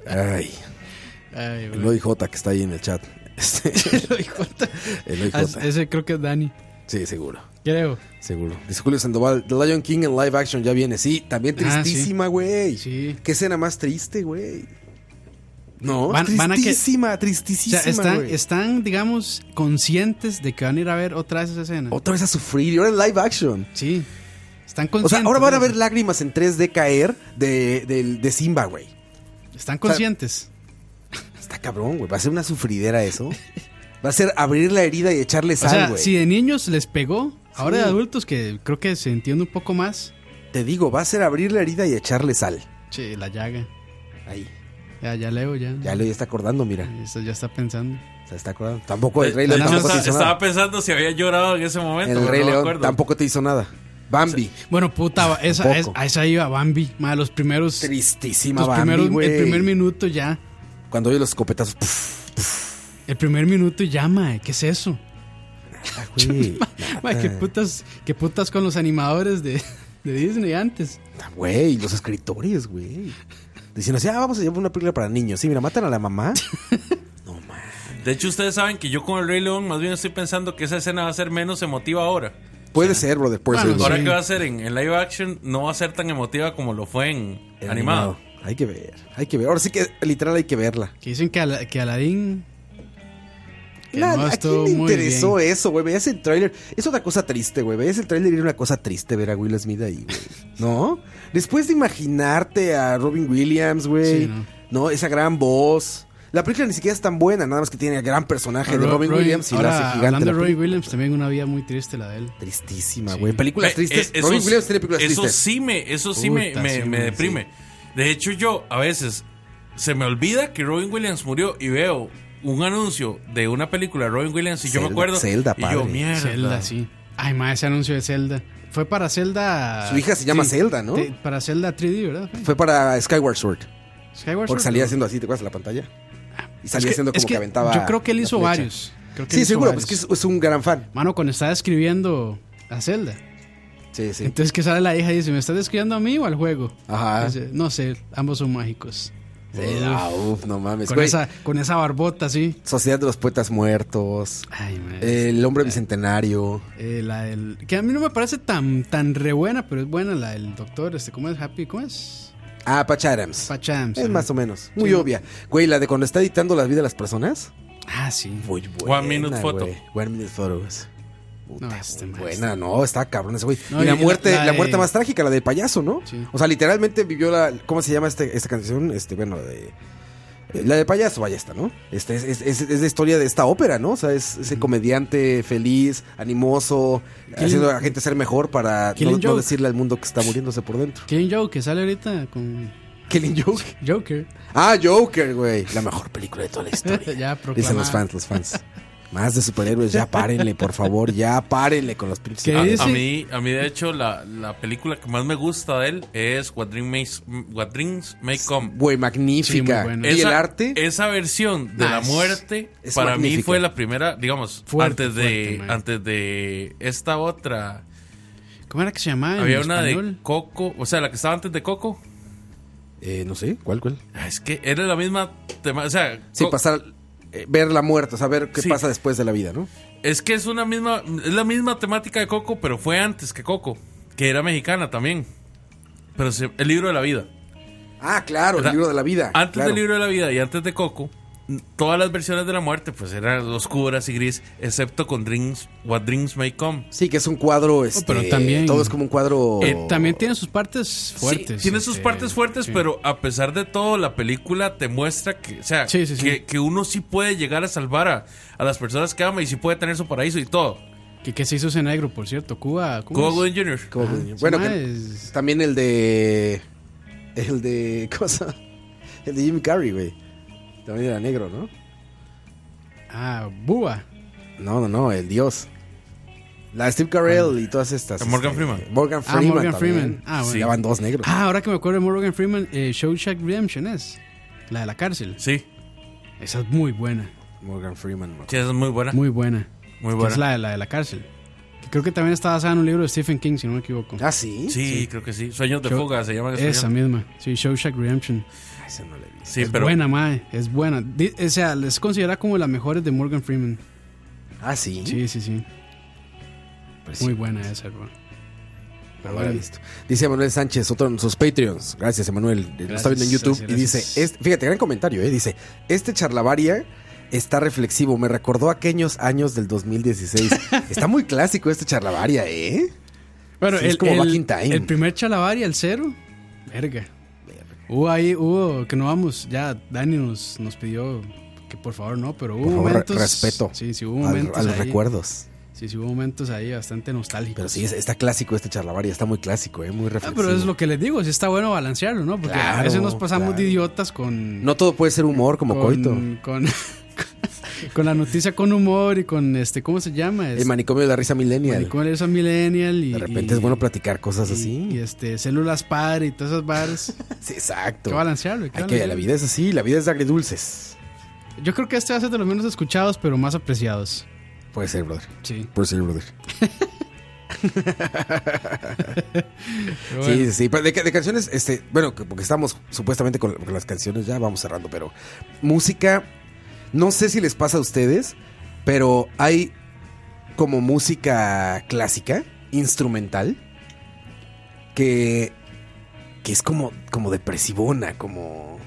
Speaker 5: Ay,
Speaker 4: Ay, mae.
Speaker 5: el J que está ahí en el chat. Este,
Speaker 4: Eloy J.
Speaker 5: el
Speaker 4: Ah,
Speaker 5: J.
Speaker 4: Ese creo que es Dani,
Speaker 5: Sí, seguro.
Speaker 4: creo.
Speaker 5: Seguro. Dice Julio Sandoval, The Lion King en live action ya viene. Sí, también
Speaker 4: Ah, sí.
Speaker 5: tristísima, güey.
Speaker 4: Sí.
Speaker 5: Qué escena más triste, güey. No,
Speaker 4: Van- van a que-
Speaker 5: tristísima,
Speaker 4: O
Speaker 5: tristísima,
Speaker 4: sea, están,
Speaker 5: güey.
Speaker 4: están, digamos, conscientes de que van a ir a ver otra vez esa escena.
Speaker 5: Otra vez a sufrir y ahora en live action.
Speaker 4: Sí, están
Speaker 5: O
Speaker 4: conscientes.
Speaker 5: sea, ahora van a
Speaker 4: de
Speaker 5: ver
Speaker 4: eso.
Speaker 5: lágrimas en 3D caer de, del- de Simba, güey.
Speaker 4: Están conscientes.
Speaker 5: Está cabrón, güey. Va a ser una sufridera eso. Va a ser abrir la herida y echarle
Speaker 4: O
Speaker 5: sal,
Speaker 4: sea,
Speaker 5: güey.
Speaker 4: si de niños les pegó, ahora
Speaker 5: Sí.
Speaker 4: de adultos que creo que se entiende un poco más,
Speaker 5: Te digo, va a ser abrir la herida y echarle sal.
Speaker 4: che, la llaga.
Speaker 5: Ahí.
Speaker 4: Ya, ya leo, ya.
Speaker 5: Ya lo ya está acordando, mira.
Speaker 4: Esto ya está pensando.
Speaker 5: Se está acordando. Tampoco el Pues, Rey
Speaker 6: De
Speaker 5: León
Speaker 6: hecho,
Speaker 5: tampoco
Speaker 6: esta-
Speaker 5: te hizo
Speaker 6: estaba
Speaker 5: nada.
Speaker 6: pensando si había llorado en ese momento.
Speaker 5: El
Speaker 6: pero
Speaker 5: Rey
Speaker 6: no me
Speaker 5: León
Speaker 6: acuerdo.
Speaker 5: tampoco te hizo nada. Bambi.
Speaker 4: Bueno, puta, esa, es,
Speaker 5: Tampoco.
Speaker 4: a esa iba Bambi. Ma, los primeros.
Speaker 5: Tristísima
Speaker 4: los
Speaker 5: Bambi,
Speaker 4: primeros
Speaker 5: güey.
Speaker 4: el primer minuto ya.
Speaker 5: Cuando oye los escopetazos. puf, puf,
Speaker 4: El primer minuto y ya, mae, ¿qué es eso? Ah,
Speaker 5: güey,
Speaker 4: Ma- mae, qué
Speaker 5: nada.
Speaker 4: putas, qué putas con los animadores de, de Disney antes.
Speaker 5: Güey, los escritores, güey. Diciendo así, ah, vamos a llevar una película para niños. Sí, mira, matan a la mamá.
Speaker 6: De hecho, ustedes saben que yo con el Rey León más bien estoy pensando que esa escena va a ser menos emotiva ahora.
Speaker 5: Puede ser, brother, puede
Speaker 6: Bueno,
Speaker 5: ser.
Speaker 6: ahora
Speaker 5: güey.
Speaker 6: que va a ser en, en live action no va a ser tan emotiva como lo fue en
Speaker 5: El
Speaker 6: animado.
Speaker 5: Hay que ver, hay que ver. Ahora sí que literal hay que verla.
Speaker 4: Que dicen que, Ala- que Aladdin. que
Speaker 5: Nada,
Speaker 4: no
Speaker 5: ¿A quién
Speaker 4: estuvo
Speaker 5: le
Speaker 4: muy
Speaker 5: interesó
Speaker 4: bien.
Speaker 5: eso, güey? Veías el tráiler. Es otra cosa triste, güey. Veías el tráiler y era una cosa triste ver a Will Smith ahí, güey. ¿No? Después de imaginarte a Robin Williams, güey.
Speaker 4: Sí,
Speaker 5: ¿no?
Speaker 4: ¿no?
Speaker 5: Esa gran voz. La película ni siquiera es tan buena, nada más que tiene el gran personaje de
Speaker 4: Ro-
Speaker 5: Robin
Speaker 4: Roy-
Speaker 5: Williams y la
Speaker 4: ahora,
Speaker 5: hace gigante.
Speaker 4: Hablando
Speaker 5: la
Speaker 4: de Roy
Speaker 5: película.
Speaker 4: Williams, también una vida muy triste la de él.
Speaker 5: Tristísima,
Speaker 4: Sí.
Speaker 5: güey. Películas
Speaker 6: Ve,
Speaker 5: tristes.
Speaker 6: eh, eso
Speaker 5: Robin
Speaker 6: sí-
Speaker 5: Williams tiene películas
Speaker 6: Eso
Speaker 5: tristes.
Speaker 6: sí me, eso sí me,
Speaker 4: Puta,
Speaker 6: me-
Speaker 4: sí,
Speaker 6: me
Speaker 4: güey,
Speaker 6: deprime. De hecho, yo a veces se me olvida que Robin Williams murió y veo un anuncio de una película de Robin Williams y yo
Speaker 5: Zelda-
Speaker 6: me acuerdo.
Speaker 5: Zelda,
Speaker 6: y
Speaker 5: padre.
Speaker 6: yo, mierda.
Speaker 4: Zelda, sí. Ay, mae, ese anuncio de Zelda. Fue para Zelda.
Speaker 5: Su hija se llama Zelda, ¿no?
Speaker 4: Te- para Zelda 3D, ¿verdad? Fue?
Speaker 5: Fue para Skyward Sword.
Speaker 4: Skyward
Speaker 5: Porque
Speaker 4: Sword,
Speaker 5: salía
Speaker 4: ¿no?
Speaker 5: haciendo así, ¿te acuerdas de la pantalla? Y salía
Speaker 4: Ah, Es que-
Speaker 5: haciendo como
Speaker 4: es
Speaker 5: que, aventaba.
Speaker 4: Yo creo que él
Speaker 5: la
Speaker 4: hizo
Speaker 5: flecha.
Speaker 4: varios. Creo que él
Speaker 5: Sí,
Speaker 4: hizo
Speaker 5: seguro, pues que
Speaker 4: varios.
Speaker 5: es, es un gran fan.
Speaker 4: Mano, cuando estaba escribiendo a Zelda.
Speaker 5: Sí, sí.
Speaker 4: Entonces que sale la hija y dice, ¿me estás escribiendo a mí o al juego?
Speaker 5: Ajá.
Speaker 4: Dice, no sé, ambos son mágicos.
Speaker 5: Sí, ah, uf, no mames.
Speaker 4: eh, Con
Speaker 5: Güey,
Speaker 4: esa, con esa barbota, sí.
Speaker 5: Sociedad de los Poetas Muertos.
Speaker 4: Ay, man.
Speaker 5: El hombre bicentenario.
Speaker 4: Eh, la del- que a mí no me parece tan, tan re buena, pero es buena la del doctor, este, ¿cómo es? Happy, ¿cómo es?
Speaker 5: Ah, Patch Adams.
Speaker 4: Pachams.
Speaker 5: es
Speaker 4: ajá.
Speaker 5: más o menos. Muy
Speaker 4: Sí.
Speaker 5: obvia. Güey, la de cuando está editando las vidas de las personas.
Speaker 4: Ah, sí.
Speaker 5: Muy buena.
Speaker 6: One Minute Photo.
Speaker 5: güey. One Minute Photos.
Speaker 4: No, este man,
Speaker 5: Buena, no, está cabrón ese güey.
Speaker 4: No,
Speaker 5: y la
Speaker 4: y la-
Speaker 5: muerte, la,
Speaker 4: la de-
Speaker 5: muerte más trágica, la del payaso, ¿no?
Speaker 4: Sí.
Speaker 5: O sea, literalmente vivió la. ¿Cómo se llama este- esta canción? Este, bueno, la de. eh, La del payaso, vaya esta, ¿no? Este es, es- es- es la historia de esta ópera, ¿no? O sea, es ese comediante feliz, animoso, haciendo a la gente ser mejor para no,
Speaker 4: Killing
Speaker 5: no
Speaker 4: Joke.
Speaker 5: decirle al mundo que está muriéndose por dentro.
Speaker 4: Killing Joke, que sale ahorita con
Speaker 5: Killing Joke.
Speaker 4: Joker.
Speaker 5: Ah, Joker, güey. La mejor película de toda la historia.
Speaker 4: Ya,
Speaker 5: Dicen los
Speaker 4: proclamada.
Speaker 5: fans, los fans. Más de superhéroes, ya párenle, por favor, ya párenle con los pinches.
Speaker 4: ¿Qué
Speaker 6: A,
Speaker 5: superhéroes.
Speaker 6: a
Speaker 4: dice?
Speaker 6: mí, a mí, de hecho, la, la película que más me gusta de él es What, Dream Makes- What Dreams May Come.
Speaker 5: Güey,
Speaker 4: Sí,
Speaker 5: magnífica.
Speaker 4: muy buena.
Speaker 5: Y
Speaker 6: Esa-
Speaker 5: el arte.
Speaker 6: Esa versión de
Speaker 4: Ah,
Speaker 6: la
Speaker 4: es-
Speaker 6: muerte
Speaker 5: es
Speaker 6: para mí
Speaker 5: magnífica.
Speaker 6: fue la primera, digamos,
Speaker 4: Fuerte,
Speaker 6: antes de
Speaker 4: fuerte, man.
Speaker 6: antes de esta otra.
Speaker 4: ¿Cómo era que se llamaba? en
Speaker 6: Había una
Speaker 4: español?
Speaker 6: de Coco, o sea, la que estaba antes de Coco.
Speaker 5: Eh, no sé, ¿cuál, cuál?
Speaker 6: Ah, Es que era la misma tema, o sea,
Speaker 5: Sí,
Speaker 6: Co-
Speaker 5: pasar. eh, ver la muerte, o sea, ver qué
Speaker 6: Sí.
Speaker 5: pasa después de la vida, ¿no?
Speaker 6: es que es una misma es la misma temática de Coco, pero fue antes que Coco, que era mexicana también. Pero se- el libro de la vida.
Speaker 5: Ah, claro, el
Speaker 6: ¿Verdad?
Speaker 5: libro de la vida.
Speaker 6: Antes
Speaker 5: claro.
Speaker 6: del libro de la vida y antes de Coco, n- todas las versiones de la muerte pues eran oscuras y gris, excepto con Dreams What Dreams May Come.
Speaker 5: Sí, que es un cuadro. Este,
Speaker 4: Oh, pero también-
Speaker 5: Todo es como un cuadro.
Speaker 4: Eh, también tiene sus partes fuertes.
Speaker 6: Sí, tiene sus
Speaker 4: este,
Speaker 6: partes fuertes,
Speaker 4: sí.
Speaker 6: pero a pesar de todo, la película te muestra que, o sea,
Speaker 4: Sí, sí, sí.
Speaker 6: Que, que uno sí puede llegar a salvar a, a las personas que ama y sí puede tener su paraíso y todo.
Speaker 4: Que, que se hizo ese negro, por cierto. Cuba. ¿cómo
Speaker 6: Cuba
Speaker 4: es?
Speaker 6: Gooding Jr.
Speaker 5: como-
Speaker 4: Ah, ese
Speaker 5: bueno,
Speaker 4: mae
Speaker 5: que-
Speaker 4: es-
Speaker 5: también el de. El de. Cosa. El de Jim Carrey, güey. También era negro, ¿no?
Speaker 4: Ah, Búa.
Speaker 5: No, no, no, el dios. La de Steve Carell y todas estas.
Speaker 6: Morgan
Speaker 5: este,
Speaker 6: Freeman.
Speaker 5: Morgan
Speaker 4: Ah,
Speaker 5: Freeman.
Speaker 4: Morgan
Speaker 5: también.
Speaker 4: Freeman. Ah, bueno.
Speaker 5: Sí, Llevan dos negros.
Speaker 4: Ah, ahora que me acuerdo de Morgan Freeman, eh, Shawshank Redemption es. La de la cárcel.
Speaker 6: Sí,
Speaker 4: Esa es muy buena.
Speaker 5: Morgan Freeman.
Speaker 6: sí, esa es muy buena. Muy,
Speaker 4: Muy buena. Que
Speaker 6: buena.
Speaker 4: Es la de la de la cárcel. Que creo que también está basada en un libro de Stephen King, si no me equivoco.
Speaker 5: Ah, sí.
Speaker 6: sí, creo que sí. Sueños de
Speaker 4: Yo-
Speaker 6: fuga se llama. en
Speaker 4: Esa
Speaker 6: español.
Speaker 4: misma. Sí, Shawshank Redemption.
Speaker 5: Ese no lo he visto.
Speaker 6: Sí,
Speaker 4: es
Speaker 6: pero
Speaker 4: buena, mae. Es buena. Di- o sea, es considerada como de las mejores de Morgan Freeman.
Speaker 5: Ah, sí.
Speaker 4: Sí, sí, sí.
Speaker 5: Pues sí.
Speaker 4: Muy buena esa, hermano.
Speaker 5: Pero bueno, listo. Dice Manuel Sánchez, otro de nuestros Patreons. Gracias, Emanuel. Lo está viendo en
Speaker 4: Gracias,
Speaker 5: YouTube.
Speaker 4: gracias,
Speaker 5: y dice,
Speaker 4: gracias.
Speaker 5: es- fíjate, gran comentario, ¿eh? Dice, este charlavaria está reflexivo. Me recordó aquellos años del 2016. está muy clásico este charlavaria, ¿eh?
Speaker 4: Bueno,
Speaker 5: Sí, es
Speaker 4: el,
Speaker 5: como back
Speaker 4: el-
Speaker 5: in time.
Speaker 4: el primer Chalabaria, el cero, verga. Hubo ahí, hubo, que no vamos, ya Dani nos, nos pidió que por favor no, pero hubo
Speaker 5: Por favor,
Speaker 4: momentos.
Speaker 5: respeto
Speaker 4: Sí, sí, hubo
Speaker 5: Al-
Speaker 4: momentos.
Speaker 5: a los
Speaker 4: ahí,
Speaker 5: recuerdos.
Speaker 4: Sí, sí, hubo momentos ahí bastante nostálgicos.
Speaker 5: Pero sí, es- está clásico este charlavaria. Está muy clásico, ¿eh? Muy
Speaker 4: Ah,
Speaker 5: reflexivo.
Speaker 4: pero es lo que les digo, sí está bueno balancearlo, ¿no? Porque
Speaker 5: Claro,
Speaker 4: a veces nos pasamos
Speaker 5: claro.
Speaker 4: de idiotas con.
Speaker 5: No todo puede ser humor como
Speaker 4: con,
Speaker 5: coito.
Speaker 4: Con, con la noticia con humor y con este, ¿cómo se llama?
Speaker 5: El manicomio de la risa millennial.
Speaker 4: Manicomio de esa Millennial y.
Speaker 5: De repente es bueno platicar cosas
Speaker 4: y-
Speaker 5: así.
Speaker 4: Y este, células padre y todas esas bares.
Speaker 5: Sí, exacto.
Speaker 4: que balancearlo. hay que
Speaker 5: Hay que, la
Speaker 4: balancearlo.
Speaker 5: vida es así, la vida es de agridulces.
Speaker 4: Yo creo que este va a ser de los menos escuchados, pero más apreciados.
Speaker 5: Puede ser, brother.
Speaker 4: Sí.
Speaker 5: Puede ser, brother.
Speaker 4: Pero
Speaker 5: Sí,
Speaker 4: bueno.
Speaker 5: sí, sí. Pero de, ca- de canciones, este, bueno, que- porque estamos supuestamente con, con las canciones, ya vamos cerrando, pero música, no sé si les pasa a ustedes, pero hay como música clásica, instrumental, que, que es como, como depresivona, como,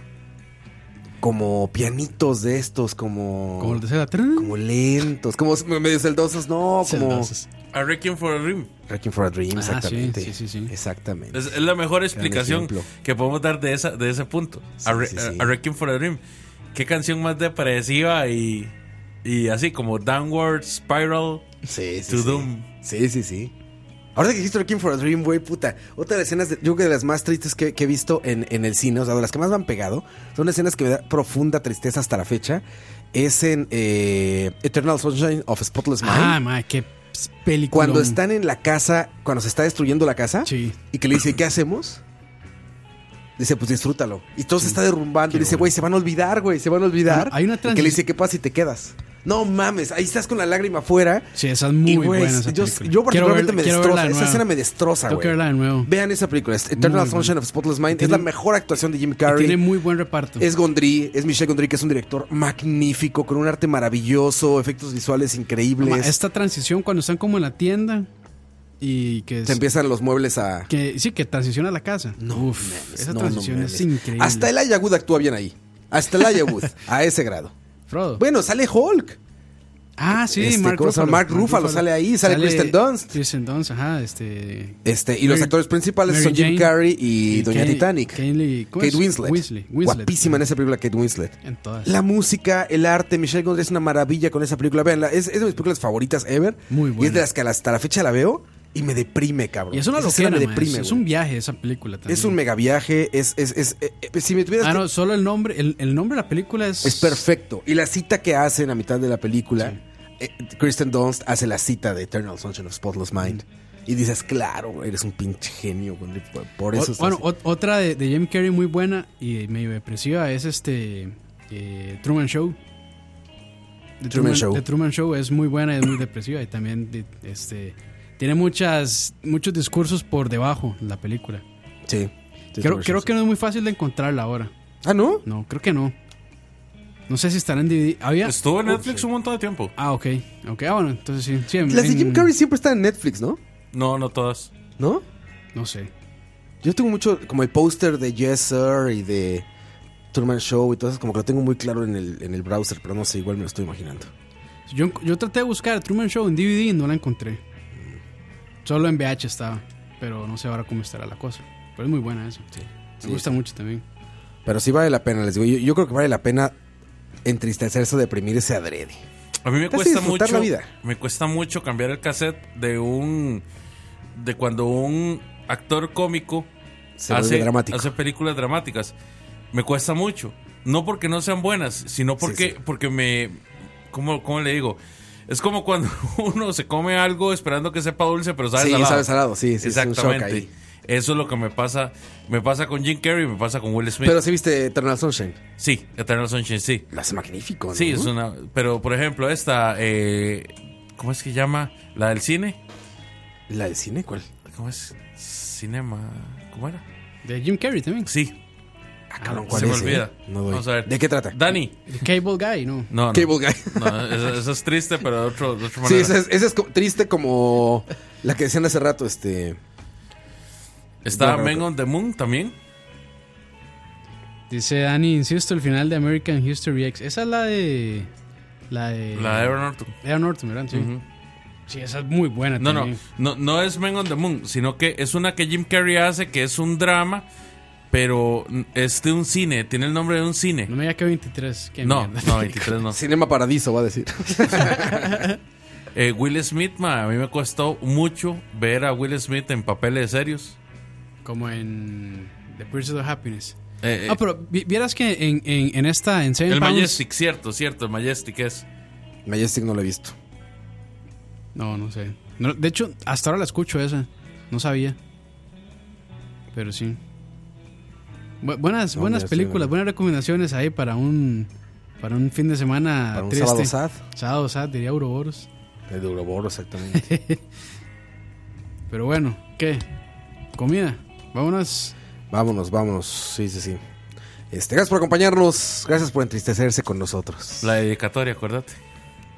Speaker 5: como pianitos de estos, como...
Speaker 4: Como los de Zelda.
Speaker 5: Como lentos, como medio celdosos, no, como...
Speaker 4: Celdosos.
Speaker 6: A Requiem for a Dream.
Speaker 5: Wrecking for a Dream,
Speaker 4: Ah, sí,
Speaker 5: exactamente.
Speaker 4: sí, sí,
Speaker 5: Exactamente.
Speaker 6: Es, es la mejor
Speaker 5: Gran
Speaker 6: explicación
Speaker 5: ejemplo.
Speaker 6: que podemos dar de, esa, de ese punto. a, Re-
Speaker 5: sí, sí.
Speaker 6: a Requiem for a Dream. Qué canción más depresiva y, y así como Downward Spiral
Speaker 5: Sí, sí,
Speaker 6: to
Speaker 5: sí.
Speaker 6: Doom.
Speaker 5: Sí, sí, sí. Ahora que dijiste Looking for a Dream, güey, puta. Otra de las escenas, de- yo creo que de las más tristes que, que he visto en, en el cine, o sea, de las que más me han pegado, son escenas que me da profunda tristeza hasta la fecha. Es en eh, Eternal Sunshine of a Spotless Mind.
Speaker 4: Ah, madre, qué película.
Speaker 5: cuando están en la casa, cuando se está destruyendo la casa,
Speaker 4: Sí.
Speaker 5: y que le dice, ¿qué hacemos? Dice, pues disfrútalo. Y todo se está derrumbando. Y dice, güey, se van a olvidar, güey, se van a olvidar.
Speaker 4: Hay una
Speaker 5: Y que le
Speaker 4: transi-
Speaker 5: dice, ¿qué pasa si te quedas? No mames, ahí estás con la lágrima afuera.
Speaker 4: Sí, esa es muy
Speaker 5: y, güey,
Speaker 4: buena. Esa
Speaker 5: yo,
Speaker 4: película.
Speaker 5: yo
Speaker 4: Quiero
Speaker 5: particularmente
Speaker 4: verla-
Speaker 5: me
Speaker 4: quiero verla
Speaker 5: destroza.
Speaker 4: de
Speaker 5: Esa
Speaker 4: nueva.
Speaker 5: escena me destroza,
Speaker 4: Tengo que verla
Speaker 5: güey.
Speaker 4: de nuevo.
Speaker 5: Vean esa película, es Eternal
Speaker 4: Muy
Speaker 5: Sunshine
Speaker 4: buena.
Speaker 5: of Spotless Mind.
Speaker 4: Tiene-
Speaker 5: es la mejor actuación de Jim
Speaker 4: Y
Speaker 5: Carrey.
Speaker 4: Tiene muy buen reparto.
Speaker 5: Es Gondry, es Michel Gondry, que es un director magnífico, con un arte maravilloso, efectos visuales increíbles.
Speaker 4: Ma, Esta transición cuando están como en la tienda y que, es-
Speaker 5: Se empiezan los muebles a.
Speaker 4: que sí, que transiciona a la casa. Uf,
Speaker 5: Mames,
Speaker 4: esa
Speaker 5: no,
Speaker 4: transición
Speaker 5: no
Speaker 4: es
Speaker 5: mames.
Speaker 4: increíble.
Speaker 5: Hasta el Ayawood actúa bien ahí. Hasta el Ayawood, a ese grado.
Speaker 4: Frodo.
Speaker 5: Bueno, sale Hulk.
Speaker 4: ah, sí,
Speaker 5: este,
Speaker 4: Mark
Speaker 5: ¿cómo se llama?
Speaker 4: Ruffalo.
Speaker 5: Mark Ruffalo sale ahí, sale Kristen Dunst.
Speaker 4: Kristen Dunst, ajá, este...
Speaker 5: Este, y los
Speaker 4: Mary-
Speaker 5: actores principales
Speaker 4: Mary
Speaker 5: son Jim
Speaker 4: Jane
Speaker 5: Carrey y, Doña
Speaker 4: Kay-
Speaker 5: Titanic.
Speaker 4: Kaylee- ¿cómo
Speaker 5: Kate
Speaker 4: es?
Speaker 5: Winslet.
Speaker 4: Weasley, Winslet.
Speaker 5: Guapísima en esa película Kate Winslet.
Speaker 4: En todas.
Speaker 5: La música, el arte, Michelle Gondry es una maravilla con esa película. Veanla, es, es de mis películas favoritas ever.
Speaker 4: Muy
Speaker 5: Y es de
Speaker 4: buena.
Speaker 5: las que hasta la fecha la veo y me deprime, cabrón.
Speaker 4: Y es una
Speaker 5: Esa escena
Speaker 4: loquera,
Speaker 5: me
Speaker 4: ma,
Speaker 5: deprime,
Speaker 4: es, es
Speaker 5: güey.
Speaker 4: un viaje esa película también.
Speaker 5: Es un mega viaje, es, es, es- eh, eh, si me tuvieras
Speaker 4: Ah,
Speaker 5: que-
Speaker 4: no, solo el nombre, el, el nombre de la película es...
Speaker 5: es perfecto. Y la cita que hacen a mitad de la película, eh, Kristen Dunst hace la cita de Eternal Sunshine of Spotless Mind. Y dices, claro, eres un pinche genio, Gondry, por- Por
Speaker 4: Mm. O-
Speaker 5: eso es
Speaker 4: bueno,
Speaker 5: así.
Speaker 4: ot- otra de, de Jim Carrey muy buena y medio depresiva es este eh, Truman Show. The
Speaker 5: Truman Show.
Speaker 4: The Truman Show es muy buena y es muy depresiva y también de- este tiene muchas muchos discursos por debajo la película.
Speaker 5: Sí.
Speaker 4: Creo, creo que no es muy fácil de encontrarla ahora.
Speaker 5: Ah, ¿no?
Speaker 4: No, creo que no. No sé si estará en DVD. Había
Speaker 6: Estuvo en Netflix un montón de tiempo.
Speaker 4: Ah, ok. Ok, ah, bueno, entonces sí. sí, en-
Speaker 5: Las de Jim
Speaker 4: en-
Speaker 5: Carrey siempre están en Netflix, ¿no?
Speaker 6: No, no todas.
Speaker 5: ¿No?
Speaker 4: No sé.
Speaker 5: Yo tengo mucho, como el póster de Yes Sir y de Truman Show y todo eso, como que lo tengo muy claro en el, en el browser, pero no sé, igual me lo estoy imaginando.
Speaker 4: Yo, yo traté de buscar Truman Show en DVD y no la encontré. Solo en VH estaba, pero no sé ahora cómo estará la cosa. Pero es muy buena esa.
Speaker 5: sí,
Speaker 4: Me gusta mucho también.
Speaker 5: Pero sí vale la pena, les digo. Yo, yo creo que vale la pena entristecerse, deprimirse adrede.
Speaker 6: A mí me
Speaker 5: Casi
Speaker 6: cuesta
Speaker 5: disfrutar
Speaker 6: mucho.
Speaker 5: la vida.
Speaker 6: Me cuesta mucho cambiar el cassette de un. de cuando un actor cómico
Speaker 5: Se vuelve dramático.
Speaker 6: Ah, hace películas dramáticas. Me cuesta mucho. No porque no sean buenas, sino porque,
Speaker 5: sí.
Speaker 6: porque me. ¿cómo, ¿Cómo le digo? Es como cuando uno se come algo esperando que sepa dulce, pero sabe
Speaker 5: Sí,
Speaker 6: salado.
Speaker 5: sabe salado, sí, sí, es un shock
Speaker 6: Exactamente.
Speaker 5: ahí.
Speaker 6: Eso es lo que me pasa. Me pasa con Jim Carrey, me pasa con Will Smith.
Speaker 5: Pero si viste Eternal Sunshine.
Speaker 6: sí, Eternal Sunshine, sí.
Speaker 5: Lo hace magnífico, ¿no?
Speaker 6: Sí, es una. Pero, por ejemplo, esta. eh, ¿Cómo es que llama? La del cine.
Speaker 5: ¿La del cine cuál?
Speaker 6: ¿Cómo es? Cinema. ¿Cómo era?
Speaker 4: De Jim Carrey también.
Speaker 6: Sí.
Speaker 5: Ah, cabrón,
Speaker 4: Ah,
Speaker 5: ¿cuál
Speaker 6: se me
Speaker 5: es, eh?
Speaker 6: olvida.
Speaker 5: No doy.
Speaker 6: Vamos a ver.
Speaker 5: ¿De qué trata?
Speaker 6: Dani.
Speaker 4: The Cable Guy, ¿no?
Speaker 6: No, no.
Speaker 5: Cable Guy.
Speaker 6: No, eso, eso es triste, pero de, otro, de otra
Speaker 5: sí,
Speaker 6: manera.
Speaker 5: esa es, esa es co- triste como la que decían hace rato, este...
Speaker 6: Está
Speaker 5: Bueno,
Speaker 6: Men
Speaker 5: ok.
Speaker 6: on the Moon también.
Speaker 4: Dice Dani, insisto, el final de American History X. Esa es la de. La de.
Speaker 6: La de Edward Norton.
Speaker 4: Edward Norton, ¿verdad? Sí.
Speaker 6: Ujú.
Speaker 4: Sí, esa es muy buena
Speaker 6: No, no,
Speaker 4: también.
Speaker 6: no, no es Men on the Moon, sino que es una que Jim Carrey hace, que es un drama, pero es de un cine, tiene el nombre de un cine.
Speaker 4: No me diga que 23. qué
Speaker 6: No,
Speaker 4: mierda.
Speaker 6: no, 23 no.
Speaker 5: Cinema Paradiso, va a decir.
Speaker 6: Eh, Will Smith, ma, a mí me costó mucho ver a Will Smith en papeles serios.
Speaker 4: Como en. The Pursuit of Happiness.
Speaker 6: Eh,
Speaker 4: ah, pero vi- vieras que en, en, en esta, en Seven
Speaker 6: el
Speaker 4: Pounds-
Speaker 6: Majestic, cierto, cierto, el Majestic es.
Speaker 5: Majestic no lo he visto.
Speaker 4: No, no sé. No, de hecho, hasta ahora la escucho esa. No sabía. Pero sí. Bu- buenas
Speaker 5: No,
Speaker 4: buenas
Speaker 5: mira, sí,
Speaker 4: películas,
Speaker 5: no.
Speaker 4: buenas recomendaciones ahí para un, Para un fin de semana
Speaker 5: Para un
Speaker 4: triste.
Speaker 5: sábado sad.
Speaker 4: Sábado sad, diría Ouroboros.
Speaker 5: El de Ouroboros, exactamente.
Speaker 4: Pero bueno, ¿qué? ¿Comida? Vámonos.
Speaker 5: Vámonos, vámonos. Sí, sí, sí. Este, gracias por acompañarnos. Gracias por entristecerse con nosotros.
Speaker 6: La dedicatoria, acuérdate.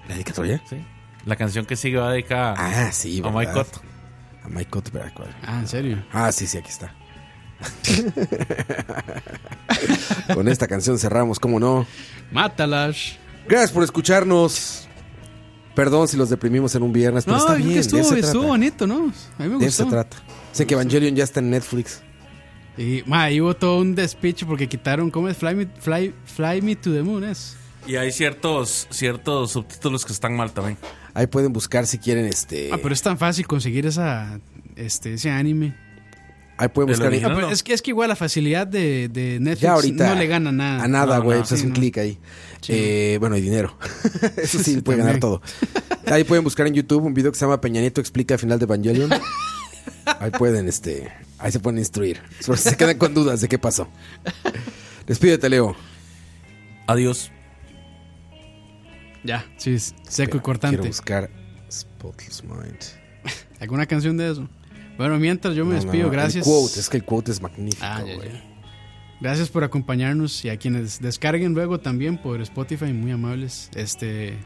Speaker 5: ¿La dedicatoria?
Speaker 6: Sí. La canción que sigue va dedicada
Speaker 5: Ah, sí,
Speaker 6: a
Speaker 5: ¿verdad?
Speaker 6: Mike Cotto.
Speaker 5: A Mike Cotto, ¿verdad? ¿Cuál?
Speaker 4: Ah, ¿en serio?
Speaker 5: Ah, sí, sí, aquí está. Con esta canción cerramos, ¿cómo no?
Speaker 4: Mátalas.
Speaker 5: Gracias por escucharnos. Perdón si los deprimimos en un viernes, pero
Speaker 4: No,
Speaker 5: está
Speaker 4: yo creo
Speaker 5: bien. de
Speaker 4: que
Speaker 5: eso
Speaker 4: estuvo,
Speaker 5: se
Speaker 4: estuvo
Speaker 5: trata.
Speaker 4: bonito, ¿no? A mí me
Speaker 5: De eso
Speaker 4: gustó.
Speaker 5: se trata. Sé que Evangelion ya está en Netflix.
Speaker 4: Y ma, ahí hubo todo un despiche porque quitaron, ¿cómo es? Fly Me, fly, fly me to the Moon, es.
Speaker 6: Y hay ciertos, ciertos subtítulos que están mal también.
Speaker 5: Ahí pueden buscar si quieren este.
Speaker 4: Ah, pero es tan fácil conseguir esa, este, ese anime.
Speaker 5: Ahí pueden
Speaker 6: ¿Del
Speaker 5: buscar.
Speaker 4: Ah,
Speaker 6: original?
Speaker 4: pero
Speaker 6: no.
Speaker 4: es, que, es que igual la facilidad de, de Netflix
Speaker 5: Ya ahorita.
Speaker 4: no le gana nada.
Speaker 5: A nada,
Speaker 6: No,
Speaker 5: güey.
Speaker 6: no,
Speaker 5: pues es
Speaker 4: sí,
Speaker 5: un
Speaker 4: no.
Speaker 5: clic ahí.
Speaker 4: Sí.
Speaker 5: Eh, bueno, y dinero. Eso sí,
Speaker 4: Sí,
Speaker 5: puede ganar
Speaker 4: también.
Speaker 5: todo. Ahí pueden buscar en YouTube un video que se llama Peña Nieto explica el final de Evangelion. Ahí pueden, este. Ahí se pueden instruir. Solo si se quedan con dudas de qué pasó. Despídete, Leo.
Speaker 6: Adiós.
Speaker 4: Ya, sí, es seco y
Speaker 5: Espera, Quiero
Speaker 4: cortante.
Speaker 5: buscar Spotless Mind.
Speaker 4: ¿Alguna canción de eso? Bueno, mientras yo me
Speaker 5: No, no,
Speaker 4: despido,
Speaker 5: no,
Speaker 4: gracias.
Speaker 5: El quote, es que el quote es magnífico,
Speaker 4: Ah, ya,
Speaker 5: güey.
Speaker 4: ya. Gracias por acompañarnos y a quienes descarguen luego también por Spotify, muy amables. Este,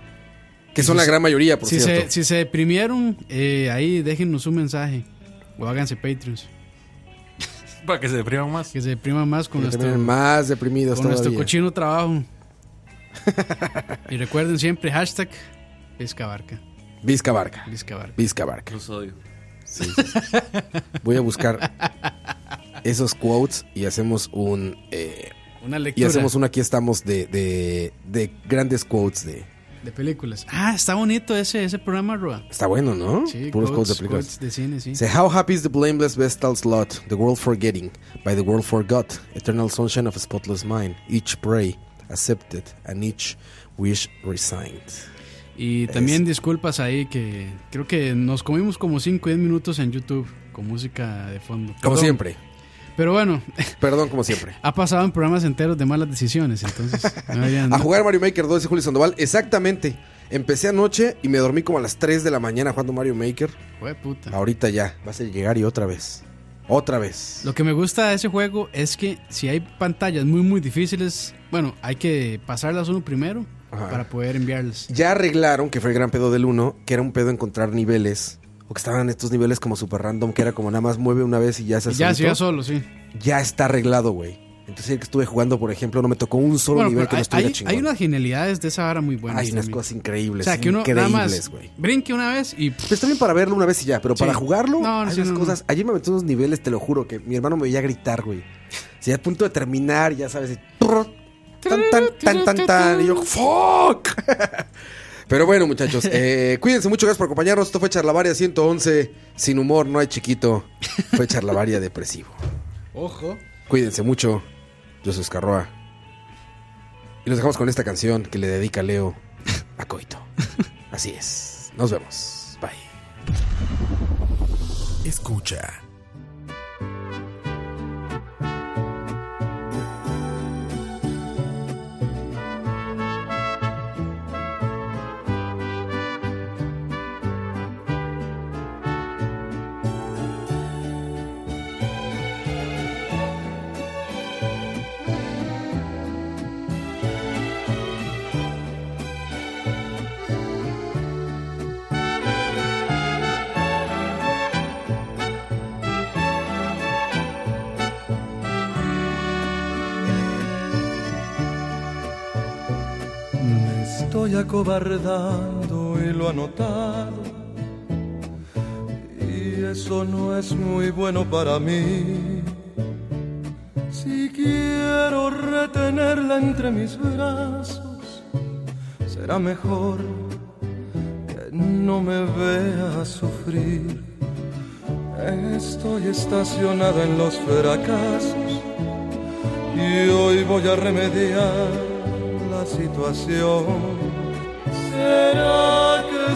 Speaker 5: Que son la gran mayoría, por
Speaker 4: si,
Speaker 5: cierto.
Speaker 4: se, si se deprimieron, eh, ahí déjenos un mensaje o háganse Patreons.
Speaker 6: Para que se depriman más.
Speaker 4: Que se depriman más con,
Speaker 5: Que
Speaker 4: nuestro,
Speaker 5: terminan más deprimidos
Speaker 4: con nuestro
Speaker 5: todavía.
Speaker 4: cochino trabajo. y recuerden siempre hashtag Vizcabarca.
Speaker 5: Vizca Barca.
Speaker 4: Vizcabarca.
Speaker 5: Vizca Barca.
Speaker 6: Los odio.
Speaker 5: Voy a buscar esos quotes y hacemos un eh,
Speaker 4: Una
Speaker 5: y
Speaker 4: lectura
Speaker 5: hacemos un aquí estamos de, de, de grandes quotes de
Speaker 4: de películas. Ah, está bonito ese, ese programa, Roa.
Speaker 5: está bueno, ¿no? Puros quotes, de películas.
Speaker 4: quotes de cine, sí.
Speaker 5: Say, how happy is the blameless Vestal lot, the world forgetting, by the world forgot, eternal sunshine of a spotless mind, each pray, accepted, and each wish resigned.
Speaker 4: Y también disculpas ahí que creo que nos comimos como 5 o 10 minutos en YouTube con música de fondo.
Speaker 5: Como
Speaker 4: Perdón.
Speaker 5: siempre,
Speaker 4: Pero bueno,
Speaker 5: perdón como siempre.
Speaker 4: ha pasado en programas enteros de malas decisiones, entonces Ah, no deberían-
Speaker 5: A jugar Mario Maker 2 y Julio Sandoval, exactamente. Empecé anoche y me dormí como a las 3 de la mañana jugando Mario Maker.
Speaker 4: Jue puta.
Speaker 5: Ahorita ya, vas a llegar y otra vez. Otra vez.
Speaker 4: Lo que me gusta de ese juego es que si hay pantallas muy muy difíciles, bueno, hay que pasarlas uno primero
Speaker 5: Ajá.
Speaker 4: para poder enviarlas.
Speaker 5: Ya arreglaron, que fue el gran pedo del 1, que era un pedo encontrar niveles. O que estaban estos niveles como super random, que era como nada más mueve una vez y ya se
Speaker 4: Y ya,
Speaker 5: asustó.
Speaker 4: si ya solo, sí.
Speaker 5: Ya está arreglado, güey. Entonces el que estuve jugando, por ejemplo, no me tocó un solo
Speaker 4: Bueno,
Speaker 5: nivel
Speaker 4: pero
Speaker 5: que no
Speaker 4: hay,
Speaker 5: estuviera
Speaker 4: hay-
Speaker 5: chingón. Ah,
Speaker 4: hay unas genialidades de esa vara muy buenas.
Speaker 5: Hay unas
Speaker 4: también.
Speaker 5: cosas
Speaker 4: o
Speaker 5: increíbles,
Speaker 4: sea, que uno nada
Speaker 5: increíbles,
Speaker 4: más
Speaker 5: güey.
Speaker 4: brinque una vez y pff,
Speaker 5: Pero Pues está bien para verlo una vez y ya, pero para
Speaker 4: Sí.
Speaker 5: jugarlo,
Speaker 4: No, no,
Speaker 5: hay
Speaker 4: sí,
Speaker 5: unas
Speaker 4: no, no.
Speaker 5: cosas. Ayer me metí unos niveles, te lo juro, que mi hermano me veía gritar, güey. O sea, a punto de terminar, ya sabes, y turr, tan, tan, tan, tan, tan. Y yo, ¡fuck! Pero bueno, muchachos, eh, cuídense mucho, gracias por acompañarnos. Esto fue Charlavaria 111. Sin humor, no hay chiquito. Fue Charlavaria depresivo.
Speaker 4: ojo.
Speaker 5: Cuídense mucho. Yo soy Escarroa. Y los dejamos con esta canción que le dedica Leo a Coito. Así es. Nos vemos. Bye.
Speaker 1: Escucha.
Speaker 9: Me estoy acobardando y lo ha notado. Y eso no es muy bueno para mí. Si quiero retenerla entre mis brazos, será mejor que no me vea sufrir. Estoy estacionada en los fracasos y hoy voy a remediar la situación. Será que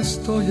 Speaker 9: Estoy